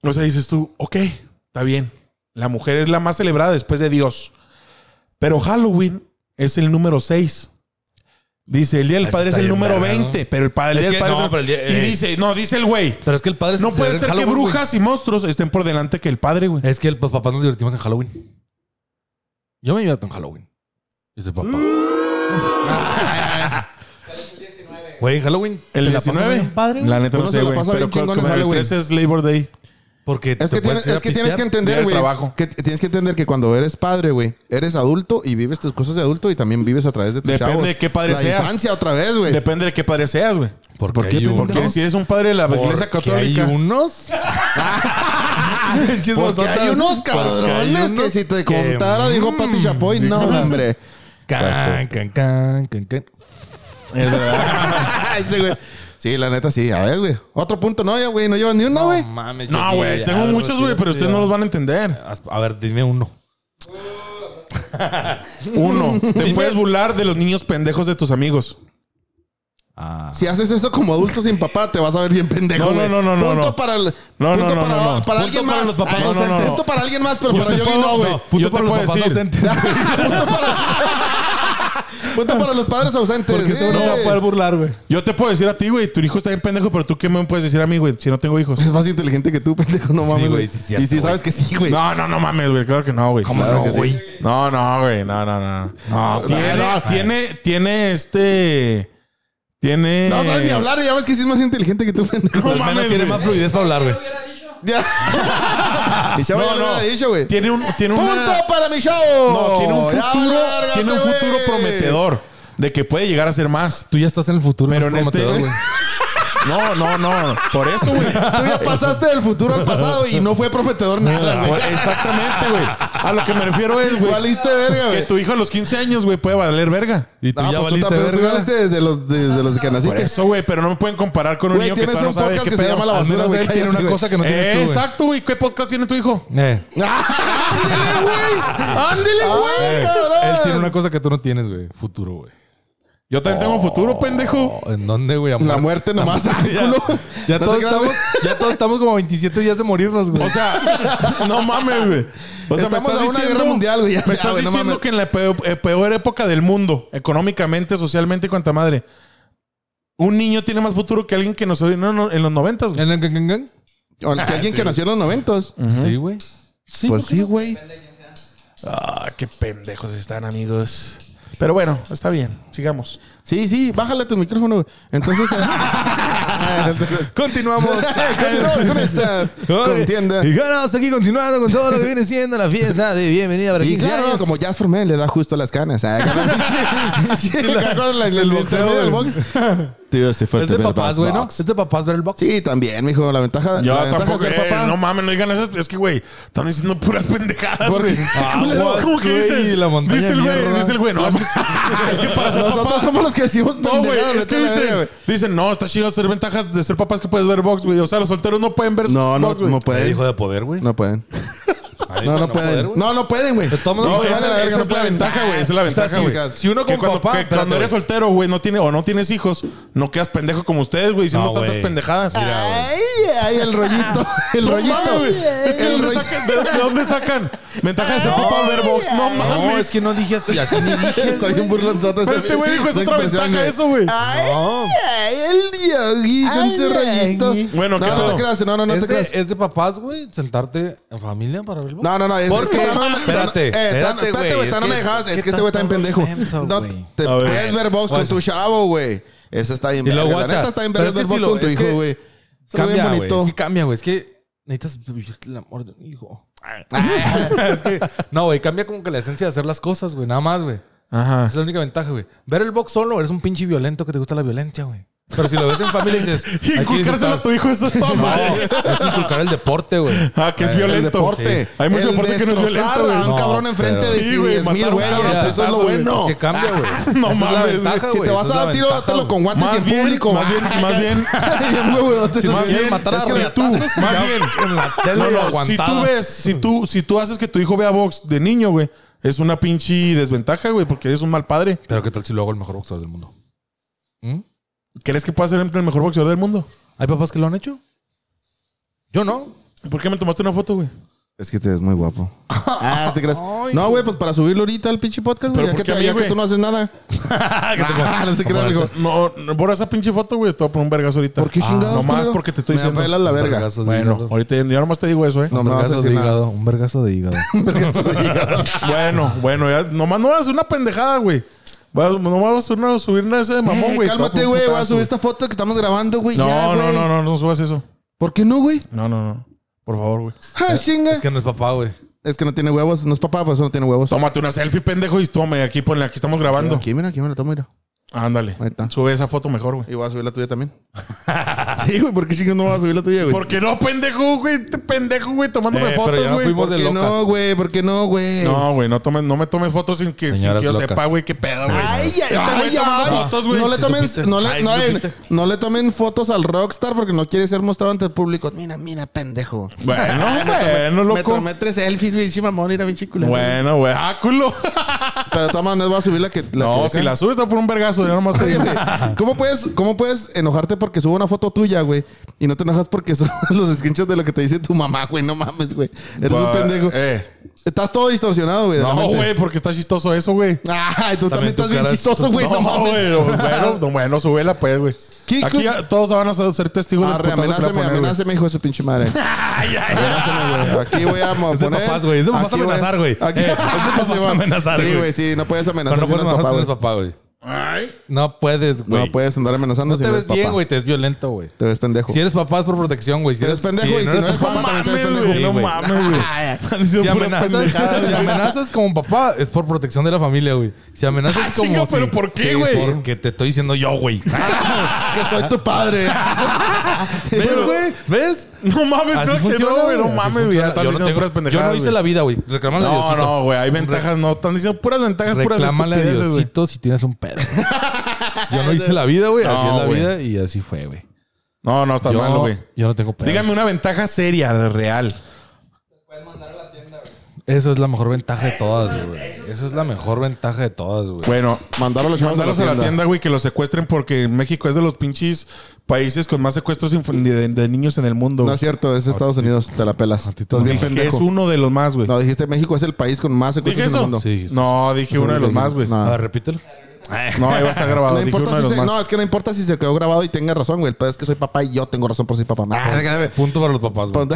Speaker 1: O sea, dices tú, ok, está bien. La mujer es la más celebrada después de Dios. Pero Halloween es el número 6. Dice, el Día del
Speaker 3: Ah, Ese
Speaker 1: Padre es
Speaker 3: está
Speaker 1: el
Speaker 3: bien
Speaker 1: número
Speaker 3: verga,
Speaker 1: 20,
Speaker 3: ¿no?
Speaker 1: pero el padre, el
Speaker 3: Es
Speaker 1: Día del
Speaker 3: que
Speaker 1: Padre
Speaker 3: no,
Speaker 1: es el-
Speaker 3: pero el día-
Speaker 1: Y
Speaker 3: eh.
Speaker 1: dice, no, dice el güey.
Speaker 3: Pero es que el padre...
Speaker 1: No
Speaker 3: se
Speaker 1: puede
Speaker 3: celebra en
Speaker 1: ser que
Speaker 3: Halloween, güey.
Speaker 1: brujas y monstruos estén por delante que el padre, güey.
Speaker 3: Es que el- los papás nos divertimos en Halloween. Yo me divierto en Halloween. Yo soy papá. Güey, en Halloween.
Speaker 1: El
Speaker 3: te la pasas
Speaker 1: 19.
Speaker 3: bien padre, güey.
Speaker 1: la neta no
Speaker 2: Uno
Speaker 1: sé,
Speaker 2: se la
Speaker 1: güey.
Speaker 2: pasa
Speaker 1: Pero
Speaker 2: bien chingón
Speaker 1: co-
Speaker 2: en
Speaker 1: como el
Speaker 2: Halloween.
Speaker 1: 13 es Labor Day.
Speaker 3: Porque
Speaker 2: Es que, tienes, es que tienes que entender,
Speaker 1: ir al
Speaker 2: güey.
Speaker 1: trabajo.
Speaker 2: Que t- tienes que entender que cuando eres padre, güey, eres adulto y vives tus cosas de adulto y también vives a través de tus
Speaker 1: Depende
Speaker 2: chavos.
Speaker 1: de qué padre
Speaker 2: La
Speaker 1: seas.
Speaker 2: infancia otra vez, güey.
Speaker 1: Depende de qué padre seas, güey.
Speaker 3: ¿Por, qué?
Speaker 1: Porque si eres un padre de la iglesia
Speaker 3: hay
Speaker 1: católica. Ah,
Speaker 3: unos
Speaker 2: Porque hay unos
Speaker 3: hay
Speaker 2: cabrones
Speaker 3: unos
Speaker 2: que si te
Speaker 3: que,
Speaker 2: contara, dijo
Speaker 3: mm,
Speaker 2: Pati Chapoy, no, hombre.
Speaker 3: Can, can, can, can, can.
Speaker 2: Es verdad. Sí, güey. sí, la neta sí. A ver, güey. Otro punto, no, ya, güey. No llevan ni uno, güey.
Speaker 3: mames.
Speaker 1: No, Ah, güey. Tengo muchos, güey, pero ustedes no los van a entender.
Speaker 3: A ver, dime uno.
Speaker 1: Uno, te puedes burlar de los niños pendejos de tus amigos.
Speaker 2: Si haces eso como adulto sin papá, te vas a ver bien
Speaker 1: No,
Speaker 2: pendejo.
Speaker 1: no,
Speaker 2: güey.
Speaker 1: no, no, no,
Speaker 2: Punto
Speaker 1: no.
Speaker 2: para el.
Speaker 1: No, no,
Speaker 2: punto
Speaker 1: no,
Speaker 2: para,
Speaker 1: no, no.
Speaker 2: para alguien
Speaker 3: para
Speaker 2: más.
Speaker 3: los papás
Speaker 2: Ah, no, no,
Speaker 1: ausentes.
Speaker 2: no. Punto para alguien más, pero para Yogi no, güey.
Speaker 1: Yo te puedo decir.
Speaker 2: Punto para los padres ausentes.
Speaker 5: Porque este güey no se va a
Speaker 2: Eh.
Speaker 5: poder burlar, güey.
Speaker 1: Yo te puedo decir a ti, güey, tu hijo está bien pendejo, pero tú qué me puedes decir a mí, güey, si no tengo hijos.
Speaker 2: Es más inteligente que tú, pendejo. No mames, güey.
Speaker 3: güey, sí es cierto,
Speaker 2: y sí,
Speaker 3: güey.
Speaker 2: sabes que sí, güey.
Speaker 1: No, no, no mames, güey. Claro que no, güey.
Speaker 2: ¿Cómo
Speaker 1: Claro
Speaker 2: no,
Speaker 1: que sí.
Speaker 2: güey?
Speaker 1: No, no, güey. No, no, no. No, tiene, tiene, tiene este. Tiene.
Speaker 2: No sabes ni hablar, ya ves que sí es más inteligente que tú, pendejo.
Speaker 1: No
Speaker 5: Al menos
Speaker 1: mames,
Speaker 5: tiene
Speaker 1: güey.
Speaker 5: más fluidez para hablar, güey.
Speaker 2: Ya. y ya
Speaker 1: No,
Speaker 2: no,
Speaker 1: no.
Speaker 2: no. dicho, güey.
Speaker 1: Tiene un. Tiene una-
Speaker 2: Punto para mi show.
Speaker 1: no, tiene un
Speaker 2: Ya
Speaker 1: futuro.
Speaker 2: vale, verga,
Speaker 1: tiene un
Speaker 2: güey.
Speaker 1: futuro prometedor de que puede llegar a ser más.
Speaker 3: Tú ya estás en el futuro.
Speaker 1: Pero
Speaker 3: más
Speaker 1: en este-
Speaker 3: prometedor, güey.
Speaker 1: No, no, no. Por eso, güey.
Speaker 2: Tú ya pasaste del futuro al pasado y no fue prometedor nada, güey.
Speaker 1: Por- Exactamente, güey. A lo que me refiero es, güey.
Speaker 2: Valiste verga,
Speaker 1: Que
Speaker 2: güey.
Speaker 1: tu hijo a los 15 años, güey, puede valer verga.
Speaker 3: Y tú
Speaker 2: No,
Speaker 3: ya
Speaker 2: pues tú
Speaker 3: valiste
Speaker 2: también tú
Speaker 3: verga.
Speaker 2: valiste desde los, desde los que
Speaker 1: Por
Speaker 2: naciste.
Speaker 1: eso, güey. Pero no me pueden comparar con un
Speaker 2: Güey,
Speaker 1: niño que
Speaker 2: tienes
Speaker 1: todavía
Speaker 2: un
Speaker 1: no sabe
Speaker 2: podcast
Speaker 1: qué
Speaker 2: que se
Speaker 1: pedo.
Speaker 2: llama La
Speaker 3: Al
Speaker 2: Basura,
Speaker 3: menos
Speaker 2: güey.
Speaker 3: él tiene
Speaker 2: Cállate,
Speaker 3: una
Speaker 2: güey.
Speaker 3: cosa que no tienes
Speaker 1: Eh,
Speaker 3: tú, güey.
Speaker 1: exacto, güey. ¿Qué podcast tiene tu hijo?
Speaker 3: Eh,
Speaker 2: ¡Ándele, güey! ¡Ándele, güey,
Speaker 3: eh,
Speaker 2: cabrón!
Speaker 3: Él tiene una cosa que tú no tienes, güey. Futuro, güey.
Speaker 1: Yo también tengo futuro, pendejo.
Speaker 3: Oh, ¿En dónde, güey? Amor?
Speaker 2: La muerte nomás. culo.
Speaker 3: Ya,
Speaker 2: No te
Speaker 3: todos
Speaker 2: creas,
Speaker 3: estamos,
Speaker 2: güey.
Speaker 3: ya todos estamos como 27 días de morirnos, güey.
Speaker 1: O sea, no mames, güey. O sea,
Speaker 2: Estamos
Speaker 1: me estás
Speaker 2: a una
Speaker 1: diciendo,
Speaker 2: guerra mundial, güey. Ya
Speaker 1: Me
Speaker 2: sé,
Speaker 1: estás
Speaker 2: güey, no
Speaker 1: diciendo
Speaker 2: mames.
Speaker 1: que en la peor, eh, peor época del mundo, económicamente, socialmente y cuanta madre, un niño tiene más futuro que alguien que nos no, no, en los noventas, güey.
Speaker 3: ¿En el gang, gang?
Speaker 2: O que alguien que nació en los noventas.
Speaker 3: Sí, güey. Sí,
Speaker 2: Pues
Speaker 3: ¿por qué
Speaker 2: sí,
Speaker 3: no?
Speaker 2: güey.
Speaker 1: Ah, qué pendejos están, amigos. Pero bueno, está bien. Sigamos.
Speaker 2: Sí, sí, bájale tu micrófono, güey. Entonces.
Speaker 3: Continuamos.
Speaker 2: Continuamos con esta contienda.
Speaker 3: Y claro, hasta aquí continuando con todo lo que viene siendo la fiesta de bienvenida para
Speaker 2: Y
Speaker 3: 15
Speaker 2: claro,
Speaker 3: años.
Speaker 2: como Jazz for Men le da justo las canas. Ah, cabrón. Sí, le cago en la- en el intermedio del box. Tío, se fue
Speaker 3: Pues es de papás, güey, ¿no? Es de papás ver el box.
Speaker 2: Sí, también, mijo. La ventaja,
Speaker 1: Yo
Speaker 2: la ventaja
Speaker 1: tampoco.
Speaker 2: de ser
Speaker 1: eh,
Speaker 2: papá.
Speaker 1: no mames, no digan esas. Es que, güey, están diciendo puras pendejadas, güey.
Speaker 3: Aguas,
Speaker 1: ¿Cómo que
Speaker 3: güey,
Speaker 1: dice?
Speaker 3: la montaña
Speaker 1: dice el güey,
Speaker 3: mierda.
Speaker 1: dice el güey. No, es que, es que para ser
Speaker 2: Nosotros
Speaker 1: papá.
Speaker 2: somos los que decimos
Speaker 1: No, güey,
Speaker 2: pendejadas,
Speaker 1: es que
Speaker 2: vete Pues, a la verga,
Speaker 1: dicen,
Speaker 2: güey.
Speaker 1: dicen, no, está chido ser ventajas de ser papás que puedes ver box, güey. O sea, los solteros no pueden ver
Speaker 2: No, no,
Speaker 1: box, güey.
Speaker 2: no
Speaker 3: Eh,
Speaker 2: pueden.
Speaker 3: hijo de poder, güey.
Speaker 2: No pueden. No, no pueden. No, no pueden, güey.
Speaker 3: toman
Speaker 2: No,
Speaker 3: los
Speaker 2: se
Speaker 1: esa,
Speaker 2: van a la
Speaker 1: esa
Speaker 2: verga, no
Speaker 1: es la
Speaker 2: pueden.
Speaker 1: ventaja, güey. Esa es la ventaja,
Speaker 2: sí,
Speaker 1: güey.
Speaker 2: chicas.
Speaker 3: Si uno
Speaker 1: Que
Speaker 3: con
Speaker 1: cuando,
Speaker 3: papá,
Speaker 1: que
Speaker 3: espérate,
Speaker 1: cuando eres
Speaker 3: güey.
Speaker 1: soltero, güey, no tiene, o no tienes hijos, no quedas pendejo como ustedes, güey, diciendo
Speaker 3: No,
Speaker 1: tantas
Speaker 3: güey.
Speaker 1: pendejadas.
Speaker 2: Ay, ay, el rollito. El
Speaker 1: No mames,
Speaker 2: rollito.
Speaker 1: güey. Es que ¿de
Speaker 2: El
Speaker 1: dónde,
Speaker 2: rollito.
Speaker 1: sacan, de, de dónde sacan ventaja de ser papá ver box? No
Speaker 3: No, es
Speaker 1: mames.
Speaker 3: que no dije así, así ni dije.
Speaker 2: Está bien burlanzote.
Speaker 1: Pero
Speaker 2: ese-
Speaker 1: este güey dijo es
Speaker 2: esa
Speaker 1: otra
Speaker 2: expresión,
Speaker 1: ventaja
Speaker 2: güey.
Speaker 1: eso, güey.
Speaker 3: No,
Speaker 2: Ay, el Yogi con su rollito.
Speaker 1: Bueno,
Speaker 2: no,
Speaker 1: ¿qué
Speaker 2: no
Speaker 1: pedo?
Speaker 2: te creas, no, no, no
Speaker 3: es,
Speaker 2: te
Speaker 3: de,
Speaker 2: creas.
Speaker 3: es de papás, güey, sentarte en familia para ver el box.
Speaker 2: No, no, no. Es,
Speaker 3: Porque-
Speaker 2: es que tan-
Speaker 3: espérate,
Speaker 2: eh, tan-
Speaker 3: espérate,
Speaker 2: espérate,
Speaker 3: güey,
Speaker 2: güey.
Speaker 3: es
Speaker 2: tan no
Speaker 3: que-
Speaker 2: me dejas.
Speaker 3: es
Speaker 2: Es
Speaker 3: que
Speaker 2: que este güey está bien
Speaker 3: tanto
Speaker 2: pendejo.
Speaker 3: menso,
Speaker 2: No,
Speaker 3: güey.
Speaker 2: te
Speaker 1: A ver.
Speaker 2: puedes ver box con
Speaker 3: Pues-
Speaker 2: tu chavo, güey. Eso está bien.
Speaker 3: Y luego,
Speaker 2: verga. La
Speaker 3: guacha,
Speaker 2: neta está bien
Speaker 3: pero
Speaker 2: verga
Speaker 3: es que
Speaker 2: ver box
Speaker 3: sí lo-
Speaker 2: con tu
Speaker 3: es que
Speaker 2: hijo, güey. Está bien
Speaker 3: Cambia, güey.
Speaker 2: bonito.
Speaker 3: Es que cambia, güey. Es que necesitas vivir el amor de un hijo. es que, no, güey, cambia como que la esencia de hacer las cosas, güey. Nada más, güey. Esa
Speaker 1: Ajá.
Speaker 3: es la única ventaja, güey. Ver el box solo, eres un pinche violento que te gusta la violencia, güey. Pero si lo ves en familia, dices. "Hay
Speaker 1: Y
Speaker 3: que
Speaker 1: inculcárselo a
Speaker 3: disfrutar".
Speaker 1: tu hijo, eso es todo
Speaker 3: No,
Speaker 1: mal.
Speaker 3: es inculcar el deporte, güey.
Speaker 1: Ah, que es violento.
Speaker 2: El deporte.
Speaker 1: Hay mucho
Speaker 2: El
Speaker 1: deporte que no es
Speaker 2: destrozar
Speaker 1: violento, güey.
Speaker 2: a un
Speaker 3: No,
Speaker 2: cabrón enfrente
Speaker 3: pero-
Speaker 2: de
Speaker 1: Sí, güey,
Speaker 2: 10 mil
Speaker 1: matar a un
Speaker 2: güeyes.
Speaker 1: cabrón a
Speaker 2: Eso es lo
Speaker 1: putazos,
Speaker 2: bueno.
Speaker 3: Es que cambia, güey.
Speaker 1: No
Speaker 3: Esa es la
Speaker 1: mames,
Speaker 3: ventaja,
Speaker 1: güey.
Speaker 2: Si
Speaker 3: güey.
Speaker 2: te vas
Speaker 3: Esa
Speaker 2: a
Speaker 3: es la
Speaker 2: dar tiro,
Speaker 3: ventaja,
Speaker 2: dátelo
Speaker 3: güey.
Speaker 2: con guantes y
Speaker 1: Más
Speaker 2: en
Speaker 1: bien,
Speaker 2: público.
Speaker 1: más bien, más bien,
Speaker 2: Bien huevotes,
Speaker 3: Si
Speaker 2: güey.
Speaker 3: más bien matar a
Speaker 2: Es que
Speaker 3: los
Speaker 2: me
Speaker 3: tú,
Speaker 2: atascas,
Speaker 3: más
Speaker 2: cabrón.
Speaker 3: bien en la tele
Speaker 1: No, no, si
Speaker 3: aguantadas.
Speaker 1: tú ves, si tú, si tú haces que tu hijo vea box de niño, güey, es una pinche desventaja, güey, porque eres un mal padre.
Speaker 3: Pero qué tal si lo hago el mejor boxeador del mundo. ¿Mm?
Speaker 1: ¿Crees que puedas ser el mejor boxeador del mundo?
Speaker 3: ¿Hay papás que lo han hecho? Yo no.
Speaker 1: ¿Por qué me tomaste una foto, güey?
Speaker 2: Es que te ves muy guapo. Ah, te creas. No, güey, pues para subirlo ahorita al pinche podcast,
Speaker 1: Pero
Speaker 2: güey. Ya,
Speaker 1: ¿por
Speaker 2: que,
Speaker 1: qué a
Speaker 2: te-
Speaker 1: mí,
Speaker 2: ya que
Speaker 1: güey?
Speaker 2: tú no haces nada. Ah, no se crean, hijo.
Speaker 1: No, no, borra esa pinche foto, güey, te voy a poner un vergazo ahorita.
Speaker 2: ¿Por qué chingados?
Speaker 1: No más
Speaker 2: culero?
Speaker 1: Ah, porque te estoy
Speaker 2: Me
Speaker 1: diciendo.
Speaker 2: apelas la verga.
Speaker 3: Vergazo de
Speaker 1: Bueno,
Speaker 3: hígado.
Speaker 1: ahorita yo nomás te digo eso, eh.
Speaker 2: No
Speaker 3: Un
Speaker 2: me vas a
Speaker 3: vergazo de
Speaker 2: decir nada.
Speaker 3: hígado. Un vergazo de hígado.
Speaker 1: Bueno, bueno, ya nomás no vas a hacer una pendejada, güey. Vas- No vas a hacer una- subir nada de ese de mamón,
Speaker 2: Eh,
Speaker 1: güey.
Speaker 2: Cálmate, güey. Voy a subir esta foto que estamos grabando, güey.
Speaker 1: No,
Speaker 2: ya,
Speaker 1: no,
Speaker 2: güey.
Speaker 1: no, no, no subas eso.
Speaker 2: ¿Por qué no, güey?
Speaker 1: No, no, no. Por favor, güey.
Speaker 2: ¡Ah, chinga!
Speaker 3: Es que no es papá, güey.
Speaker 2: no tiene huevos. No es papá, por eso no tiene huevos.
Speaker 1: Tómate una selfie, pendejo, y tome. Aquí ponle, aquí estamos grabando.
Speaker 2: Aquí, mira, aquí me lo tomo, mira.
Speaker 1: Ándale.
Speaker 2: Ahí está.
Speaker 1: Sube esa foto mejor, güey.
Speaker 2: Y voy a subir la tuya también. sí, güey, ¿por qué chingas no vas a subir la tuya, güey?
Speaker 1: ¿Por qué no, pendejo, güey? Este pendejo, güey, tomándome
Speaker 3: Eh, pero
Speaker 1: fotos,
Speaker 3: ya no
Speaker 1: güey.
Speaker 3: fuimos
Speaker 1: ¿Por
Speaker 3: de
Speaker 1: qué
Speaker 2: ¿Por qué
Speaker 1: no?
Speaker 2: no, güey? ¿Por qué no, güey?
Speaker 1: No, güey, no, tomes, no me tomes fotos sin que, sin
Speaker 3: Señoras
Speaker 1: que yo
Speaker 3: locas.
Speaker 1: sepa, güey, qué pedo, güey.
Speaker 2: Ay, ay,
Speaker 1: Este güey
Speaker 2: ay,
Speaker 1: tomando
Speaker 2: ay.
Speaker 1: fotos, güey.
Speaker 2: No le
Speaker 1: Sí
Speaker 2: tomen,
Speaker 1: supiste.
Speaker 2: no le,
Speaker 1: Ay,
Speaker 2: no,
Speaker 1: sí
Speaker 2: le-
Speaker 1: supiste.
Speaker 2: no le tomen fotos al rockstar porque no quiere ser mostrado ante el público. Mira, mira, pendejo.
Speaker 1: Bueno,
Speaker 2: Ay, me tomé-
Speaker 1: bueno,
Speaker 2: Me
Speaker 1: loco.
Speaker 2: tomé tres selfies, bichi mamón, mira, bichi culero.
Speaker 1: Bueno, güey. Ah, culo.
Speaker 2: Pero de todas maneras voy a subir la que... La
Speaker 1: No,
Speaker 2: que
Speaker 1: si la subes, está por un vergazo. Yo nomás te
Speaker 2: Oye,
Speaker 1: digo.
Speaker 2: güey, ¿Cómo puedes, ¿Cómo puedes enojarte porque subo una foto tuya, güey? Y no te enojas porque son los screenshots de lo que te dice tu mamá, güey. No mames, güey. Eres un
Speaker 3: Pues,
Speaker 1: Bah,
Speaker 2: pendejo.
Speaker 1: eh.
Speaker 2: Estás todo distorsionado, güey. de la
Speaker 1: No,
Speaker 2: mente.
Speaker 1: güey, porque está chistoso eso, güey.
Speaker 2: Ay, tú también,
Speaker 3: tu
Speaker 2: estás bien
Speaker 3: cara es
Speaker 2: chistoso, güey. No,
Speaker 1: No,
Speaker 2: mames. Ah,
Speaker 1: güey. no, Bueno, no, bueno, súbela, pues, güey.
Speaker 2: ¿Qué
Speaker 1: Aquí
Speaker 2: cu-
Speaker 1: ya todos van a ser ser
Speaker 3: Ah,
Speaker 1: testigos del
Speaker 2: Arre,
Speaker 1: putazo que le voy a
Speaker 2: amenáceme,
Speaker 1: poner, güey.
Speaker 2: amenáceme, hijo de su pinche madre. Amenáceme, güey. Aquí voy a mo-
Speaker 3: Es de
Speaker 2: poner...
Speaker 3: papás, güey. Es de papás
Speaker 2: Aquí voy-
Speaker 3: amenazar, güey.
Speaker 2: Aquí...
Speaker 3: Eh, es de papás
Speaker 2: Sí, güey.
Speaker 3: amenazar,
Speaker 2: Sí,
Speaker 3: güey.
Speaker 2: güey, sí. No puedes
Speaker 3: Pero
Speaker 2: amenazar
Speaker 3: no
Speaker 2: si no
Speaker 3: puedes
Speaker 2: eres
Speaker 3: amenazar
Speaker 2: papá,
Speaker 3: si no eres
Speaker 2: güey.
Speaker 3: papá, güey.
Speaker 1: Ay.
Speaker 3: No puedes, güey.
Speaker 2: No puedes andar amenazando
Speaker 3: No
Speaker 2: si
Speaker 3: te
Speaker 2: no eres
Speaker 3: ves bien,
Speaker 2: papá.
Speaker 3: güey. Te ves violento, güey.
Speaker 2: Te ves pendejo.
Speaker 3: Si eres papá es por protección, güey. Si
Speaker 2: Te ves pendejo y si no eres papá también te
Speaker 1: mames,
Speaker 2: ves pendejo.
Speaker 1: güey. No
Speaker 3: güey.
Speaker 1: mames, güey. Han sido
Speaker 3: Si
Speaker 1: puras pendejadas,
Speaker 3: amenazas, si
Speaker 1: güey.
Speaker 3: amenazas como papá, es por protección de la familia, güey. Si amenazas
Speaker 1: Ah,
Speaker 3: como.
Speaker 1: chinga, pero
Speaker 3: sí.
Speaker 1: ¿por qué,
Speaker 3: Sí,
Speaker 1: güey?
Speaker 3: Porque te estoy diciendo yo, güey.
Speaker 2: que soy tu padre.
Speaker 3: ¿Ves, güey? Pues ¿Ves?
Speaker 1: No mames,
Speaker 3: Así
Speaker 1: no, que
Speaker 3: funciona,
Speaker 1: no, güey. No
Speaker 3: Así
Speaker 1: mames, güey.
Speaker 3: funciona.
Speaker 1: Ya están
Speaker 3: Yo no,
Speaker 1: diciendo
Speaker 3: tengo-
Speaker 1: puras
Speaker 3: yo
Speaker 1: pendejadas,
Speaker 3: no hice
Speaker 1: güey.
Speaker 3: la vida, güey. Reclámale a
Speaker 1: No,
Speaker 3: Diosito.
Speaker 1: no, güey. Hay ventajas, no. Están diciendo puras ventajas, puras
Speaker 3: Reclámale a
Speaker 1: estupideces, güey.
Speaker 3: Diosito si tienes un pedo. Yo no hice la vida, güey. así
Speaker 1: No,
Speaker 3: es la
Speaker 1: güey.
Speaker 3: vida y así fue, güey.
Speaker 1: No, no, está
Speaker 3: Yo, pues.
Speaker 1: malo, güey.
Speaker 3: yo no tengo pedo.
Speaker 1: Dígame una ventaja seria, de real.
Speaker 3: Eso es la mejor ventaja de todas, güey. Eso es la mejor ventaja de todas, güey.
Speaker 1: Bueno,
Speaker 2: Mandar a los chavos
Speaker 1: mandarlos a la tienda, güey, que los secuestren porque México es de los pinches países con más secuestros inf- de, de niños en el mundo.
Speaker 2: No
Speaker 1: güey.
Speaker 2: es cierto, es Estados Unidos. Te la pelas. Estás bien
Speaker 1: Que es
Speaker 2: pendejo.
Speaker 1: uno de los más, güey.
Speaker 2: No, dijiste México es el país con más
Speaker 1: ¿Dije
Speaker 2: secuestros en el
Speaker 1: eso?
Speaker 2: mundo.
Speaker 3: Sí, dijiste
Speaker 1: no, dije uno de los más, güey.
Speaker 3: A
Speaker 2: No.
Speaker 3: ver, repítelo.
Speaker 1: No, ahí va a estar grabado.
Speaker 2: No
Speaker 1: dije uno
Speaker 2: importa
Speaker 1: de
Speaker 2: si
Speaker 1: los
Speaker 2: se,
Speaker 1: más.
Speaker 2: no, es que no importa si se quedó grabado y tenga razón, güey. El pedo es que soy papá y yo tengo razón por ser papá. Ah, déjame-
Speaker 3: Punto para los papás, güey.
Speaker 2: Ponte-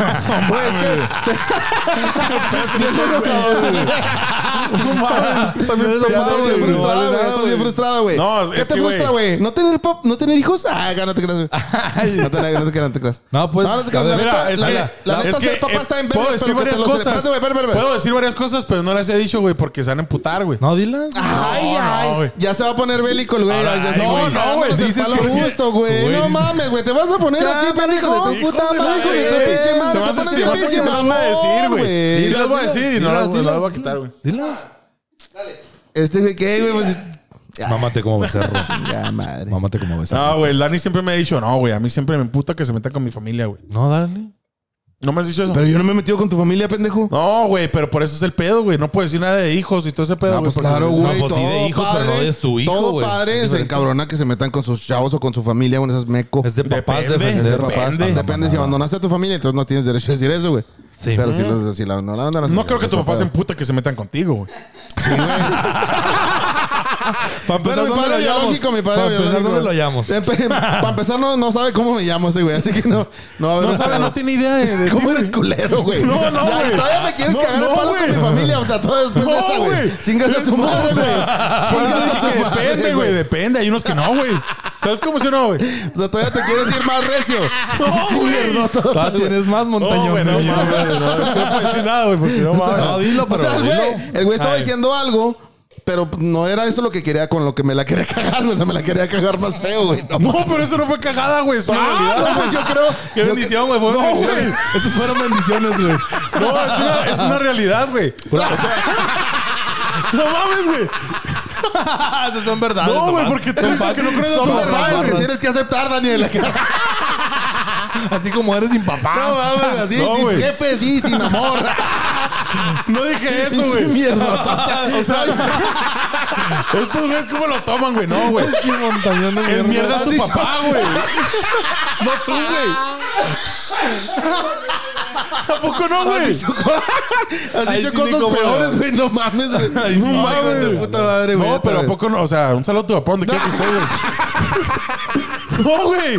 Speaker 2: Güey, es que- Bien enojado, güey. También
Speaker 1: pendejo,
Speaker 2: estás
Speaker 1: güey,
Speaker 2: bien
Speaker 1: no vale
Speaker 2: frustrado,
Speaker 1: nada, güey.
Speaker 2: güey. Estás bien frustrado, güey.
Speaker 1: No, es
Speaker 2: ¿Qué te
Speaker 1: que, güey.
Speaker 2: frustra, güey? ¿No tener pop? ¿No tener hijos? Ah, no te creas, güey. No te creas, no te creas, no te creas.
Speaker 3: No, pues,
Speaker 2: No, no te creas,
Speaker 3: a ver,
Speaker 2: la neta-
Speaker 1: Mira, es
Speaker 2: la-
Speaker 1: que
Speaker 2: la- La neta,
Speaker 1: es que,
Speaker 2: ser papá
Speaker 1: eh,
Speaker 2: está en
Speaker 1: puedo
Speaker 2: verga,
Speaker 1: decir
Speaker 2: pero que
Speaker 1: varias
Speaker 2: te lo
Speaker 1: cosas.
Speaker 2: celebras, güey, espera, espera, espera.
Speaker 1: Puedo decir varias cosas, pero no las he dicho, güey, porque se van a emputar, güey.
Speaker 3: No, dilas.
Speaker 1: Ah,
Speaker 2: Ay,
Speaker 1: No, no,
Speaker 2: ay.
Speaker 1: güey.
Speaker 2: Ya se va a poner bélico el güey. Ya se
Speaker 1: no,
Speaker 2: güey,
Speaker 1: no,
Speaker 2: dándonos
Speaker 1: güey,
Speaker 2: el
Speaker 1: dices
Speaker 2: palo a
Speaker 1: que-
Speaker 2: gusto, güey.
Speaker 1: güey,
Speaker 2: No
Speaker 1: dices-
Speaker 2: mames, güey. Te vas a poner así, pendejo.
Speaker 1: hijo de
Speaker 2: Puta
Speaker 1: la
Speaker 2: madre, güey.
Speaker 1: verga.
Speaker 2: Tu pinche
Speaker 1: Se
Speaker 2: madre.
Speaker 1: van
Speaker 2: te
Speaker 1: a-
Speaker 2: pones
Speaker 1: se van a-
Speaker 2: pinche
Speaker 1: se van a decir,
Speaker 2: mamón,
Speaker 1: güey. Sí las voy a decir y no
Speaker 3: Dilas,
Speaker 1: las no
Speaker 3: dilas.
Speaker 1: las voy a quitar, güey.
Speaker 3: Dilas.
Speaker 2: Este güey, ¿qué, güey? Pues,
Speaker 3: Mámate como becerro.
Speaker 1: Ah,
Speaker 2: ya, madre.
Speaker 3: Mámate como becerro.
Speaker 1: No, güey, el Dani siempre me ha dicho, no, güey, a mí siempre me emputa que se metan con mi familia, güey.
Speaker 3: No, dale.
Speaker 1: ¿No me has dicho eso?
Speaker 2: Pero yo no me he metido con tu familia, pendejo.
Speaker 1: No, güey, pero por eso es el pedo, güey. No puedes decir nada de hijos y todo ese pedo,
Speaker 2: Ah,
Speaker 1: güey.
Speaker 2: pues
Speaker 1: porque-
Speaker 2: claro, güey.
Speaker 3: pues, sí, de
Speaker 2: todo
Speaker 3: hijos,
Speaker 2: padre,
Speaker 3: pero no de su hijo,
Speaker 2: todo
Speaker 3: güey.
Speaker 2: padre se encabrona que se metan con sus chavos o con su familia, con esas meco.
Speaker 3: Es de papás
Speaker 1: Depende,
Speaker 2: Es de
Speaker 3: defender.
Speaker 2: papás. Depende. si abandonaste a tu familia, entonces no tienes derecho a decir eso, güey.
Speaker 3: Sí.
Speaker 2: Pero si, los, si la pues, abandonaste...
Speaker 1: No creo que tu papá se emputa que se metan contigo, güey.
Speaker 2: Bueno, mi padre biológico, mi padre
Speaker 3: Para
Speaker 2: biológico. Em,
Speaker 3: empezar, ¿dónde lo hallamos?
Speaker 2: Para empezar, no, no sabe cómo me llamo ese güey, así que no... No, va a haber
Speaker 1: No
Speaker 2: un
Speaker 1: sabe,
Speaker 2: pedo.
Speaker 1: no tiene idea de. de-
Speaker 2: ¿Cómo eres culero, güey?
Speaker 1: No, no,
Speaker 2: Ya,
Speaker 1: güey.
Speaker 2: Todavía me quieres
Speaker 1: No,
Speaker 2: cagar
Speaker 1: no,
Speaker 2: el palo
Speaker 1: güey.
Speaker 2: con mi familia. O sea, todo después de
Speaker 1: No,
Speaker 2: esa,
Speaker 1: güey.
Speaker 2: güey. Chingas a tu madre, güey. Chingas
Speaker 1: Dije,
Speaker 2: a tu madre,
Speaker 1: depende, güey, depende. Hay unos que no, güey. ¿Sabes cómo si no, güey?
Speaker 2: O sea, todavía te quieres ir más recio. No, güey. No, todo,
Speaker 3: Todavía tienes más
Speaker 1: No,
Speaker 3: montañón.
Speaker 1: güey, no
Speaker 3: güey.
Speaker 1: mames, no, no puedo decir nada, güey, porque no mames.
Speaker 3: No, dilo,
Speaker 2: o
Speaker 3: pero
Speaker 2: sea, el
Speaker 3: dilo.
Speaker 2: güey, el güey estaba diciendo algo, pero no era eso lo que quería con lo que me la quería cagar, güey. O sea, me la quería cagar más feo, güey. No,
Speaker 1: No, pero eso no fue cagada, güey. Es una
Speaker 2: ah,
Speaker 1: realidad.
Speaker 2: no, pues yo creo.
Speaker 1: Qué bendición, güey. fue-
Speaker 2: No, güey.
Speaker 1: Esas fueron bendiciones, güey. No, es una, es una realidad, güey. O sea, No mames, güey.
Speaker 2: Ah,
Speaker 3: Esas son verdades.
Speaker 1: No, güey,
Speaker 3: nomás.
Speaker 1: porque tú dices que no crees a tu
Speaker 2: Son
Speaker 1: papá,
Speaker 2: verdades que
Speaker 1: güey.
Speaker 2: tienes que aceptar, Daniel.
Speaker 3: Así como eres sin
Speaker 2: No,
Speaker 3: papá.
Speaker 2: mames, así,
Speaker 1: No,
Speaker 2: sin
Speaker 1: güey.
Speaker 2: jefe, sí, sin amor.
Speaker 1: No dije eso, güey.
Speaker 2: Mierda.
Speaker 1: O sea, estos güeyes, ¿cómo lo toman, güey? No, güey.
Speaker 3: Qué montañón de
Speaker 1: El mierda es tu
Speaker 2: Así
Speaker 1: papá, güey. No tú, güey. Tampoco no, güey.
Speaker 2: Has dicho
Speaker 3: sí me
Speaker 2: cosas
Speaker 3: como-
Speaker 2: peores, güey. No mames, güey. No mames. de puta madre, güey.
Speaker 1: No, pero ¿a
Speaker 2: Ya te-
Speaker 1: poco no? O sea, un saludo a tu papá donde quiera que esté, güey. No, güey.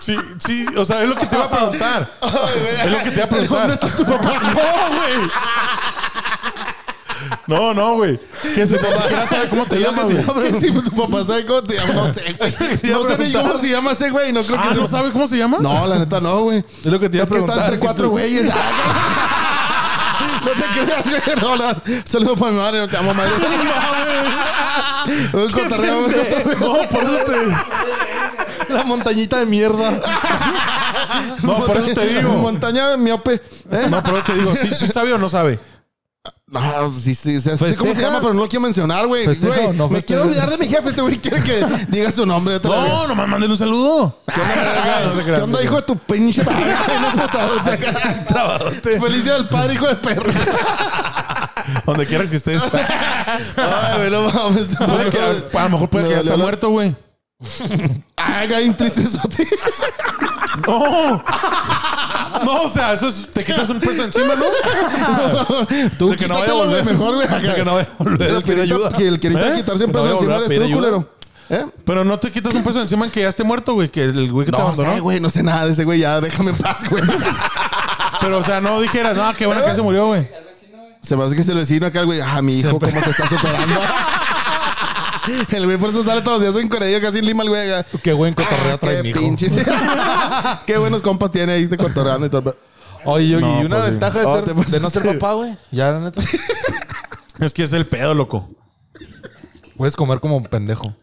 Speaker 1: Sí, sí, o sea, es lo que te iba a preguntar. Es lo que te iba a preguntar. ¿Dónde está tu papá? No, güey. No, no, güey. Que se te siquiera sabe cómo te llama, güey.
Speaker 2: Que si pues tu papá sabe cómo te llama, no sé, güey. No sé ni cómo se llama ese güey. No creo que
Speaker 1: Ah,
Speaker 2: se-
Speaker 1: ¿no sabe cómo se llama?
Speaker 2: No, la neta no, güey.
Speaker 3: Es lo que te iba
Speaker 2: Es
Speaker 3: a
Speaker 2: que está
Speaker 3: preguntar,
Speaker 2: entre
Speaker 3: si
Speaker 2: cuatro
Speaker 3: tú-
Speaker 2: güeyes. Ah, No No te creas, güey. No, no. Saludos para mi madre. No te amo, madre. Un cotorreo, un cotorreo.
Speaker 1: No, por eso te,
Speaker 5: La montañita de mierda.
Speaker 1: no, por eso te digo.
Speaker 2: Montaña de miope. ¿eh?
Speaker 1: No, por eso te digo. ¿Sí, sí sabe o no sabe?
Speaker 2: No, sí, sí. sé- sé cómo se
Speaker 3: ¿Festeja?
Speaker 2: llama, pero no lo quiero mencionar, güey.
Speaker 3: ¿Festeja
Speaker 2: Güey,
Speaker 3: o no
Speaker 2: me
Speaker 3: festeja?
Speaker 2: quiero olvidar de mi jefe. Este güey quiere que diga su nombre otra vez.
Speaker 1: No, nomás mándale un saludo.
Speaker 2: ¿Qué onda, hijo de tu pinche padre? No, puta, Trabadote. Feliz día del padre, hijo de perro.
Speaker 1: Donde quieras que estés.
Speaker 2: Ay, güey, no mames.
Speaker 1: Puede que- a lo mejor puede que ya está muerto, güey.
Speaker 2: Ay, güey, Ah, un triste sote.
Speaker 1: No. No, o sea, eso es, te quitas un peso encima, ¿no?
Speaker 2: Tú
Speaker 1: De que no vaya a
Speaker 2: quítatelo, güey,
Speaker 1: volver.
Speaker 2: Mejor, güey. acá.
Speaker 1: De que no vaya a volver
Speaker 2: El
Speaker 1: a pedir
Speaker 2: querita-
Speaker 1: ayuda.
Speaker 2: que El querita
Speaker 1: ¿Eh?
Speaker 2: quitarse
Speaker 1: No
Speaker 2: un peso
Speaker 1: vaya a volver
Speaker 2: encima
Speaker 1: a
Speaker 2: eres
Speaker 1: pedir
Speaker 2: tú,
Speaker 1: ayuda.
Speaker 2: culero. ¿Eh?
Speaker 1: Pero no te quitas un peso encima en que ya esté muerto, güey. Que el güey que te
Speaker 2: No
Speaker 1: abandonó.
Speaker 2: sé, güey. No sé nada de ese güey. Ya, déjame en paz, güey.
Speaker 1: Pero, o sea, no dijeras, no, qué bueno que se murió, güey.
Speaker 2: Se me hace que se lo vecino acá, güey. Ah, mi hijo, cómo se está superando. El güey por eso sale todos los días en Corea, casi en Lima, el güey. acá.
Speaker 3: Qué buen cotorreo
Speaker 2: Ah,
Speaker 3: trae
Speaker 2: qué
Speaker 3: mi hijo.
Speaker 2: pinches. qué buenos compas tiene ahí de cotorreando y todo. el pe-
Speaker 3: Oye, Yogi,
Speaker 1: No,
Speaker 3: y una
Speaker 1: pues sí.
Speaker 3: ventaja de,
Speaker 2: No,
Speaker 3: ser-
Speaker 2: te pasaste.
Speaker 3: de no ser papá, güey. Ya, la neta.
Speaker 1: Es que es el pedo, loco.
Speaker 3: Puedes comer como pendejo.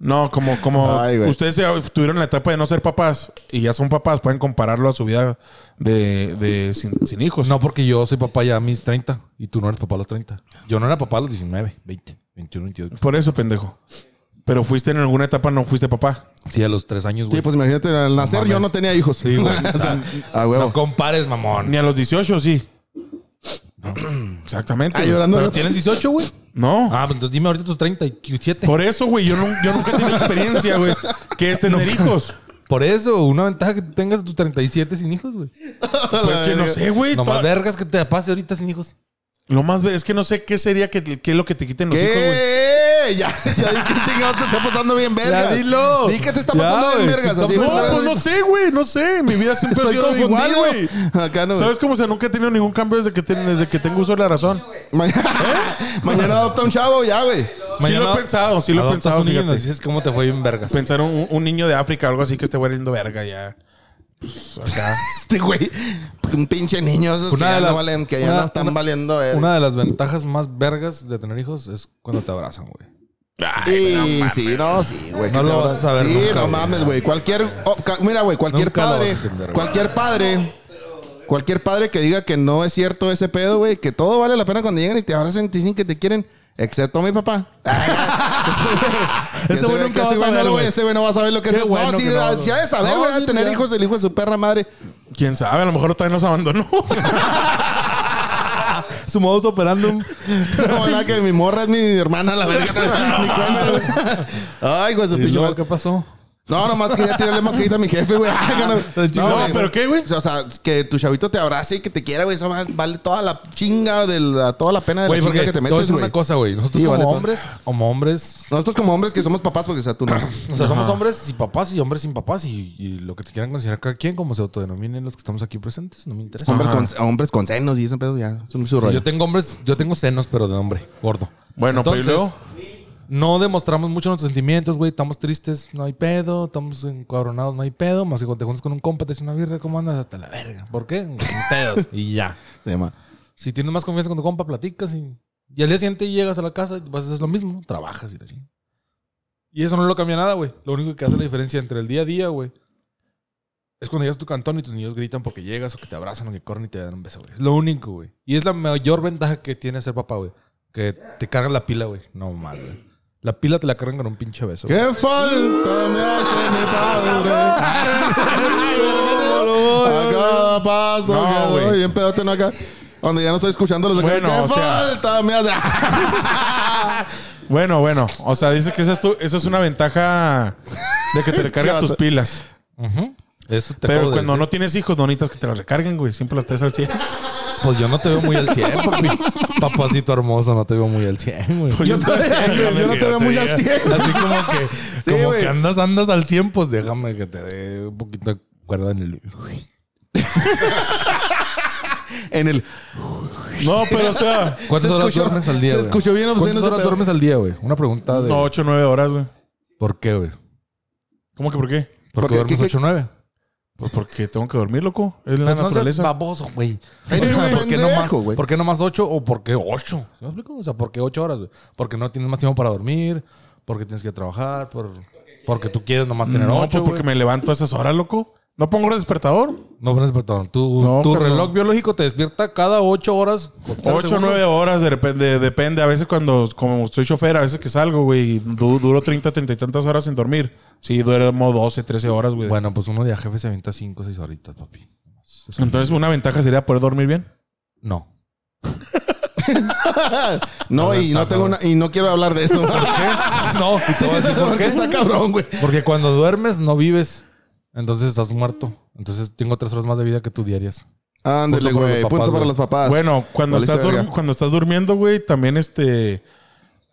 Speaker 1: No, como, como
Speaker 2: Ay, güey.
Speaker 1: ustedes ya tuvieron la etapa de no ser papás y ya son papás, pueden compararlo a su vida de, de sin, sin hijos.
Speaker 3: No, porque yo soy papá ya a mis 30 y tú no eres papá a los 30. Yo no era papá a los 19, 20, 21, 22.
Speaker 1: Por eso, pendejo. Pero fuiste en alguna etapa, no fuiste papá.
Speaker 3: Sí, a los 3 años, güey.
Speaker 2: Sí, pues imagínate, al nacer yo
Speaker 3: mames.
Speaker 2: no tenía hijos.
Speaker 3: Sí, güey.
Speaker 2: O sea,
Speaker 1: Ah,
Speaker 2: a
Speaker 3: no
Speaker 2: huevo.
Speaker 3: compares, mamón.
Speaker 1: Ni a los 18, sí. Exactamente.
Speaker 2: Ah,
Speaker 1: güey.
Speaker 2: llorando.
Speaker 3: Pero tienes 18, güey.
Speaker 1: No.
Speaker 3: Ah, pues entonces dime ahorita tus 37. Por,
Speaker 1: Por eso, güey, yo, nun- yo nunca tengo experiencia, güey, que es tener hijos.
Speaker 3: eso, una ventaja que tengas tus 37 sin hijos, güey.
Speaker 1: Pues que no sé, güey.
Speaker 3: No más
Speaker 1: to-
Speaker 3: vergas que te pase ahorita sin hijos.
Speaker 1: Lo más ver es que no sé qué sería que, qué es lo que te quiten los hijos, güey.
Speaker 2: ¿Qué? Ya, ya di que chingados te está pasando bien vergas.
Speaker 3: Ya, dilo.
Speaker 2: Di que te está
Speaker 3: Ya,
Speaker 2: pasando bien
Speaker 3: güey,
Speaker 2: vergas.
Speaker 3: te
Speaker 2: Así,
Speaker 3: está-
Speaker 1: No,
Speaker 2: güey.
Speaker 1: pues no sé, güey, no sé. Mi vida siempre ha
Speaker 2: Estoy
Speaker 1: sido
Speaker 2: confundido.
Speaker 1: igual, güey.
Speaker 2: Acá no, güey.
Speaker 1: ¿Sabes cómo se nunca he tenido ningún cambio desde que, ten- desde que tengo uso de la razón?
Speaker 2: Ma-
Speaker 3: ¿Eh?
Speaker 2: Mañana adopta un chavo ya, güey.
Speaker 1: Sí lo he pensado, sí lo he
Speaker 3: adoptas
Speaker 1: pensado,
Speaker 3: un niño y
Speaker 1: fíjate.
Speaker 3: nos dices cómo te fue bien vergas.
Speaker 1: Pensar un, un niño de África o algo así que esté valiendo verga ya. Pues, acá.
Speaker 2: Este güey. Un pinche niño. Esos que
Speaker 3: Una
Speaker 2: ya
Speaker 3: de
Speaker 2: no
Speaker 3: las-
Speaker 2: valen, que ya
Speaker 3: una-
Speaker 2: no están
Speaker 3: una-
Speaker 2: valiendo. verga.
Speaker 3: Una de las ventajas más vergas de tener hijos es cuando te abrazan, güey.
Speaker 2: Y sí, no, sí, güey.
Speaker 3: No
Speaker 2: que
Speaker 3: lo
Speaker 2: te
Speaker 3: vas a
Speaker 2: abra-
Speaker 3: saber
Speaker 2: Sí,
Speaker 3: nunca,
Speaker 2: no
Speaker 3: güey.
Speaker 2: mames, güey. Cualquier. oh, ca- mira, güey, cualquier
Speaker 3: Nunca lo vas a
Speaker 2: padre.
Speaker 3: entender, güey.
Speaker 2: cualquier padre. Cualquier padre que diga que no es cierto ese pedo, güey. Que todo vale la pena cuando llegan y te abrazan y te dicen que te quieren. Excepto mi papá.
Speaker 5: Ese güey nunca
Speaker 2: que
Speaker 5: va a
Speaker 2: ese güey
Speaker 5: saber,
Speaker 2: no,
Speaker 5: güey.
Speaker 2: Ese güey no va a saber lo que es.
Speaker 5: Qué
Speaker 2: eso.
Speaker 5: bueno
Speaker 2: no, sí,
Speaker 5: que no,
Speaker 2: ah,
Speaker 5: güey.
Speaker 2: sí ha de saber,
Speaker 3: No,
Speaker 2: güey.
Speaker 3: sí,
Speaker 2: tener
Speaker 3: ya.
Speaker 2: hijos del hijo de su perra madre.
Speaker 1: Quién sabe, a lo mejor todavía nos abandonó.
Speaker 5: Su modus operandum.
Speaker 2: Ojalá que mi morra es mi hermana, la verga. Ni cuenta, güey. Ay, güey, su
Speaker 3: ¿Y
Speaker 2: pinche
Speaker 3: luego qué pasó?
Speaker 2: No, nomás quería tirarle más quejita a mi jefe, güey. Ah, que
Speaker 1: No, pero ¿qué, güey?
Speaker 2: O sea, que tu chavito te abrace y que te quiera, güey. Eso va- vale toda la chinga, de la- toda la pena de
Speaker 3: Güey,
Speaker 2: la chinga
Speaker 3: porque
Speaker 2: que te
Speaker 3: te voy a
Speaker 2: metes,
Speaker 3: decir
Speaker 2: güey.
Speaker 3: una cosa, güey. Nosotros
Speaker 2: Sí,
Speaker 3: como
Speaker 2: vale todo.
Speaker 3: hombres, como hombres,
Speaker 2: Nosotros como hombres que somos papás, porque, o sea, tú no.
Speaker 3: o sea, somos hombres sin papás y hombres sin papás y, y lo que te quieran considerar cada quien, como se autodenominen los que estamos aquí presentes, no me interesa.
Speaker 2: hombres, con, a hombres con senos y ese pedo ya. Eso es su
Speaker 3: Sí,
Speaker 2: rollo.
Speaker 3: yo tengo hombres, yo tengo senos, pero de hombre, gordo.
Speaker 1: Bueno, pero ¿y luego?
Speaker 3: no demostramos mucho nuestros sentimientos, güey. Estamos tristes, no hay pedo. Estamos encabronados, no hay pedo. Más que cuando te juntas con un compa, te dice una birra, ¿cómo andas? Hasta la verga. ¿Por qué? Sin pedos. y ya.
Speaker 2: Se llama.
Speaker 3: Si tienes más confianza con tu compa, platicas y, y al día siguiente llegas a la casa y vas a hacer lo mismo, ¿no? trabajas y la chingada. Y eso no lo cambia nada, güey. Lo único que hace la diferencia entre el día a día, güey, es cuando llegas a tu cantón y tus niños gritan porque llegas o que te abrazan o que corren y te dan un beso, güey. Es lo único, güey. Y es la mayor ventaja que tiene ser papá, güey. Que te cargan la pila, güey. No más, güey. La pila te la cargan con un pinche beso. güey.
Speaker 2: ¿Qué falta me hace mi padre? a cada paso
Speaker 1: No,
Speaker 2: que
Speaker 1: güey.
Speaker 2: doy. Bien pedote, ¿no? Acá. Donde ya no estoy escuchando los de acá.
Speaker 1: Bueno,
Speaker 2: ¿Qué
Speaker 1: o sea-
Speaker 2: falta me hace?
Speaker 1: Bueno, bueno. O sea, dices que esa es, tu- esa es una ventaja de que te recarga tus pilas.
Speaker 3: Ujú. Eso te ¿eh?
Speaker 1: Pero
Speaker 3: acabo de
Speaker 1: cuando
Speaker 3: decir.
Speaker 1: no tienes hijos, no necesitas que te las recarguen, güey. Siempre las traes al 100.
Speaker 3: Pues yo no te veo muy al 100, papi. Papacito hermoso, no te veo muy al 100, güey.
Speaker 1: Yo
Speaker 2: yo no te veo muy al 100.
Speaker 3: Así como que, como
Speaker 2: güey.
Speaker 3: que andas, andas al 100, pues déjame que te dé un poquito de cuerda en el.
Speaker 2: en el.
Speaker 1: No, pero o sea,
Speaker 3: ¿Cuántas
Speaker 2: Se
Speaker 3: horas
Speaker 2: escuchó-
Speaker 3: duermes al día?
Speaker 2: Se
Speaker 3: güey?
Speaker 2: escuchó bien obsceno
Speaker 3: ¿Cuántas
Speaker 2: ese
Speaker 3: horas
Speaker 2: pedo.
Speaker 3: duermes al día, güey? Una pregunta de.
Speaker 1: no, 8 o 9 horas, güey.
Speaker 3: ¿Por qué, güey?
Speaker 1: ¿Cómo que por qué?
Speaker 3: ¿Por
Speaker 2: Porque-
Speaker 3: qué duermes
Speaker 2: ¿qué-
Speaker 3: 8 o 9?
Speaker 1: Pues porque tengo que dormir, loco. Es la
Speaker 3: Pues no seas
Speaker 1: naturaleza.
Speaker 3: baboso, güey.
Speaker 2: Eres
Speaker 3: O sea,
Speaker 2: un
Speaker 3: ¿por qué no más-
Speaker 2: pendejo, güey.
Speaker 3: ¿Por qué no más 8 o por qué 8? ¿Sí me explico? O sea, ¿por qué 8 horas, güey? Porque no tienes más tiempo para dormir, porque tienes que trabajar, por... porque tú quieres nomás tener
Speaker 1: no,
Speaker 3: 8.
Speaker 1: pues porque me levanto a esas horas, loco. No pongo el despertador.
Speaker 3: No pones despertador. Tu,
Speaker 1: No,
Speaker 3: tu
Speaker 1: carnal.
Speaker 3: reloj biológico te despierta cada 8 horas.
Speaker 1: 8 o 9 horas, de repente, depende. A veces cuando, como estoy chofer, a veces que salgo, güey, y du- duro 30, 30 y tantas horas sin dormir. Sí, duermo 12, 13 horas, güey.
Speaker 3: Bueno, pues uno de a jefe se avienta 5 o 6 horitas, papi.
Speaker 1: Entonces, una ventaja sería poder dormir bien.
Speaker 3: No.
Speaker 2: No, y no, tengo una- y no quiero hablar de eso.
Speaker 3: no, y te voy a decir por
Speaker 2: Porque
Speaker 3: qué.
Speaker 2: está cabrón, güey.
Speaker 3: Porque cuando duermes no vives. Entonces estás muerto. Entonces tengo tres horas más de vida que tú diarias.
Speaker 2: Ándale,
Speaker 3: Punto para
Speaker 2: güey.
Speaker 3: los
Speaker 2: Punto
Speaker 3: papás,
Speaker 2: para
Speaker 3: güey.
Speaker 2: los papás.
Speaker 1: Bueno, cuando
Speaker 2: Ah, Valiste
Speaker 1: estás, dur-
Speaker 2: verga.
Speaker 1: cuando estás durmiendo, güey, también este.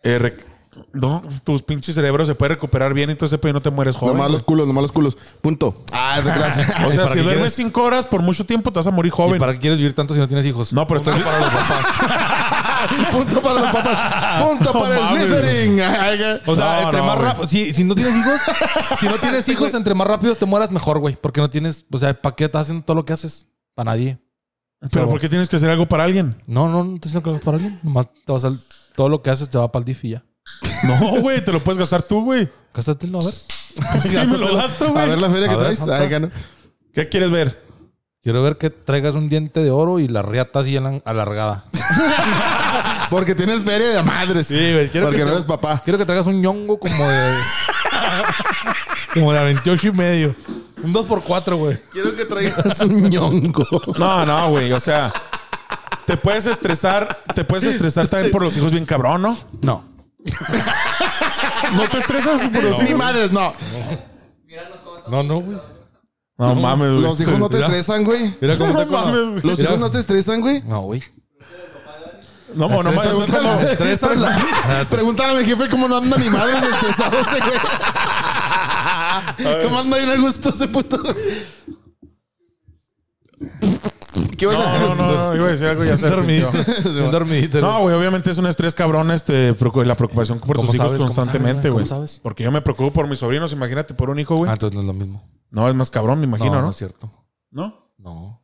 Speaker 1: eh, rec- no, tus pinches cerebros se puede recuperar bien, entonces pues, no te mueres joven.
Speaker 2: Nomás los
Speaker 1: güey.
Speaker 2: culos, nomás los culos. Punto. Ah, de gracias.
Speaker 1: O sea,
Speaker 3: ¿Para
Speaker 1: si
Speaker 3: qué
Speaker 1: duermes
Speaker 3: quieres?
Speaker 1: 5 horas, por mucho tiempo te vas a morir
Speaker 3: ¿Y
Speaker 1: joven.
Speaker 3: para qué quieres vivir tanto si no tienes hijos?
Speaker 1: No, pero estás.
Speaker 2: punto para los papás. Punto
Speaker 1: No
Speaker 2: para
Speaker 1: mames,
Speaker 2: Slytherin. Ay, güey.
Speaker 3: O sea,
Speaker 1: No,
Speaker 3: entre
Speaker 1: no,
Speaker 3: más
Speaker 1: güey.
Speaker 3: rápido. Si, si no tienes hijos, si no tienes hijos, entre más rápido te mueras mejor, güey. Porque no tienes. O sea, ¿para qué estás haciendo todo lo que haces? Para nadie.
Speaker 1: Pero ¿por qué tienes que hacer algo para alguien?
Speaker 3: No, no, no te siento que lo hagas para alguien. Nomás te vas al. Todo lo que haces te va para el DIF y ya.
Speaker 1: No, güey, te lo puedes gastar tú, güey.
Speaker 3: Gástatelo, a ver.
Speaker 1: Sí, me lo gasto,
Speaker 2: A ver
Speaker 1: güey.
Speaker 2: la feria
Speaker 3: A
Speaker 2: que
Speaker 3: ver,
Speaker 2: traes.
Speaker 3: ¿cuánto?
Speaker 2: Ay, gano.
Speaker 1: ¿Qué quieres ver?
Speaker 3: Quiero ver que traigas un diente de oro y la riata así alan- alargada.
Speaker 2: Porque tienes feria de madres.
Speaker 3: Sí, güey, quiero
Speaker 2: Porque
Speaker 3: que
Speaker 2: no
Speaker 3: te-
Speaker 2: eres papá.
Speaker 3: Quiero que traigas un ñongo como de. como de 28 y medio. Un 2x4, güey.
Speaker 2: Quiero que traigas un ñongo.
Speaker 1: No, no, güey. O sea, te puedes estresar, te puedes estresar también por los hijos bien cabrón, ¿no?
Speaker 3: No.
Speaker 1: No te estresas por los
Speaker 2: Ni
Speaker 1: hijos.
Speaker 2: madres, no.
Speaker 3: No, no, güey.
Speaker 1: No mames, güey.
Speaker 2: Los hijos no te estresan, güey.
Speaker 3: Mira cómo está
Speaker 1: No
Speaker 3: con la-
Speaker 1: mames, güey.
Speaker 2: Los
Speaker 3: Mira.
Speaker 2: hijos no te estresan, güey.
Speaker 3: No, güey.
Speaker 1: No, no, no mames.
Speaker 2: Pregúntale-
Speaker 1: entonces cuando-
Speaker 2: Pregúntale- Pregúntale a mi jefe cómo no anda ni madres estresados, ese güey. ¿Cómo anda bien a gusto ese puto? ¿Qué vas a hacer?
Speaker 1: No, no, no, no, iba a decir algo y ya se
Speaker 3: Dormidito.
Speaker 1: arrepintió.
Speaker 3: Bien dormidito.
Speaker 1: No, güey, obviamente es un estrés cabrón este, preocu- la preocupación por
Speaker 3: ¿Cómo
Speaker 1: tus hijos
Speaker 3: sabes? ¿Cómo
Speaker 1: constantemente,
Speaker 3: sabes, güey?
Speaker 1: güey.
Speaker 3: ¿Cómo sabes?
Speaker 1: Porque yo me preocupo por mis sobrinos, imagínate por un hijo,
Speaker 3: Ah,
Speaker 1: güey.
Speaker 3: entonces no es lo mismo.
Speaker 1: No, es más cabrón, me imagino,
Speaker 3: no,
Speaker 1: ¿no?
Speaker 3: es cierto.
Speaker 1: ¿No?
Speaker 3: No.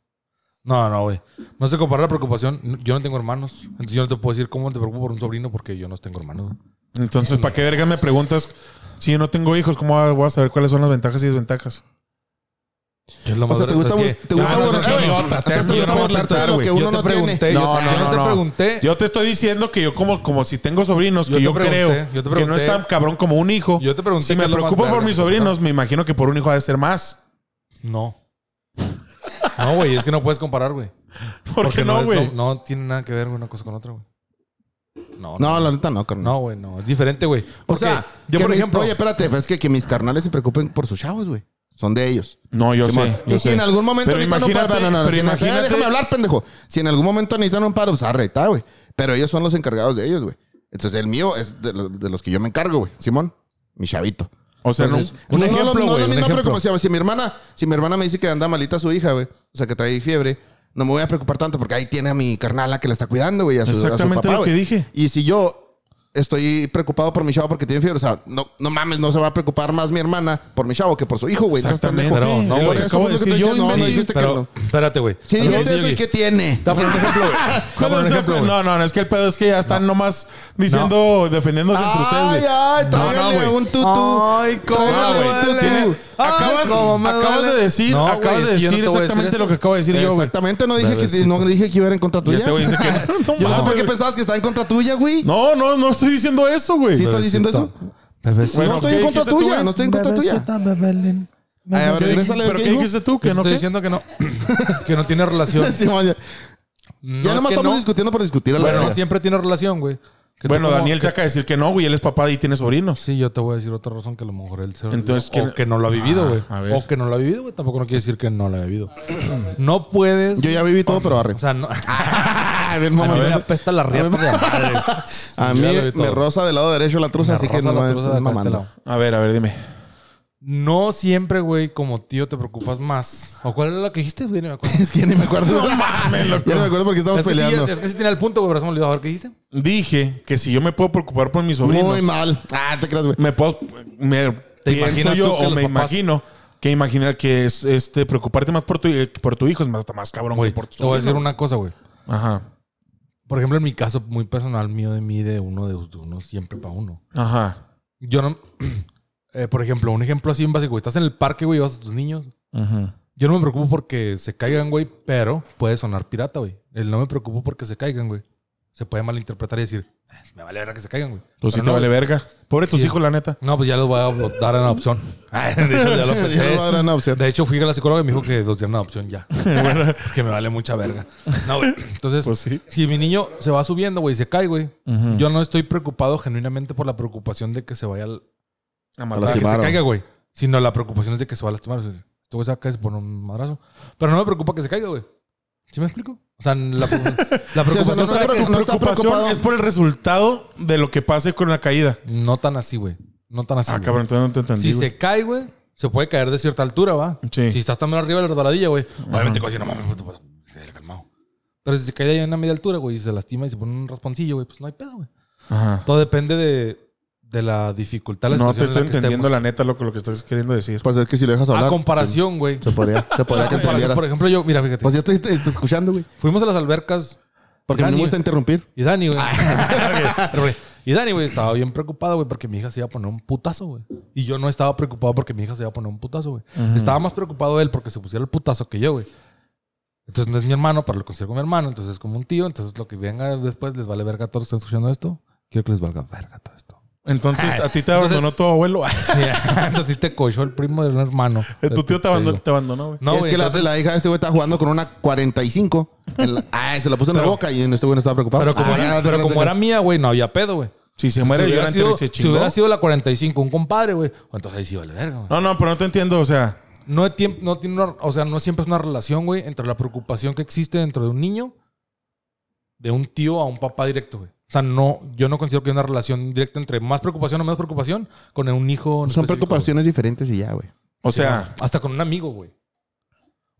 Speaker 3: No, no, güey. No se compara la preocupación. Yo no tengo hermanos. Entonces yo no te puedo decir cómo te preocupo por un sobrino porque yo no tengo hermanos.
Speaker 1: Entonces, ¿para qué verga me preguntas si no tengo hijos? ¿Cómo voy a saber cuáles son las ventajas y desventajas?
Speaker 3: ¿Qué es lo
Speaker 2: O sea, ¿te gusta,
Speaker 3: es
Speaker 2: bur-
Speaker 3: que-
Speaker 2: te gusta
Speaker 3: Ah, no seas
Speaker 2: burlar- eh,
Speaker 3: idiota,
Speaker 2: güey,
Speaker 3: te
Speaker 2: te
Speaker 3: has-
Speaker 2: gusta
Speaker 1: yo no voy a
Speaker 2: burlarte de
Speaker 1: tratar,
Speaker 2: lo
Speaker 1: güey.
Speaker 2: que
Speaker 3: Yo
Speaker 2: uno
Speaker 3: te
Speaker 2: no
Speaker 3: pregunté,
Speaker 2: tiene.
Speaker 3: yo
Speaker 1: No,
Speaker 3: te-
Speaker 1: no,
Speaker 3: yo te
Speaker 1: no.
Speaker 3: pregunté.
Speaker 1: Yo te estoy diciendo que yo como, como si tengo sobrinos,
Speaker 3: Yo
Speaker 1: que
Speaker 3: te
Speaker 1: yo
Speaker 3: pregunté,
Speaker 1: creo
Speaker 3: yo te
Speaker 1: que no es
Speaker 3: pregunté.
Speaker 1: tan cabrón como un hijo.
Speaker 3: Yo te pregunté
Speaker 1: Si me
Speaker 3: qué es lo más
Speaker 1: preocupo por
Speaker 3: verga
Speaker 1: mis
Speaker 3: que te
Speaker 1: sobrinos, me imagino que por un hijo ha de ser más.
Speaker 3: No. No, güey, es que no puedes comparar, güey.
Speaker 1: ¿Por qué no,
Speaker 3: es-
Speaker 1: güey?
Speaker 3: No, no tiene nada que ver güey, una cosa con otra, güey. No, no.
Speaker 2: No, la neta no, carnal.
Speaker 3: No, güey, no. Es diferente, güey.
Speaker 2: O
Speaker 3: Porque
Speaker 2: sea,
Speaker 3: yo,
Speaker 2: que
Speaker 3: por
Speaker 2: mis-
Speaker 3: ejemplo.
Speaker 2: Oye, espérate, pues es que, que mis carnales se preocupen por sus chavos, güey. Son de ellos.
Speaker 1: No, yo
Speaker 2: Simón.
Speaker 1: sé. yo
Speaker 2: y si
Speaker 1: sé.
Speaker 2: en algún momento
Speaker 1: pero
Speaker 2: necesitan un
Speaker 1: imagínate,
Speaker 2: paro, no, no,
Speaker 1: pero
Speaker 2: no, si necesitan- eh,
Speaker 1: imagínate,
Speaker 2: déjame hablar, pendejo. Si en algún momento necesitan un paro, pues arre, está, güey. Pero ellos son los encargados de ellos, güey. Entonces el mío es de, lo- de los que yo me encargo, güey. Simón, mi chavito.
Speaker 1: O sea, no-
Speaker 2: Entonces,
Speaker 1: un
Speaker 2: no, no,
Speaker 1: ejemplo,
Speaker 2: no, no,
Speaker 1: güey,
Speaker 2: la
Speaker 1: un
Speaker 2: misma
Speaker 1: ejemplo.
Speaker 2: preocupación. Si mi hermana, si mi hermana me dice que anda malita su hija, güey, o sea que trae fiebre, no me voy a preocupar tanto porque ahí tiene a mi carnala que la está cuidando, güey, a su, a su
Speaker 1: Exactamente
Speaker 2: papá,
Speaker 1: lo que
Speaker 2: güey.
Speaker 1: dije.
Speaker 2: Y si yo estoy preocupado por mi chavo porque tiene fiebre, o sea, no, no mames, no se va a preocupar más mi hermana por mi chavo que por su hijo, güey. Entonces,
Speaker 1: Exactamente.
Speaker 2: pendejo,
Speaker 1: Pero
Speaker 3: no,
Speaker 2: es lo
Speaker 3: güey,
Speaker 2: que-
Speaker 1: acabo
Speaker 2: eso
Speaker 1: de
Speaker 2: fue lo que
Speaker 1: decir
Speaker 2: te
Speaker 1: yo,
Speaker 2: decía. No, no
Speaker 1: imbécil,
Speaker 2: dijiste que
Speaker 3: pero,
Speaker 2: no.
Speaker 3: espérate, güey.
Speaker 2: Sí,
Speaker 3: Algo
Speaker 2: dijiste eso
Speaker 3: así,
Speaker 2: y ¿qué tiene?
Speaker 3: Está por ejemplo, güey. Está
Speaker 1: Pero,
Speaker 3: por
Speaker 1: o sea,
Speaker 3: ejemplo, güey.
Speaker 1: no, no, no, es que el pedo es que ya están nomás diciendo, defendiéndose entre ustedes,
Speaker 2: Ay,
Speaker 1: güey.
Speaker 2: ay,
Speaker 1: No, no,
Speaker 2: tráigale
Speaker 1: güey.
Speaker 2: un tutú.
Speaker 3: Ay, cómo
Speaker 2: Tráigale
Speaker 1: me
Speaker 2: un tutú.
Speaker 1: duele. Acabas, acabas de decir,
Speaker 3: No, güey,
Speaker 1: acabas
Speaker 3: es
Speaker 1: de
Speaker 3: que yo no
Speaker 1: decir
Speaker 3: te voy a decir
Speaker 1: exactamente
Speaker 3: eso.
Speaker 1: lo que acabo de decir yo, güey.
Speaker 2: Exactamente, no dije, que,
Speaker 3: Bebecito.
Speaker 2: no dije que iba a ir en contra
Speaker 1: Y
Speaker 2: tuya.
Speaker 1: este güey dice que no,
Speaker 2: Yo no sé por qué
Speaker 1: mames.
Speaker 2: pensabas que estaba en contra tuya, güey.
Speaker 1: no, no, no estoy diciendo eso, güey.
Speaker 2: ¿Sí estás diciendo eso?
Speaker 3: Bebecito.
Speaker 1: Bueno,
Speaker 2: no estoy
Speaker 1: ¿qué
Speaker 2: en contra
Speaker 1: dijiste tú,
Speaker 2: tuya,
Speaker 1: güey?
Speaker 2: no estoy en contra tuya. Ay, a ver,
Speaker 1: ¿Qué
Speaker 2: regrésale.
Speaker 1: dijiste? ¿Pero
Speaker 2: ¿qué
Speaker 1: qué
Speaker 2: dijo?
Speaker 1: dijiste tú?
Speaker 3: Que
Speaker 1: ¿Que no
Speaker 3: estoy
Speaker 1: qué?
Speaker 3: diciendo que no. que no tiene relación.
Speaker 2: Simón, ya
Speaker 3: No
Speaker 2: ya
Speaker 3: es
Speaker 2: nomás
Speaker 3: que
Speaker 2: estamos
Speaker 3: no.
Speaker 2: discutiendo por discutir. a la
Speaker 3: Bueno,
Speaker 2: verga.
Speaker 3: siempre tiene relación, güey. Que tú
Speaker 1: Bueno,
Speaker 3: como-
Speaker 1: Daniel te
Speaker 3: que-
Speaker 1: acaba de decir que no, güey. Él es papá y tiene sobrinos.
Speaker 3: Sí, yo te voy a decir otra razón que a lo mejor él se
Speaker 1: Entonces,
Speaker 3: o
Speaker 1: ¿quién-
Speaker 3: que no lo ha
Speaker 2: Ah,
Speaker 3: vivido, güey.
Speaker 1: a ver.
Speaker 3: o que no lo ha vivido, güey. Tampoco no quiere decir que no lo ha vivido. No puedes.
Speaker 2: Yo ya viví todo, pero arre.
Speaker 3: O sea, no.
Speaker 2: Ah, bien,
Speaker 3: A
Speaker 2: mamá,
Speaker 3: mí me
Speaker 2: entonces-
Speaker 3: apesta la riata de madre.
Speaker 2: A
Speaker 3: Ya lo
Speaker 2: mí
Speaker 3: vi todo.
Speaker 2: me rosa del lado derecho la truza,
Speaker 3: Me
Speaker 2: así que
Speaker 3: roza
Speaker 2: no
Speaker 3: la
Speaker 2: me
Speaker 3: truza de
Speaker 2: estás
Speaker 3: acá a este
Speaker 2: mamando.
Speaker 3: lado.
Speaker 1: A ver, a ver, dime.
Speaker 3: No siempre, güey, como tío te preocupas más. ¿O cuál es la que dijiste, güey? No me acuerdo.
Speaker 2: Es que ni me acuerdo. Ya no me acuerdo porque estamos
Speaker 3: Es que sí,
Speaker 2: peleando.
Speaker 3: es que sí tenía el punto, güey, pero se me olvidó. A ver, ¿qué dijiste?
Speaker 1: Dije que si yo me puedo preocupar por mis sobrinos.
Speaker 2: Muy mal. Ah, te creas, güey.
Speaker 1: me puedo me pienso
Speaker 3: imaginas
Speaker 1: yo
Speaker 3: tú que
Speaker 1: o
Speaker 3: los
Speaker 1: me
Speaker 3: papás-
Speaker 1: imagino que imaginar que es este preocuparte más por tu por tu hijo es más hasta más cabrón
Speaker 3: Güey,
Speaker 1: que por tu
Speaker 3: te voy a decir
Speaker 1: sobrino.
Speaker 3: una cosa, güey.
Speaker 1: ajá
Speaker 3: Por ejemplo, en mi caso muy personal, mío de mí, de uno, de de uno, siempre para uno.
Speaker 1: ajá
Speaker 3: Yo no... eh, por ejemplo, un ejemplo así en básico, güey. Estás en el parque, güey, y vas a tus niños.
Speaker 1: Pues
Speaker 3: Yo no me preocupo porque se caigan, güey, pero puede sonar pirata, güey. El no me preocupo porque se caigan, güey. Se puede malinterpretar y decir, "Ah, me vale verga que se caigan, güey.
Speaker 1: pues sí
Speaker 3: Pero
Speaker 1: te
Speaker 3: no,
Speaker 1: vale verga pobre tus
Speaker 3: Sí.
Speaker 1: hijos la neta
Speaker 3: No, pues ya los voy a dar en adopción. Ay, De hecho, ya lo
Speaker 2: Ya
Speaker 3: pensé.
Speaker 2: le voy a dar una opción.
Speaker 3: De hecho, fui a la psicóloga y me dijo que los dieran adopción ya. que me vale mucha verga. No, güey. Entonces,
Speaker 1: Pues sí.
Speaker 3: si mi niño se va subiendo, güey, y se cae, güey, yo no estoy preocupado genuinamente por la preocupación de que se vaya, al-
Speaker 1: a
Speaker 2: A
Speaker 1: matar
Speaker 2: las
Speaker 3: que se
Speaker 2: Lastimaron.
Speaker 3: caiga, güey. Sino la preocupación es de que se va a lastimar. O sea, Este güey se va a caer por un madrazo. Pero no me preocupa que se caiga, güey. ¿Sí me explico? O sea, la, la
Speaker 2: eso no
Speaker 3: preocupación...
Speaker 2: está-
Speaker 1: Entonces,
Speaker 2: no
Speaker 1: tu
Speaker 2: está preocupado.
Speaker 1: preocupación es por el resultado de lo que pase con la caída
Speaker 3: no tan así, güey. No tan así.
Speaker 1: ah
Speaker 3: güey.
Speaker 1: cabrón entonces no te entendí
Speaker 3: Si
Speaker 1: güey.
Speaker 3: se cae, güey, se puede caer de cierta altura, ¿va?
Speaker 1: Sí.
Speaker 3: Si estás también arriba de la doradilla, güey. Obviamente, como si no mames, puto, puto, el calmado. Pero si se cae de ahí en una media altura, güey, y se lastima y se pone un rasponcillo, güey, pues no hay pedo, güey.
Speaker 1: Ajá.
Speaker 3: Todo depende de, de la dificultad, la
Speaker 1: no te
Speaker 3: situación
Speaker 1: estoy
Speaker 3: en la que
Speaker 1: entendiendo la
Speaker 3: estemos.
Speaker 1: neta lo que lo que estás queriendo decir
Speaker 2: Pues es que si lo dejas hablar.
Speaker 3: A comparación, güey.
Speaker 2: Se podría, se podría
Speaker 3: A
Speaker 2: que
Speaker 3: comparación,
Speaker 2: entendieras.
Speaker 3: por ejemplo, yo, mira, fíjate.
Speaker 2: Pues yo te, te- te escuchando, güey.
Speaker 3: fuimos a las albercas
Speaker 2: Porque no me
Speaker 3: Dani,
Speaker 2: gusta
Speaker 3: güey.
Speaker 2: interrumpir.
Speaker 3: y Dani, güey.
Speaker 1: Ah.
Speaker 3: Pero, güey, y Dani, güey, estaba bien preocupado, güey, porque mi hija se iba a poner un putazo, güey. Y yo no estaba preocupado porque mi hija se iba a poner un putazo, güey. Estaba más preocupado él porque se pusiera el putazo que yo, güey. Entonces no es mi hermano, pero lo considero como mi hermano, entonces es como un tío. Entonces lo que venga después les vale verga a todos. ¿Están escuchando esto? Quiero que les valga verga todo esto.
Speaker 1: entonces a ti te
Speaker 3: Entonces-
Speaker 1: abandonó tu abuelo
Speaker 3: Sí, entonces sí te cochó el primo del hermano.
Speaker 1: Eh, tu tío te abandonó te abandonó güey
Speaker 3: No,
Speaker 2: es
Speaker 3: güey,
Speaker 2: que la-
Speaker 3: entonces-
Speaker 2: la, hija de este güey está jugando con una 45. En la- ah, se la puso en la boca y en este güey no estaba preocupado.
Speaker 3: Pero como,
Speaker 2: Ah,
Speaker 3: era,
Speaker 2: ya,
Speaker 3: pero
Speaker 2: ya,
Speaker 3: como
Speaker 2: ya.
Speaker 3: era mía, güey, no había pedo, güey.
Speaker 1: si se
Speaker 3: Si
Speaker 1: muere
Speaker 3: hubiera,
Speaker 1: llorante
Speaker 3: sido,
Speaker 1: se
Speaker 3: si
Speaker 1: chingó
Speaker 3: hubiera sido la 45, un compadre, güey. Entonces ahí sí vale verga, güey.
Speaker 1: no no pero no te entiendo o sea
Speaker 3: No, hay tiemp- no tiene una- o sea, no siempre es una relación, güey, entre la preocupación que existe dentro de un niño, de un tío a un papá directo, güey. O sea, no, yo no considero que haya una relación directa entre más preocupación o menos preocupación con un hijo. en
Speaker 2: Son
Speaker 3: específico,
Speaker 2: preocupaciones diferentes y ya, güey.
Speaker 1: o
Speaker 3: güey.
Speaker 1: sea
Speaker 3: Hasta con un amigo, güey.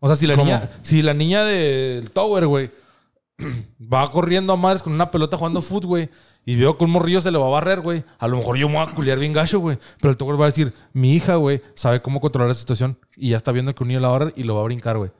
Speaker 3: O sea, si la
Speaker 1: ¿Cómo?
Speaker 3: niña, si la niña del Tower, güey, va corriendo a madres con una pelota jugando fútbol, güey, y veo que un morrillo se le va a barrer, güey. A lo mejor yo me voy a culiar bien gacho, güey. Pero el Tower va a decir, mi hija, güey, sabe cómo controlar la situación. Y ya está viendo que un niño la va a barrer y lo va a brincar, güey.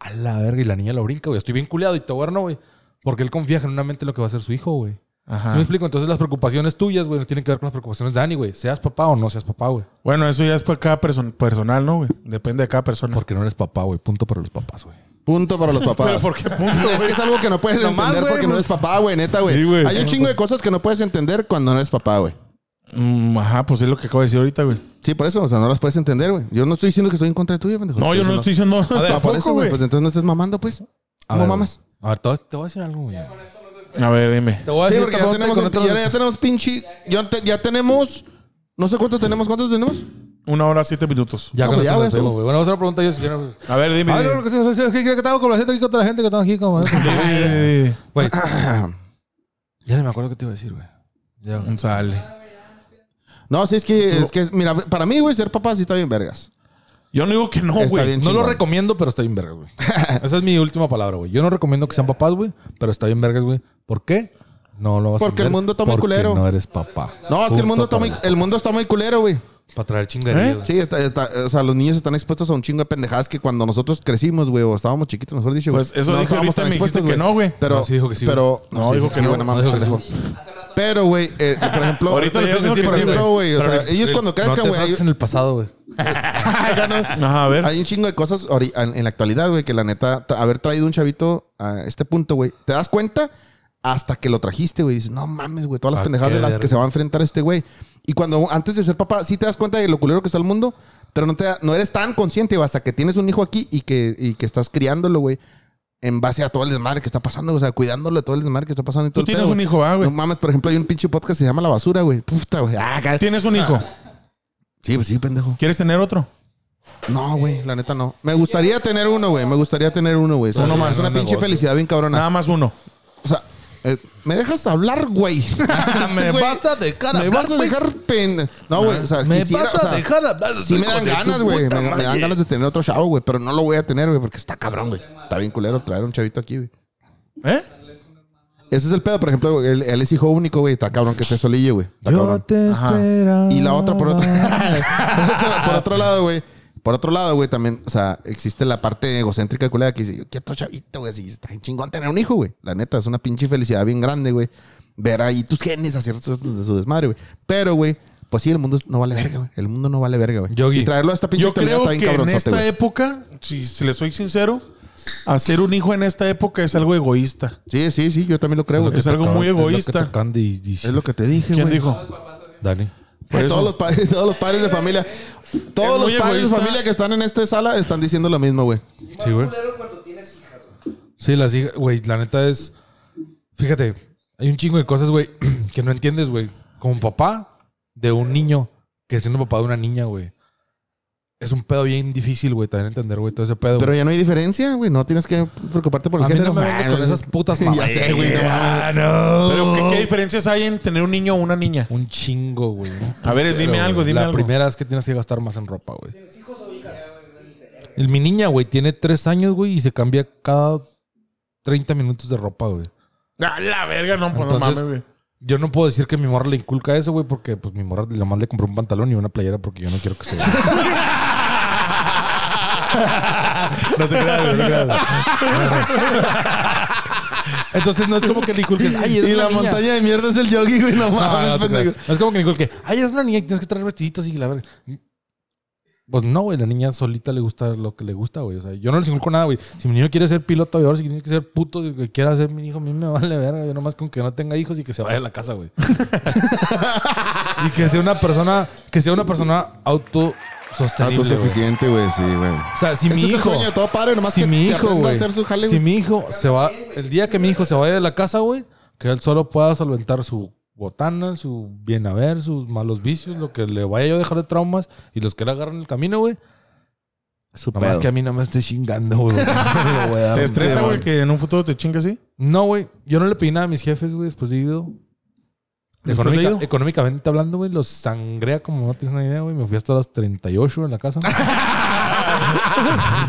Speaker 3: A la verga, y la niña lo brinca, güey. Estoy bien culiado y Tower no, güey. Porque él confía genuinamente en lo que va a hacer su hijo, güey. ¿Sí
Speaker 1: ajá
Speaker 3: me explico? Entonces las preocupaciones tuyas, güey, no tienen que ver con las preocupaciones de Dani, güey. Seas papá o no seas papá, güey.
Speaker 1: Bueno, eso ya es por cada persona personal, ¿no, güey? Depende de cada persona.
Speaker 3: Porque no eres papá, güey. Punto para los papás, güey.
Speaker 2: Punto para los papás. ¿Por qué punto? Es que es algo que no puedes
Speaker 3: Nomás,
Speaker 2: entender
Speaker 3: güey,
Speaker 2: porque no
Speaker 3: pues.
Speaker 2: eres papá, güey, neta, güey.
Speaker 1: Sí, güey.
Speaker 2: Hay un chingo de cosas que no puedes entender cuando no eres papá, güey.
Speaker 1: Mm, ajá, pues es lo que acabo de decir ahorita, güey.
Speaker 2: Sí, por eso, o sea, no las puedes entender, güey. Yo no estoy diciendo que estoy en contra de tuyo, pendejo.
Speaker 1: No, yo no estoy diciendo
Speaker 2: Ah, por eso,
Speaker 1: tampoco,
Speaker 2: güey.
Speaker 1: güey.
Speaker 2: Pues entonces no estés mamando, pues.
Speaker 3: A
Speaker 2: No
Speaker 3: ver,
Speaker 2: mamas.
Speaker 3: güey. A ver, te voy, te voy a decir algo, güey.
Speaker 1: A ver, dime.
Speaker 3: Te voy a
Speaker 2: Sí,
Speaker 3: decir
Speaker 2: porque
Speaker 3: esta
Speaker 2: ya
Speaker 3: pregunta
Speaker 2: tenemos,
Speaker 3: y con
Speaker 2: ya,
Speaker 3: otra-
Speaker 2: ya tenemos pinche. Ya, te- ya tenemos. No sé cuánto tenemos. ¿Cuántos tenemos?
Speaker 1: Una hora, siete minutos.
Speaker 3: Ya
Speaker 2: No,
Speaker 3: con
Speaker 2: pues ya,
Speaker 3: esto
Speaker 2: güey,
Speaker 3: nos vemos,
Speaker 2: eso.
Speaker 3: güey. Bueno, otra pregunta yo si quieren, pues.
Speaker 1: A ver, dime.
Speaker 3: Ah, no,
Speaker 1: dime.
Speaker 3: lo que sea, lo que sea, ¿Qué qué- qué tengo con la gente aquí con otra gente que estamos aquí como
Speaker 1: Dime, dime, dime.
Speaker 3: Güey. Ya no me acuerdo qué te iba a decir, güey. Ya, güey.
Speaker 1: Sale.
Speaker 2: No, sí, es que, es que, mira, para mí, güey, ser papá sí está bien, vergas.
Speaker 1: Yo no digo que no,
Speaker 2: Está
Speaker 1: güey.
Speaker 2: bien
Speaker 3: No lo
Speaker 2: chingón.
Speaker 3: recomiendo, pero está bien vergas, güey. Esa es mi última palabra, güey. Yo no recomiendo que sean papás, güey, pero está bien vergas, güey. ¿Por qué? No lo vas a
Speaker 2: Porque el
Speaker 3: entender
Speaker 2: mundo está muy
Speaker 3: porque
Speaker 2: culero.
Speaker 3: no eres papá.
Speaker 2: No, es que el mundo, está
Speaker 3: Punto
Speaker 2: muy,
Speaker 3: para
Speaker 2: el mundo está muy culero, güey.
Speaker 3: los- Para traer chingadería, güey.
Speaker 2: Sí, está- está- o sea, los niños están expuestos a un chingo de pendejadas que cuando nosotros crecimos, güey, o estábamos chiquitos, mejor dicho, güey.
Speaker 1: Pues eso dije
Speaker 2: estábamos
Speaker 1: ahorita,
Speaker 2: tan
Speaker 1: me dijiste
Speaker 2: expuestos,
Speaker 1: que no, güey.
Speaker 2: Pero,
Speaker 3: No, sí dijo que sí,
Speaker 2: pero, no, dijo que no.
Speaker 3: güey.
Speaker 2: mames,
Speaker 3: No dijo que sí.
Speaker 2: pendejo. Pero, güey, eh, por ejemplo,
Speaker 1: Ahorita le estás
Speaker 2: yo
Speaker 1: diciendo
Speaker 2: sí,
Speaker 1: que
Speaker 2: por
Speaker 1: sí,
Speaker 2: ejemplo, güey, o
Speaker 3: Pero,
Speaker 2: sea, ellos
Speaker 3: eh,
Speaker 2: cuando
Speaker 3: no
Speaker 2: crezcan,
Speaker 3: te
Speaker 2: güey, hay-
Speaker 3: enfoques en el pasado, güey.
Speaker 1: Ajá, a ver.
Speaker 2: Hay un chingo de cosas ori- en en la actualidad, güey, que la neta, tra- haber traído un chavito a este punto, güey, te das cuenta hasta que lo trajiste, güey. Dices, no mames, güey, todas las
Speaker 3: Ah,
Speaker 2: pendejadas
Speaker 3: qué
Speaker 2: de las
Speaker 3: verga.
Speaker 2: que se va a enfrentar este güey. Y cuando, antes de ser papá, sí te das cuenta de lo culero que está el mundo, pero no, te, da- no eres tan consciente, güey, hasta que tienes un hijo aquí y que, y que estás criándolo, güey. En base a todo el desmadre que está pasando, o sea, cuidándolo de todo el desmadre que está pasando. Y todo
Speaker 1: Tú
Speaker 2: el
Speaker 1: tienes
Speaker 2: pedo,
Speaker 1: un
Speaker 2: güey.
Speaker 1: hijo, ¿va, güey?
Speaker 2: No mames, por ejemplo, hay un pinche podcast que se llama La Basura, güey. Puta, güey. Ah, ca-
Speaker 1: Tienes un hijo.
Speaker 2: sí, pues sí, pendejo.
Speaker 1: ¿Quieres tener otro?
Speaker 2: No, güey, la neta no. Me gustaría tener uno, güey. Me gustaría tener uno, güey. O sea,
Speaker 3: Uno
Speaker 2: es
Speaker 3: más,
Speaker 2: una
Speaker 3: un
Speaker 2: pinche
Speaker 3: negocio.
Speaker 2: felicidad bien cabrona.
Speaker 1: Nada más uno.
Speaker 2: O sea, eh, ¿Me dejas hablar, güey?
Speaker 5: Ah, me vas a dejar
Speaker 2: ¿Me vas a dejar pen...? No, güey, o sea,
Speaker 5: Me
Speaker 2: quisiera,
Speaker 5: vas
Speaker 2: o
Speaker 5: a
Speaker 2: sea,
Speaker 5: dejar hablar.
Speaker 2: Sí me
Speaker 5: hijo
Speaker 2: dan
Speaker 5: de tu
Speaker 2: ganas, güey. Me,
Speaker 5: puta
Speaker 2: me dan
Speaker 5: madre.
Speaker 2: ganas de tener otro chavo, güey. Pero no lo voy a tener, güey, porque está cabrón, güey. Está bien culero traer un chavito aquí, güey.
Speaker 5: ¿Eh?
Speaker 2: Ese es el pedo, por ejemplo, güey, él, él es hijo único, güey. Está cabrón que esté solillo, güey. Está cabrón.
Speaker 5: te espero.
Speaker 2: Y la otra por otro, por otro- por otro lado, güey. Por otro lado, güey, también, o sea, existe la parte egocéntrica culera que dice, yo quiero otro chavito, güey, así está bien chingón tener un hijo, güey. La neta, es una pinche felicidad bien grande, güey. Ver ahí tus genes hacer su, de su desmadre, güey. Pero, güey, pues sí, el mundo no vale verga, güey. El mundo no vale verga, güey.
Speaker 3: Yogi.
Speaker 2: Y traerlo a esta pinche
Speaker 1: Yo
Speaker 2: actualidad
Speaker 1: creo
Speaker 2: está bien
Speaker 1: que en
Speaker 2: cabronzote,
Speaker 1: esta
Speaker 2: güey.
Speaker 1: época, si, si le soy sincero, hacer un hijo en esta época es algo egoísta.
Speaker 2: Sí, sí, sí, yo también lo creo, güey.
Speaker 1: Es algo muy egoísta.
Speaker 2: Es lo que te dije, güey.
Speaker 1: ¿Quién dijo?
Speaker 3: Dani.
Speaker 1: Por
Speaker 2: Que
Speaker 1: eso.
Speaker 2: Todos los, padres, todos los padres de familia. Todos
Speaker 1: Es
Speaker 2: los
Speaker 1: muy
Speaker 2: padres
Speaker 1: egoísta.
Speaker 2: de familia que están en esta sala están diciendo lo mismo, güey.
Speaker 3: Sí, güey.
Speaker 6: culero cuando tienes hijas, güey.
Speaker 3: Sí, las hijas, güey, la neta es. Fíjate, hay un chingo de cosas, güey, que no entiendes, güey. Como papá de un niño, que siendo papá de una niña, güey. Es un pedo bien difícil, güey, también entender, güey, todo ese pedo.
Speaker 2: Pero
Speaker 3: güey.
Speaker 2: ya no hay diferencia, güey. No tienes que preocuparte por el
Speaker 3: a mí
Speaker 2: género.
Speaker 3: no me vengas con
Speaker 2: Ah,
Speaker 3: esas putas
Speaker 2: Ya
Speaker 3: mamadas.
Speaker 2: sé, güey. no mames.
Speaker 1: Pero, ¿qué, qué diferencias hay en tener un niño o una niña?
Speaker 3: Un chingo, güey.
Speaker 1: A ver, dime
Speaker 3: Pero,
Speaker 1: algo,
Speaker 3: güey,
Speaker 1: dime
Speaker 3: La
Speaker 1: algo.
Speaker 3: primera es que tienes que gastar más en ropa, güey. El- Mi niña, güey, tiene tres años, güey, y se cambia cada 30 minutos de ropa, güey.
Speaker 1: A la verga, no, pues no
Speaker 3: Entonces-
Speaker 1: mames, güey.
Speaker 3: Yo no puedo decir que mi morra le inculca eso, güey, porque pues mi morra nomás le compró un pantalón y una playera porque yo no quiero que se vea. no te creas, güey, no te creas. güey. Entonces no es como que le inculques, ay, es
Speaker 2: Y
Speaker 3: una
Speaker 2: la
Speaker 3: niña.
Speaker 2: montaña de mierda es el yogi, güey. No
Speaker 3: No, no,
Speaker 2: mames,
Speaker 3: no te
Speaker 2: pendejo. Ah,
Speaker 3: creas. No es como que le inculque, ay, es una niña y tienes que traer vestiditos y la verga. Pues no, güey, la niña solita le gusta lo que le gusta, güey. O sea, yo no les inculco nada, güey. Si mi niño quiere ser piloto aviador, si tiene que ser puto, si que quiera ser mi hijo, a mí me vale verga. Yo nomás con que no tenga hijos y que se vaya a la casa, güey. y que sea una persona, que sea una persona autosostenible. güey.
Speaker 2: Autosuficiente, güey. Sí, güey.
Speaker 3: O sea, si
Speaker 2: Ese
Speaker 3: mi
Speaker 2: es el
Speaker 3: hijo.
Speaker 2: sueño de todo padre, nomás
Speaker 3: si
Speaker 2: que-
Speaker 3: mi
Speaker 2: que
Speaker 3: hijo,
Speaker 2: aprenda a
Speaker 3: güey.
Speaker 2: hacer su jale,
Speaker 3: Si
Speaker 2: güey.
Speaker 3: mi hijo se va. El día que mi hijo se vaya de la casa, güey, que él solo pueda solventar su botana, su bien haber, sus malos vicios, lo que le vaya yo a dejar de traumas y los que le agarran el camino, güey. Nomás
Speaker 2: pedo.
Speaker 3: que a mí no me esté chingando, güey. Lo voy a dar
Speaker 1: ¿Te
Speaker 3: un
Speaker 1: estresa,
Speaker 3: cero.
Speaker 1: güey, que en un futuro te chingas así?
Speaker 3: No, güey. Yo no le pedí nada a mis jefes, güey, después de ido.
Speaker 1: ¿Después
Speaker 3: Económica-
Speaker 1: de ido?
Speaker 3: económicamente hablando, güey, los sangrea como no tienes una idea, güey. Me fui hasta los 38 en la casa.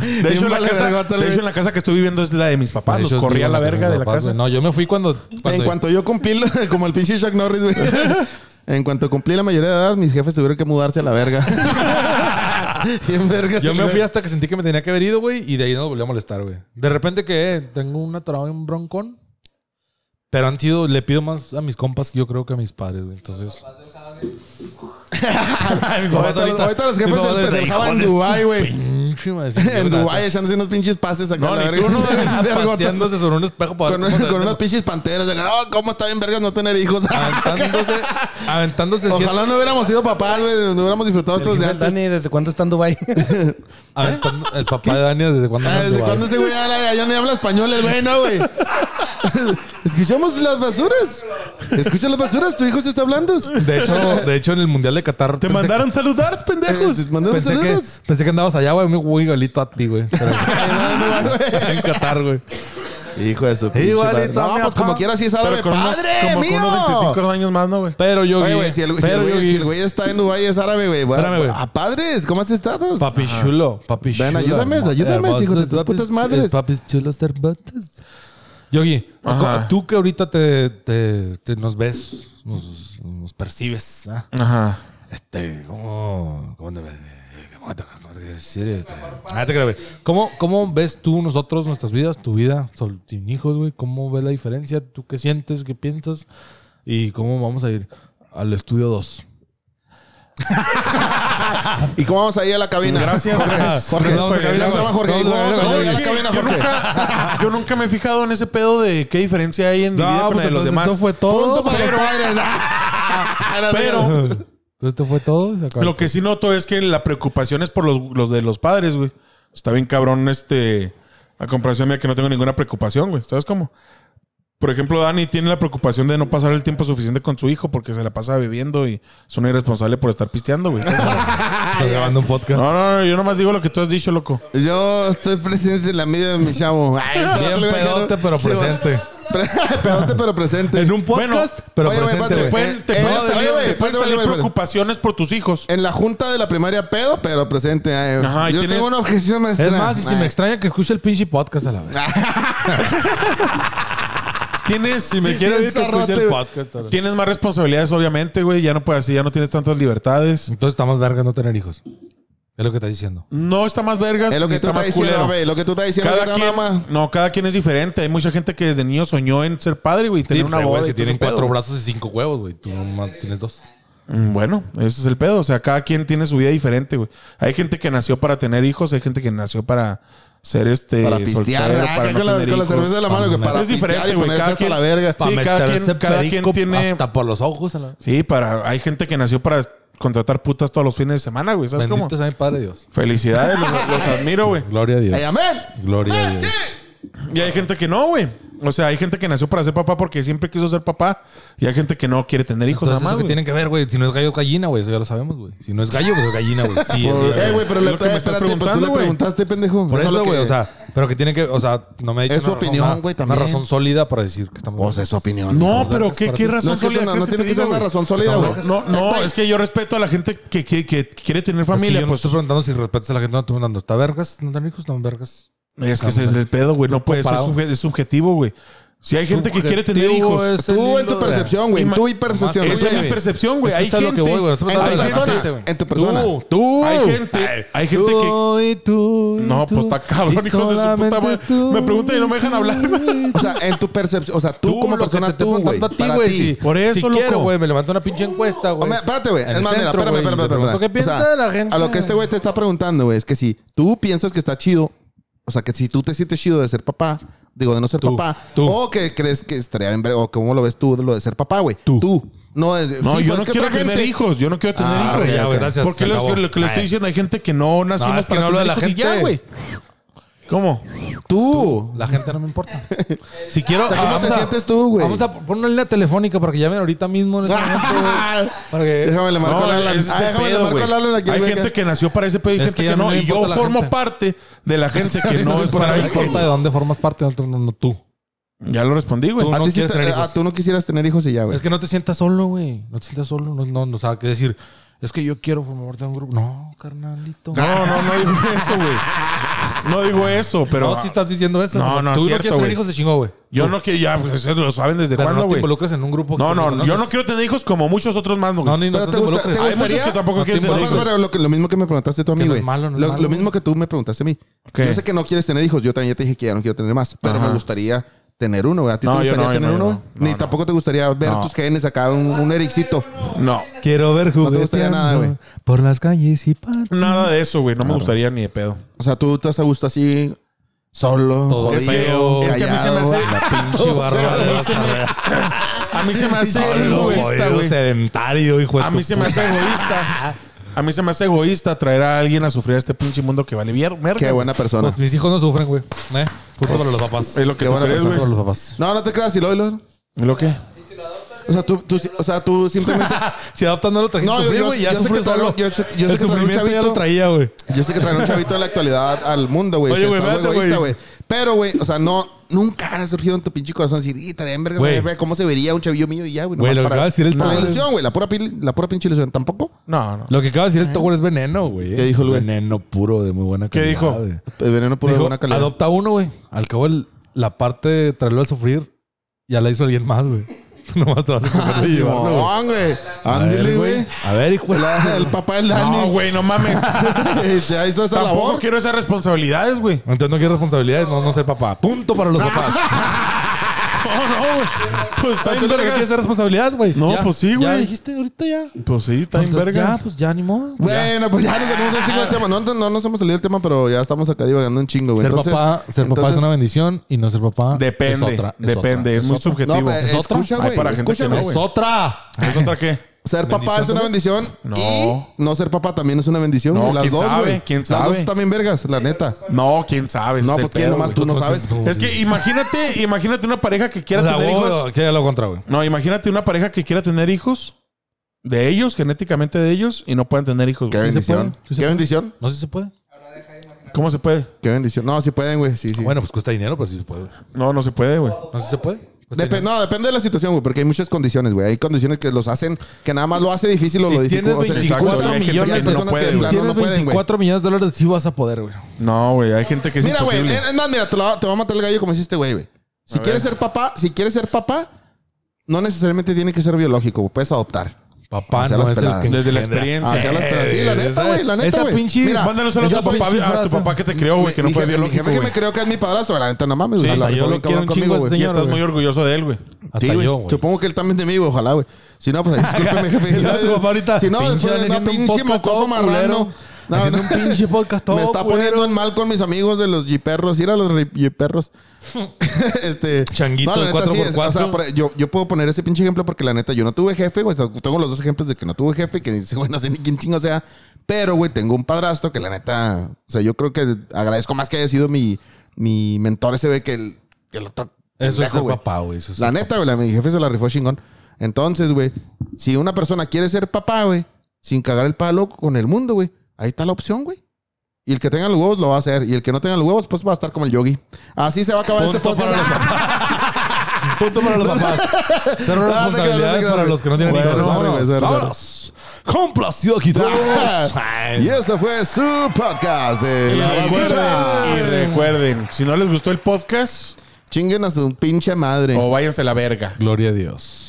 Speaker 1: De hecho, la
Speaker 3: vale
Speaker 1: casa,
Speaker 3: verga, tal
Speaker 1: de
Speaker 3: vez.
Speaker 1: hecho, en la casa que estoy viviendo es la de mis papás.
Speaker 3: De
Speaker 1: Los
Speaker 3: hecho,
Speaker 1: corrí
Speaker 3: digo,
Speaker 1: a la
Speaker 3: que
Speaker 1: verga
Speaker 3: son
Speaker 1: de la
Speaker 3: papás,
Speaker 1: casa.
Speaker 3: güey. No, yo me fui cuando. cuando-
Speaker 2: En cuanto yo cumplí, la- como el pinche Chuck Norris, güey. En cuanto cumplí la mayoría de edad, mis jefes tuvieron que mudarse a la verga. Bien verga.
Speaker 3: yo me fui hasta que sentí que me tenía que haber ido, güey, y de ahí no me volvió a molestar, güey. De repente que eh, tengo un atorado y un broncón, pero han sido, le pido más a mis compas que yo creo que a mis padres, güey. Entonces. Mis papás
Speaker 2: Ahorita- ahorita los jefes
Speaker 3: mis papás
Speaker 2: del-
Speaker 3: ahorita,
Speaker 2: del Java en
Speaker 3: "Hijo de
Speaker 2: Dubái,
Speaker 3: su
Speaker 2: güey".
Speaker 3: pinche madre,
Speaker 2: En Dubái echándose unos pinches pases acá
Speaker 1: No,
Speaker 2: a la
Speaker 1: ni tú,
Speaker 2: verga.
Speaker 1: no,
Speaker 3: Paseándose sobre un espejo para ver
Speaker 2: Con,
Speaker 3: cómo se
Speaker 2: con
Speaker 3: ven.
Speaker 2: unas pinches panteras. acá, "Oh, ¿Cómo está bien vergas no tener hijos?
Speaker 1: Ah,
Speaker 3: Aventándose. Aventándose. cien-
Speaker 2: Ojalá no hubiéramos sido papás, güey. No hubiéramos disfrutado estos de
Speaker 4: Dime,
Speaker 2: antes.
Speaker 4: Dani, ¿desde cuándo está en Dubai?
Speaker 3: aventando- el papá de Dani, ¿desde cuándo?
Speaker 2: Ah,
Speaker 3: anda en
Speaker 2: ¿Desde
Speaker 3: Dubái?
Speaker 2: cuándo ese güey ya, la- ya no habla español el güey, no, güey? Escuchamos las basuras. Escucha las basuras, tu hijo se está hablando.
Speaker 3: De hecho, de hecho, en el Mundial de Qatar.
Speaker 1: Te
Speaker 3: pensé-
Speaker 1: mandaron saludar, pendejos.
Speaker 2: Te mandaron
Speaker 3: Pensé que,
Speaker 2: saludos.
Speaker 3: pensé que andabas allá, güey. Muy igualito a ti, güey. Pero- en Qatar, güey.
Speaker 2: Hijo de su pinche madre.
Speaker 3: Igualito a
Speaker 2: No,
Speaker 3: mi
Speaker 2: pues como
Speaker 3: papá.
Speaker 2: quiera sí es árabe.
Speaker 1: Pero con unos-
Speaker 2: ¡Padre
Speaker 1: como
Speaker 2: mío!
Speaker 1: con unos 25 años más, ¿no, güey?
Speaker 3: Pero yo
Speaker 2: Oye,
Speaker 3: vi.
Speaker 2: güey, si el, si el
Speaker 3: pero
Speaker 2: güey,
Speaker 3: yo
Speaker 2: si
Speaker 3: vi.
Speaker 2: el güey está en Dubái es árabe, güey. Bueno,
Speaker 3: Espérame, güey.
Speaker 2: a padres, ¿cómo has estado?
Speaker 3: Papi chulo, papi chulo.
Speaker 2: Ven, ayúdame,
Speaker 3: hermano.
Speaker 2: ayúdame,
Speaker 3: Hermosos
Speaker 2: hijo de tus
Speaker 3: papis-
Speaker 2: putas madres.
Speaker 3: es Papis chulos, hermosos. Yogi,
Speaker 1: Ajá.
Speaker 3: tú que ahorita te, te, te nos ves, nos, nos percibes, ¿ah?
Speaker 1: Ajá.
Speaker 3: Este, ¿cómo, cómo te ves? ¿Cómo te- cómo te- sí, este, ah, te creo, güey. ¿Cómo, ¿Cómo ves tú nosotros, nuestras vidas, tu vida, sol- sin hijos, güey? ¿Cómo ves la diferencia? ¿Tú qué sientes, qué piensas? ¿Y cómo vamos a ir al estudio 2?
Speaker 2: ¿Y cómo vamos ahí a la cabina? Gracias, gracias. Jorge,
Speaker 3: Nos vamos a la
Speaker 2: Jorge,
Speaker 3: cabina,
Speaker 2: ¿cómo se llama Jorge? ¿Y cómo vamos a
Speaker 3: güey. Nos vamos
Speaker 1: No,
Speaker 3: a
Speaker 2: ir
Speaker 1: es
Speaker 2: a
Speaker 1: que
Speaker 2: la cabina,
Speaker 1: yo,
Speaker 2: Jorge?
Speaker 1: nunca, yo nunca me he fijado en ese pedo de qué diferencia hay en mi vida con la de los demás.
Speaker 5: pues esto fue todo.
Speaker 2: Punto para los padres.
Speaker 1: Pero
Speaker 3: Entonces, ¿esto fue todo? ¿Se acabó?
Speaker 1: lo que sí noto es que la preocupación es por los, los de los padres, güey. Está bien cabrón este... A comparación mía que no tengo ninguna preocupación, güey. ¿Sabes cómo? Por ejemplo, Dani tiene la preocupación de no pasar el tiempo suficiente con su hijo porque se la pasa bebiendo y es una irresponsable por estar pisteando, güey.
Speaker 3: Estás grabando un podcast.
Speaker 1: No, no, no, yo nomás digo lo que tú has
Speaker 2: Eh,
Speaker 1: dicho, loco.
Speaker 2: Yo estoy presente en la media de mi chavo. Ay,
Speaker 3: Bien
Speaker 2: no te lo voy a dejar.
Speaker 3: pedote, pero
Speaker 2: Sí, bueno.
Speaker 3: presente.
Speaker 2: Pedote, pero presente.
Speaker 3: En un podcast,
Speaker 1: Bueno,
Speaker 3: pero
Speaker 2: oye, güey,
Speaker 3: presente,
Speaker 2: espérate,
Speaker 3: güey.
Speaker 1: Pueden- te
Speaker 2: Eh,
Speaker 1: pueden
Speaker 2: eh,
Speaker 1: salir,
Speaker 2: oye, güey,
Speaker 1: te pueden
Speaker 2: espérate,
Speaker 1: salir
Speaker 2: güey, Eh, güey.
Speaker 1: preocupaciones por tus hijos.
Speaker 2: En la junta de la primaria, pedo, pero presente. Ay,
Speaker 1: Ajá, y
Speaker 2: yo
Speaker 1: tienes-
Speaker 2: tengo una objeción maestra.
Speaker 3: Es más, y si
Speaker 2: Ay.
Speaker 3: me extraña que escuche el pinche podcast a la vez.
Speaker 1: Tienes, si me
Speaker 2: quieres-
Speaker 1: quieres,
Speaker 2: Bien zarrote,
Speaker 3: el
Speaker 2: güey.
Speaker 3: podcast a la vez.
Speaker 1: tienes más responsabilidades, obviamente, güey. Ya no puedes, ya no tienes tantas libertades.
Speaker 3: Entonces está más verga no tener hijos. Es lo que estás diciendo.
Speaker 1: No está más vergas,
Speaker 2: Es lo que
Speaker 1: está
Speaker 2: tú estás
Speaker 1: más
Speaker 2: diciendo,
Speaker 1: culero.
Speaker 2: güey. Lo que tú estás diciendo, que
Speaker 1: Cada
Speaker 2: te
Speaker 1: quien,
Speaker 2: mamá.
Speaker 1: no, cada quien es diferente. Hay mucha gente que desde niño soñó en ser padre, güey, y tener
Speaker 3: Sí, pues,
Speaker 1: una
Speaker 3: hay güeyes
Speaker 1: boda. y
Speaker 3: que
Speaker 1: todo
Speaker 3: tienen
Speaker 1: ese pedo,
Speaker 3: cuatro
Speaker 1: güey.
Speaker 3: brazos y cinco huevos, güey. Tú nomás tienes dos.
Speaker 1: Mm, Bueno, ese es el pedo. O sea, cada quien tiene su vida diferente, güey. Hay gente que nació para tener hijos, hay gente que nació para ser este.
Speaker 2: Para pistear,
Speaker 1: soltero,
Speaker 2: ah,
Speaker 1: para
Speaker 2: que
Speaker 1: no
Speaker 2: con, la,
Speaker 1: tener
Speaker 2: con la
Speaker 1: hijos.
Speaker 2: cerveza de la mano, que
Speaker 3: Para
Speaker 2: para
Speaker 1: es diferente,
Speaker 2: pistear y
Speaker 1: güey,
Speaker 2: ponerse
Speaker 1: cada
Speaker 2: hasta
Speaker 1: quien-
Speaker 2: la verga.
Speaker 1: Pa- Sí, cada
Speaker 3: meterse
Speaker 1: quien- cada
Speaker 3: perico
Speaker 1: quien tiene-
Speaker 3: Hasta por los ojos a la
Speaker 1: Sí, para. Hay gente que nació para contratar putas todos los fines de semana, güey. ¿Sabes
Speaker 3: Bendito
Speaker 1: cómo?
Speaker 3: sea mi Padre Dios.
Speaker 1: Felicidades, los, los admiro, güey.
Speaker 3: Gloria a Dios.
Speaker 2: Ay, amén. Ah,
Speaker 3: Gloria a Dios.
Speaker 1: Y hay gente que no, güey. O sea, hay gente que nació para ser papá porque siempre quiso ser papá. Y hay gente que no quiere tener hijos
Speaker 3: Entonces,
Speaker 1: nada más.
Speaker 3: eso que
Speaker 1: Pues, güey.
Speaker 3: tienen que ver, güey. Si no es gallo, es gallina, güey. Eso ya lo sabemos, güey. Si no es gallo, pues es gallina, güey. Sí, es
Speaker 2: Eh,
Speaker 3: gallo.
Speaker 2: güey, pero
Speaker 1: Es
Speaker 2: le,
Speaker 1: lo que me estás
Speaker 2: espérate, pues tú
Speaker 1: preguntando,
Speaker 2: le
Speaker 1: güey.
Speaker 2: preguntaste, pendejo.
Speaker 3: Por
Speaker 2: Déjalo
Speaker 3: eso, güey.
Speaker 2: que-
Speaker 3: O sea, pero que tiene que. O sea, no me ha dicho.
Speaker 2: Es su
Speaker 3: una-
Speaker 2: opinión,
Speaker 3: una-
Speaker 2: güey,
Speaker 3: Una
Speaker 2: también.
Speaker 3: razón sólida para decir que estamos.
Speaker 2: Pues es su opinión.
Speaker 1: No, pero ¿qué,
Speaker 3: para
Speaker 1: qué
Speaker 3: ti.
Speaker 1: razón
Speaker 2: No, es que es
Speaker 1: sólida?
Speaker 2: una-
Speaker 1: crees
Speaker 2: no
Speaker 1: te
Speaker 2: tiene que ser
Speaker 1: digo,
Speaker 2: una
Speaker 1: güey?
Speaker 2: razón sólida, güey.
Speaker 1: No, no, es que yo respeto a la gente que, que- que quiere tener familia.
Speaker 3: Es que yo no
Speaker 1: pues
Speaker 3: estoy preguntando si respetas a la gente, no estoy preguntando. ¿Está vergas? ¿No tan hijos? ¿No vergas?
Speaker 1: es que ese es el pedo, güey. No puede ser
Speaker 3: comparado.
Speaker 1: subje- es subjetivo, güey. Si hay gente que quiere tener
Speaker 3: Subjetivo
Speaker 1: hijos.
Speaker 3: es el
Speaker 2: Tú en
Speaker 3: hilo
Speaker 2: tu
Speaker 3: de-
Speaker 2: percepción, güey. en
Speaker 1: Ima-
Speaker 2: Tu hipercepción.
Speaker 1: Es
Speaker 2: o sea,
Speaker 1: mi
Speaker 3: güey.
Speaker 1: percepción, güey.
Speaker 3: Es que
Speaker 1: Hay
Speaker 3: eso es lo
Speaker 1: gente.
Speaker 3: que voy, güey. Estoy
Speaker 2: En
Speaker 1: hay
Speaker 2: tu
Speaker 3: tratando de
Speaker 1: gente-
Speaker 3: gente,
Speaker 2: persona.
Speaker 3: güey.
Speaker 2: En tu persona.
Speaker 1: Tú, tú. Hay gente. Hay gente que.
Speaker 3: Tú y tú. y
Speaker 1: No,
Speaker 3: tú,
Speaker 1: pues está cabrón,
Speaker 3: y
Speaker 1: hijos de su puta
Speaker 3: solamente
Speaker 1: madre.
Speaker 3: tú
Speaker 1: Me preguntan y no me dejan hablar.
Speaker 3: y
Speaker 2: O sea, en tu percepción. O sea, tú como
Speaker 3: lo que te
Speaker 2: persona,
Speaker 3: estoy
Speaker 2: tú, güey.
Speaker 3: preguntando a ti,
Speaker 2: Para
Speaker 3: güey,
Speaker 2: ti.
Speaker 3: si-
Speaker 1: Por eso,
Speaker 3: si quiero,
Speaker 1: loco.
Speaker 3: güey, me levanta una pinche encuesta, güey.
Speaker 2: Hombre, espérate, güey.
Speaker 3: Pues, En
Speaker 2: Es
Speaker 3: el
Speaker 2: más, mira,
Speaker 3: centro,
Speaker 2: espérame, espérame,
Speaker 3: güey, y te
Speaker 2: espérame.
Speaker 3: pregunto, ¿Qué piensa
Speaker 2: O sea,
Speaker 3: la gente?
Speaker 2: A lo que este güey te está preguntando, güey, es que si tú piensas que está chido, o sea, que si tú te sientes chido de ser papá, digo, de no ser
Speaker 3: Tú,
Speaker 2: papá,
Speaker 3: tú.
Speaker 2: o que crees que estaría en breve, o cómo lo ves tú, de lo de ser papá, güey. Tú. No, es-
Speaker 1: No,
Speaker 2: sí,
Speaker 1: yo
Speaker 2: pues,
Speaker 1: no
Speaker 2: es que
Speaker 1: quiero
Speaker 2: otra
Speaker 1: tener
Speaker 2: gente-
Speaker 1: hijos. Yo no quiero tener
Speaker 2: Ah,
Speaker 1: hijos.
Speaker 2: ok, ya, güey,
Speaker 3: gracias,
Speaker 1: Porque
Speaker 3: se
Speaker 1: lo,
Speaker 3: acabó.
Speaker 1: lo que le estoy
Speaker 3: Ay.
Speaker 1: diciendo, hay gente que no nacimos
Speaker 3: No, es que
Speaker 1: para
Speaker 3: no hablo de
Speaker 1: tener
Speaker 3: la
Speaker 1: hijos y ya,
Speaker 3: gente.
Speaker 1: güey. ¿Cómo?
Speaker 2: Tú.
Speaker 3: La gente no me importa. Si quiero.
Speaker 2: O sea, ¿cómo
Speaker 3: vamos
Speaker 2: te
Speaker 3: a-
Speaker 2: sientes tú, güey?
Speaker 3: Vamos a poner una línea telefónica para que llamen ahorita mismo en este momento, güey. Para que-
Speaker 2: Ah, Déjame le marco
Speaker 1: No,
Speaker 2: a Alan.
Speaker 1: ese es
Speaker 2: Ah,
Speaker 1: el
Speaker 2: déjame le
Speaker 1: pedo,
Speaker 2: marco
Speaker 1: güey.
Speaker 2: a Alan aquí,
Speaker 1: Hay
Speaker 2: güey,
Speaker 1: gente
Speaker 2: acá.
Speaker 1: que nació para ese pedo y
Speaker 3: Es
Speaker 1: gente
Speaker 3: que
Speaker 1: que,
Speaker 3: ya no
Speaker 1: no.
Speaker 3: me
Speaker 1: Y yo
Speaker 3: importa la
Speaker 1: formo
Speaker 3: gente.
Speaker 1: parte de la gente que no es
Speaker 3: Pero
Speaker 1: para
Speaker 3: no importa de
Speaker 1: hijos.
Speaker 3: dónde formas parte, no, no- no tú.
Speaker 1: Ya lo respondí, güey.
Speaker 3: Tú
Speaker 2: A
Speaker 3: no
Speaker 2: ti sí
Speaker 3: quieres
Speaker 2: te-
Speaker 3: tener
Speaker 2: eh,
Speaker 3: hijos.
Speaker 2: ah, tú no quisieras tener hijos y ya, güey.
Speaker 3: Es que no te sientas solo, güey. No te sientas solo. No, no, no, o sea, que decir, es que yo quiero formar parte de un grupo. No, carnalito.
Speaker 1: No, no, no digo eso, güey. No digo eso, pero.
Speaker 3: No, si estás diciendo eso.
Speaker 1: No, no,
Speaker 3: Tú
Speaker 1: es cierto,
Speaker 3: no quieres tener
Speaker 1: güey.
Speaker 3: hijos de chingó, güey.
Speaker 1: Yo no quiero, ya, pues, eso lo saben desde
Speaker 3: Pero
Speaker 1: cuándo,
Speaker 3: no te
Speaker 1: güey.
Speaker 3: involucres en un grupo.
Speaker 1: No,
Speaker 3: que
Speaker 1: no, yo no
Speaker 3: conoces.
Speaker 1: quiero tener hijos como muchos otros más, güey.
Speaker 3: No, ni no,
Speaker 2: Pero te
Speaker 3: no te
Speaker 2: gusta-
Speaker 3: involucres.
Speaker 2: te
Speaker 1: Hay
Speaker 2: gustaría-
Speaker 1: muchos que tampoco
Speaker 3: No te
Speaker 1: quieren tener
Speaker 2: No,
Speaker 3: involucres.
Speaker 1: hijos.
Speaker 2: pero lo, que- lo mismo que me preguntaste tú a
Speaker 3: Es
Speaker 2: mí,
Speaker 3: que no
Speaker 2: güey.
Speaker 3: es malo, no es
Speaker 2: lo,
Speaker 3: malo,
Speaker 2: lo mismo
Speaker 3: güey.
Speaker 2: que tú me preguntaste a mí.
Speaker 1: ¿Qué?
Speaker 2: Yo sé que no quieres tener hijos. Yo también ya te dije que ya no quiero tener más. Pero
Speaker 1: Ajá.
Speaker 2: me gustaría tener uno, güey. ¿A ti
Speaker 1: No,
Speaker 2: te
Speaker 1: yo
Speaker 2: gustaría
Speaker 1: no, yo
Speaker 2: tener
Speaker 1: no, yo
Speaker 2: uno?
Speaker 1: no. No,
Speaker 2: Ni
Speaker 1: no.
Speaker 2: tampoco te gustaría ver
Speaker 1: No.
Speaker 2: tus genes acá, un, un ericito.
Speaker 1: No.
Speaker 3: Quiero ver
Speaker 2: No te gustaría nada, güey.
Speaker 3: Por las calles y pan.
Speaker 1: Nada de eso, güey. No me gustaría ni de pedo.
Speaker 2: O sea, tú estás a gusto así, solo,
Speaker 3: Todo
Speaker 2: jodido,
Speaker 3: feo.
Speaker 1: Es que a mí se me
Speaker 2: callado.
Speaker 1: hace-
Speaker 3: Pinche
Speaker 1: me-
Speaker 3: barba.
Speaker 1: A mí se me hace egoísta,
Speaker 3: Jodido,
Speaker 1: güey.
Speaker 3: sedentario, hijo de
Speaker 1: A
Speaker 3: tu
Speaker 1: mí se me hace egoísta. A mí se me hace egoísta traer a alguien a sufrir a este pinche mundo que vale vier- merda.
Speaker 2: Qué buena persona.
Speaker 3: Pues mis hijos no sufren, güey. ¿Eh? Fútbol para los papás.
Speaker 1: Es lo que
Speaker 2: Qué
Speaker 1: tú
Speaker 2: buena
Speaker 1: crees,
Speaker 2: persona.
Speaker 1: güey.
Speaker 3: los papás.
Speaker 2: No, no te creas, y lo, y lo.
Speaker 1: ¿Y lo qué?
Speaker 2: O sea, tú, tú- o sea, tú simplemente...
Speaker 3: Si adaptan no lo trajiste
Speaker 2: No, yo-
Speaker 3: sufrir,
Speaker 2: yo-
Speaker 3: güey, ya
Speaker 2: yo sé que
Speaker 3: sufrió
Speaker 2: traen-
Speaker 3: solo.
Speaker 2: yo sé- yo sé
Speaker 3: El
Speaker 2: que traen un
Speaker 3: sufrimiento ya
Speaker 2: chavito.
Speaker 3: lo traía, güey.
Speaker 2: Yo sé que traen un chavito de la actualidad al mundo, güey.
Speaker 3: Oye,
Speaker 2: Es
Speaker 3: güey,
Speaker 2: algo
Speaker 3: espérate,
Speaker 2: egoísta,
Speaker 3: güey.
Speaker 2: güey. Pero, güey, o sea, no, nunca ha surgido en tu pinche corazón decir, y traen vergas,
Speaker 3: Güey.
Speaker 2: güey, güey, cómo se vería un chavillo mío y ya, güey.
Speaker 3: Güey,
Speaker 2: nomás
Speaker 3: lo que acaba de decir el
Speaker 2: por la
Speaker 3: Tower.
Speaker 2: ilusión, güey, la pura, pil- la pura pinche ilusión. ¿Tampoco?
Speaker 1: No, no.
Speaker 3: Lo que acaba de decir el Tower es veneno, güey.
Speaker 2: ¿Qué dijo el güey?
Speaker 3: Veneno puro de muy buena
Speaker 1: ¿Qué
Speaker 3: calidad.
Speaker 1: dijo?
Speaker 3: güey.
Speaker 2: El veneno puro de
Speaker 3: Dijo,
Speaker 2: buena calidad.
Speaker 3: adopta uno, güey. Al cabo, el- la parte de traerlo a sufrir ya la hizo alguien más, güey. Nomás te vas a encargar de llevarlo, güey.
Speaker 2: Simón, güey.
Speaker 3: A
Speaker 2: Ándale,
Speaker 3: ver,
Speaker 2: güey.
Speaker 3: A ver, hijo de
Speaker 2: La- El
Speaker 3: la-
Speaker 2: papá del
Speaker 1: No,
Speaker 2: Dani.
Speaker 1: güey, no mames.
Speaker 2: Se hizo esa
Speaker 1: Tampoco
Speaker 2: labor.
Speaker 1: quiero esas responsabilidades, güey.
Speaker 3: Entonces no quiero responsabilidades, no, no ser papá. Punto para los
Speaker 2: Ah,
Speaker 3: papás.
Speaker 1: No, no, güey. Pues está
Speaker 3: Tú
Speaker 1: en
Speaker 3: no le quieres
Speaker 1: vergas.
Speaker 3: hacer responsabilidades, güey.
Speaker 1: No,
Speaker 3: Ya,
Speaker 1: pues sí,
Speaker 3: Ya
Speaker 1: güey.
Speaker 3: dijiste ahorita ya.
Speaker 1: Pues sí, está en
Speaker 3: Entonces, ya,
Speaker 1: vergas.
Speaker 3: pues ya ni modo.
Speaker 2: Bueno, pues ya nos salimos un chingo del tema. No, no nos hemos salido del tema, pero ya estamos acá divagando un chingo, güey.
Speaker 3: Ser
Speaker 2: Entonces-
Speaker 3: papá, ser papá es
Speaker 2: entonces-
Speaker 3: una bendición y no ser papá es
Speaker 1: Depende,
Speaker 3: otra. es
Speaker 1: depende,
Speaker 3: otra,
Speaker 1: es, muy
Speaker 3: otra.
Speaker 1: subjetivo.
Speaker 2: No, pero
Speaker 1: ¿Es otra?
Speaker 2: escucha,
Speaker 1: Hay
Speaker 2: güey,
Speaker 1: para gente
Speaker 2: escucha,
Speaker 1: que no,
Speaker 2: güey.
Speaker 1: güey.
Speaker 3: Es otra.
Speaker 1: ¿Es otra qué?
Speaker 2: Ser papá es una bendición.
Speaker 1: No.
Speaker 2: Y no ser papá también es una bendición.
Speaker 1: No,
Speaker 2: güey. Las
Speaker 1: ¿quién
Speaker 2: dos,
Speaker 1: sabe?
Speaker 2: güey.
Speaker 1: ¿Quién
Speaker 2: Las
Speaker 1: sabe?
Speaker 2: dos también vergas, la neta.
Speaker 1: No, quién sabe.
Speaker 2: No,
Speaker 1: Ese
Speaker 2: pues quién
Speaker 1: pedo,
Speaker 2: nomás
Speaker 1: güey.
Speaker 2: tú no sabes.
Speaker 1: Es que imagínate, imagínate una pareja que quiera
Speaker 3: La
Speaker 1: tener hijos.
Speaker 3: voz, que ya lo contra, güey.
Speaker 1: No, imagínate una pareja que quiera tener hijos de ellos, genéticamente de ellos, y no puedan tener hijos.
Speaker 2: Qué
Speaker 1: güey.
Speaker 2: bendición.
Speaker 3: puede? Sí se
Speaker 2: Qué
Speaker 3: puede.
Speaker 2: bendición.
Speaker 3: No sé si se puede.
Speaker 1: ¿Cómo se puede?
Speaker 3: Ah,
Speaker 2: Qué bendición. No, sí pueden, güey. Sí, sí.
Speaker 3: Bueno, pues cuesta dinero, pero sí se puede.
Speaker 1: No, no se puede, güey.
Speaker 3: No sé si se puede. Pues
Speaker 2: Depe-
Speaker 3: tenía-
Speaker 2: no, depende de la situación, güey, porque hay muchas condiciones, güey. Hay condiciones que los hacen, que nada más lo hace difícil o
Speaker 3: Si
Speaker 2: lo dificulta.
Speaker 3: tienes 24 millones,
Speaker 1: no puede,
Speaker 2: no,
Speaker 1: güey.
Speaker 2: pueden,
Speaker 3: Tienes
Speaker 2: güey.
Speaker 3: 24 millones de dólares, sí vas a poder, güey.
Speaker 1: No, güey, hay gente que es
Speaker 2: Mira, güey,
Speaker 1: imposible.
Speaker 2: es más, mira, te, lo- te va a matar el gallo como hiciste, güey, güey. Si
Speaker 1: A
Speaker 2: quieres
Speaker 1: ver.
Speaker 2: ser papá, si quieres ser papá, no necesariamente tiene que ser biológico, güey. Puedes adoptar.
Speaker 3: Papá
Speaker 2: Hacia
Speaker 3: no
Speaker 2: las
Speaker 3: es el
Speaker 2: peladas.
Speaker 3: que.
Speaker 1: Desde la experiencia.
Speaker 2: Hacia las- pero sí, la neta,
Speaker 3: esa-
Speaker 2: güey, la neta,
Speaker 3: esa
Speaker 2: güey.
Speaker 3: pinche-
Speaker 2: Mira,
Speaker 1: Mándale un saludo
Speaker 2: yo
Speaker 1: a tu
Speaker 2: soy-
Speaker 1: papá,
Speaker 3: soy
Speaker 1: a tu
Speaker 3: frase.
Speaker 1: papá que te crió, güey, que no
Speaker 2: Mi-
Speaker 1: fue
Speaker 2: mi- mi
Speaker 1: biológico,
Speaker 2: jefe que
Speaker 1: güey.
Speaker 2: me creo que es mi padrastro, la neta, no mames.
Speaker 3: Sí,
Speaker 2: güey, la
Speaker 3: yo
Speaker 2: rifó
Speaker 3: lo
Speaker 2: bien
Speaker 3: quiero
Speaker 2: cabrón
Speaker 3: un chingo
Speaker 2: conmigo,
Speaker 3: a ese
Speaker 2: güey.
Speaker 1: Y
Speaker 3: señor,
Speaker 1: estás
Speaker 3: güey.
Speaker 1: muy orgulloso de él, güey.
Speaker 3: Hasta
Speaker 2: Sí, güey.
Speaker 3: yo, güey.
Speaker 2: Supongo que él también es de mí, güey. Ojalá, güey. Si no, pues ahí discúlpeme, jefe.
Speaker 3: Mira tu papá ahorita,
Speaker 2: Si no,
Speaker 3: pinche,
Speaker 2: después de
Speaker 3: haciendo
Speaker 2: no,
Speaker 3: un
Speaker 2: pinche
Speaker 3: podcast
Speaker 2: mocoso
Speaker 3: todo
Speaker 2: marrano.
Speaker 3: culero.
Speaker 2: No, no.
Speaker 3: Haciendo un pinche podcast todo
Speaker 2: Me está
Speaker 3: culero.
Speaker 2: poniendo en mal con mis amigos de los jiperros. Ir a los ri- jiperros. este.
Speaker 3: Changuito
Speaker 2: la
Speaker 3: de
Speaker 2: neta, sí,
Speaker 3: 4x4.
Speaker 2: o sea, por- yo, yo puedo poner ese pinche ejemplo porque la neta, yo no tuve jefe, güey. O sea, tengo los dos ejemplos de que no tuve jefe, que dice, güey, no sé ni quién chingo sea. Pero, güey, tengo un padrastro que la neta. O sea, yo creo que agradezco más que haya sido mi, mi mentor ese, güey, que el, que el otro.
Speaker 3: Eso es
Speaker 2: pendejo,
Speaker 3: el
Speaker 2: güey.
Speaker 3: papá, güey. Eso es
Speaker 2: Pues, La
Speaker 3: el
Speaker 2: neta, güey, la- mi jefe se la rifó chingón. Entonces, güey, si una persona quiere ser papá, güey, sin cagar el palo con el mundo, güey, ahí está la opción, güey. Y el que tenga los huevos lo va a hacer. Y el que no tenga los huevos, pues va a estar como el yogi. Así se va a acabar este podcast.
Speaker 3: Punto para los papás.
Speaker 2: Ah,
Speaker 3: Cero
Speaker 2: te creo, te
Speaker 3: responsabilidades
Speaker 2: creo.
Speaker 3: para los que no tienen
Speaker 2: Bueno,
Speaker 3: hijos.
Speaker 2: hombre, güey, cero, cero.
Speaker 3: vámonos. Complacido aquí todos.
Speaker 2: y ese fue su podcast. de
Speaker 1: Y
Speaker 2: la
Speaker 1: recuerden, y
Speaker 2: basura.
Speaker 1: recuerden, si no les gustó el podcast,
Speaker 2: Chinguen a su pinche madre.
Speaker 1: o váyanse a la verga.
Speaker 3: Gloria a Dios.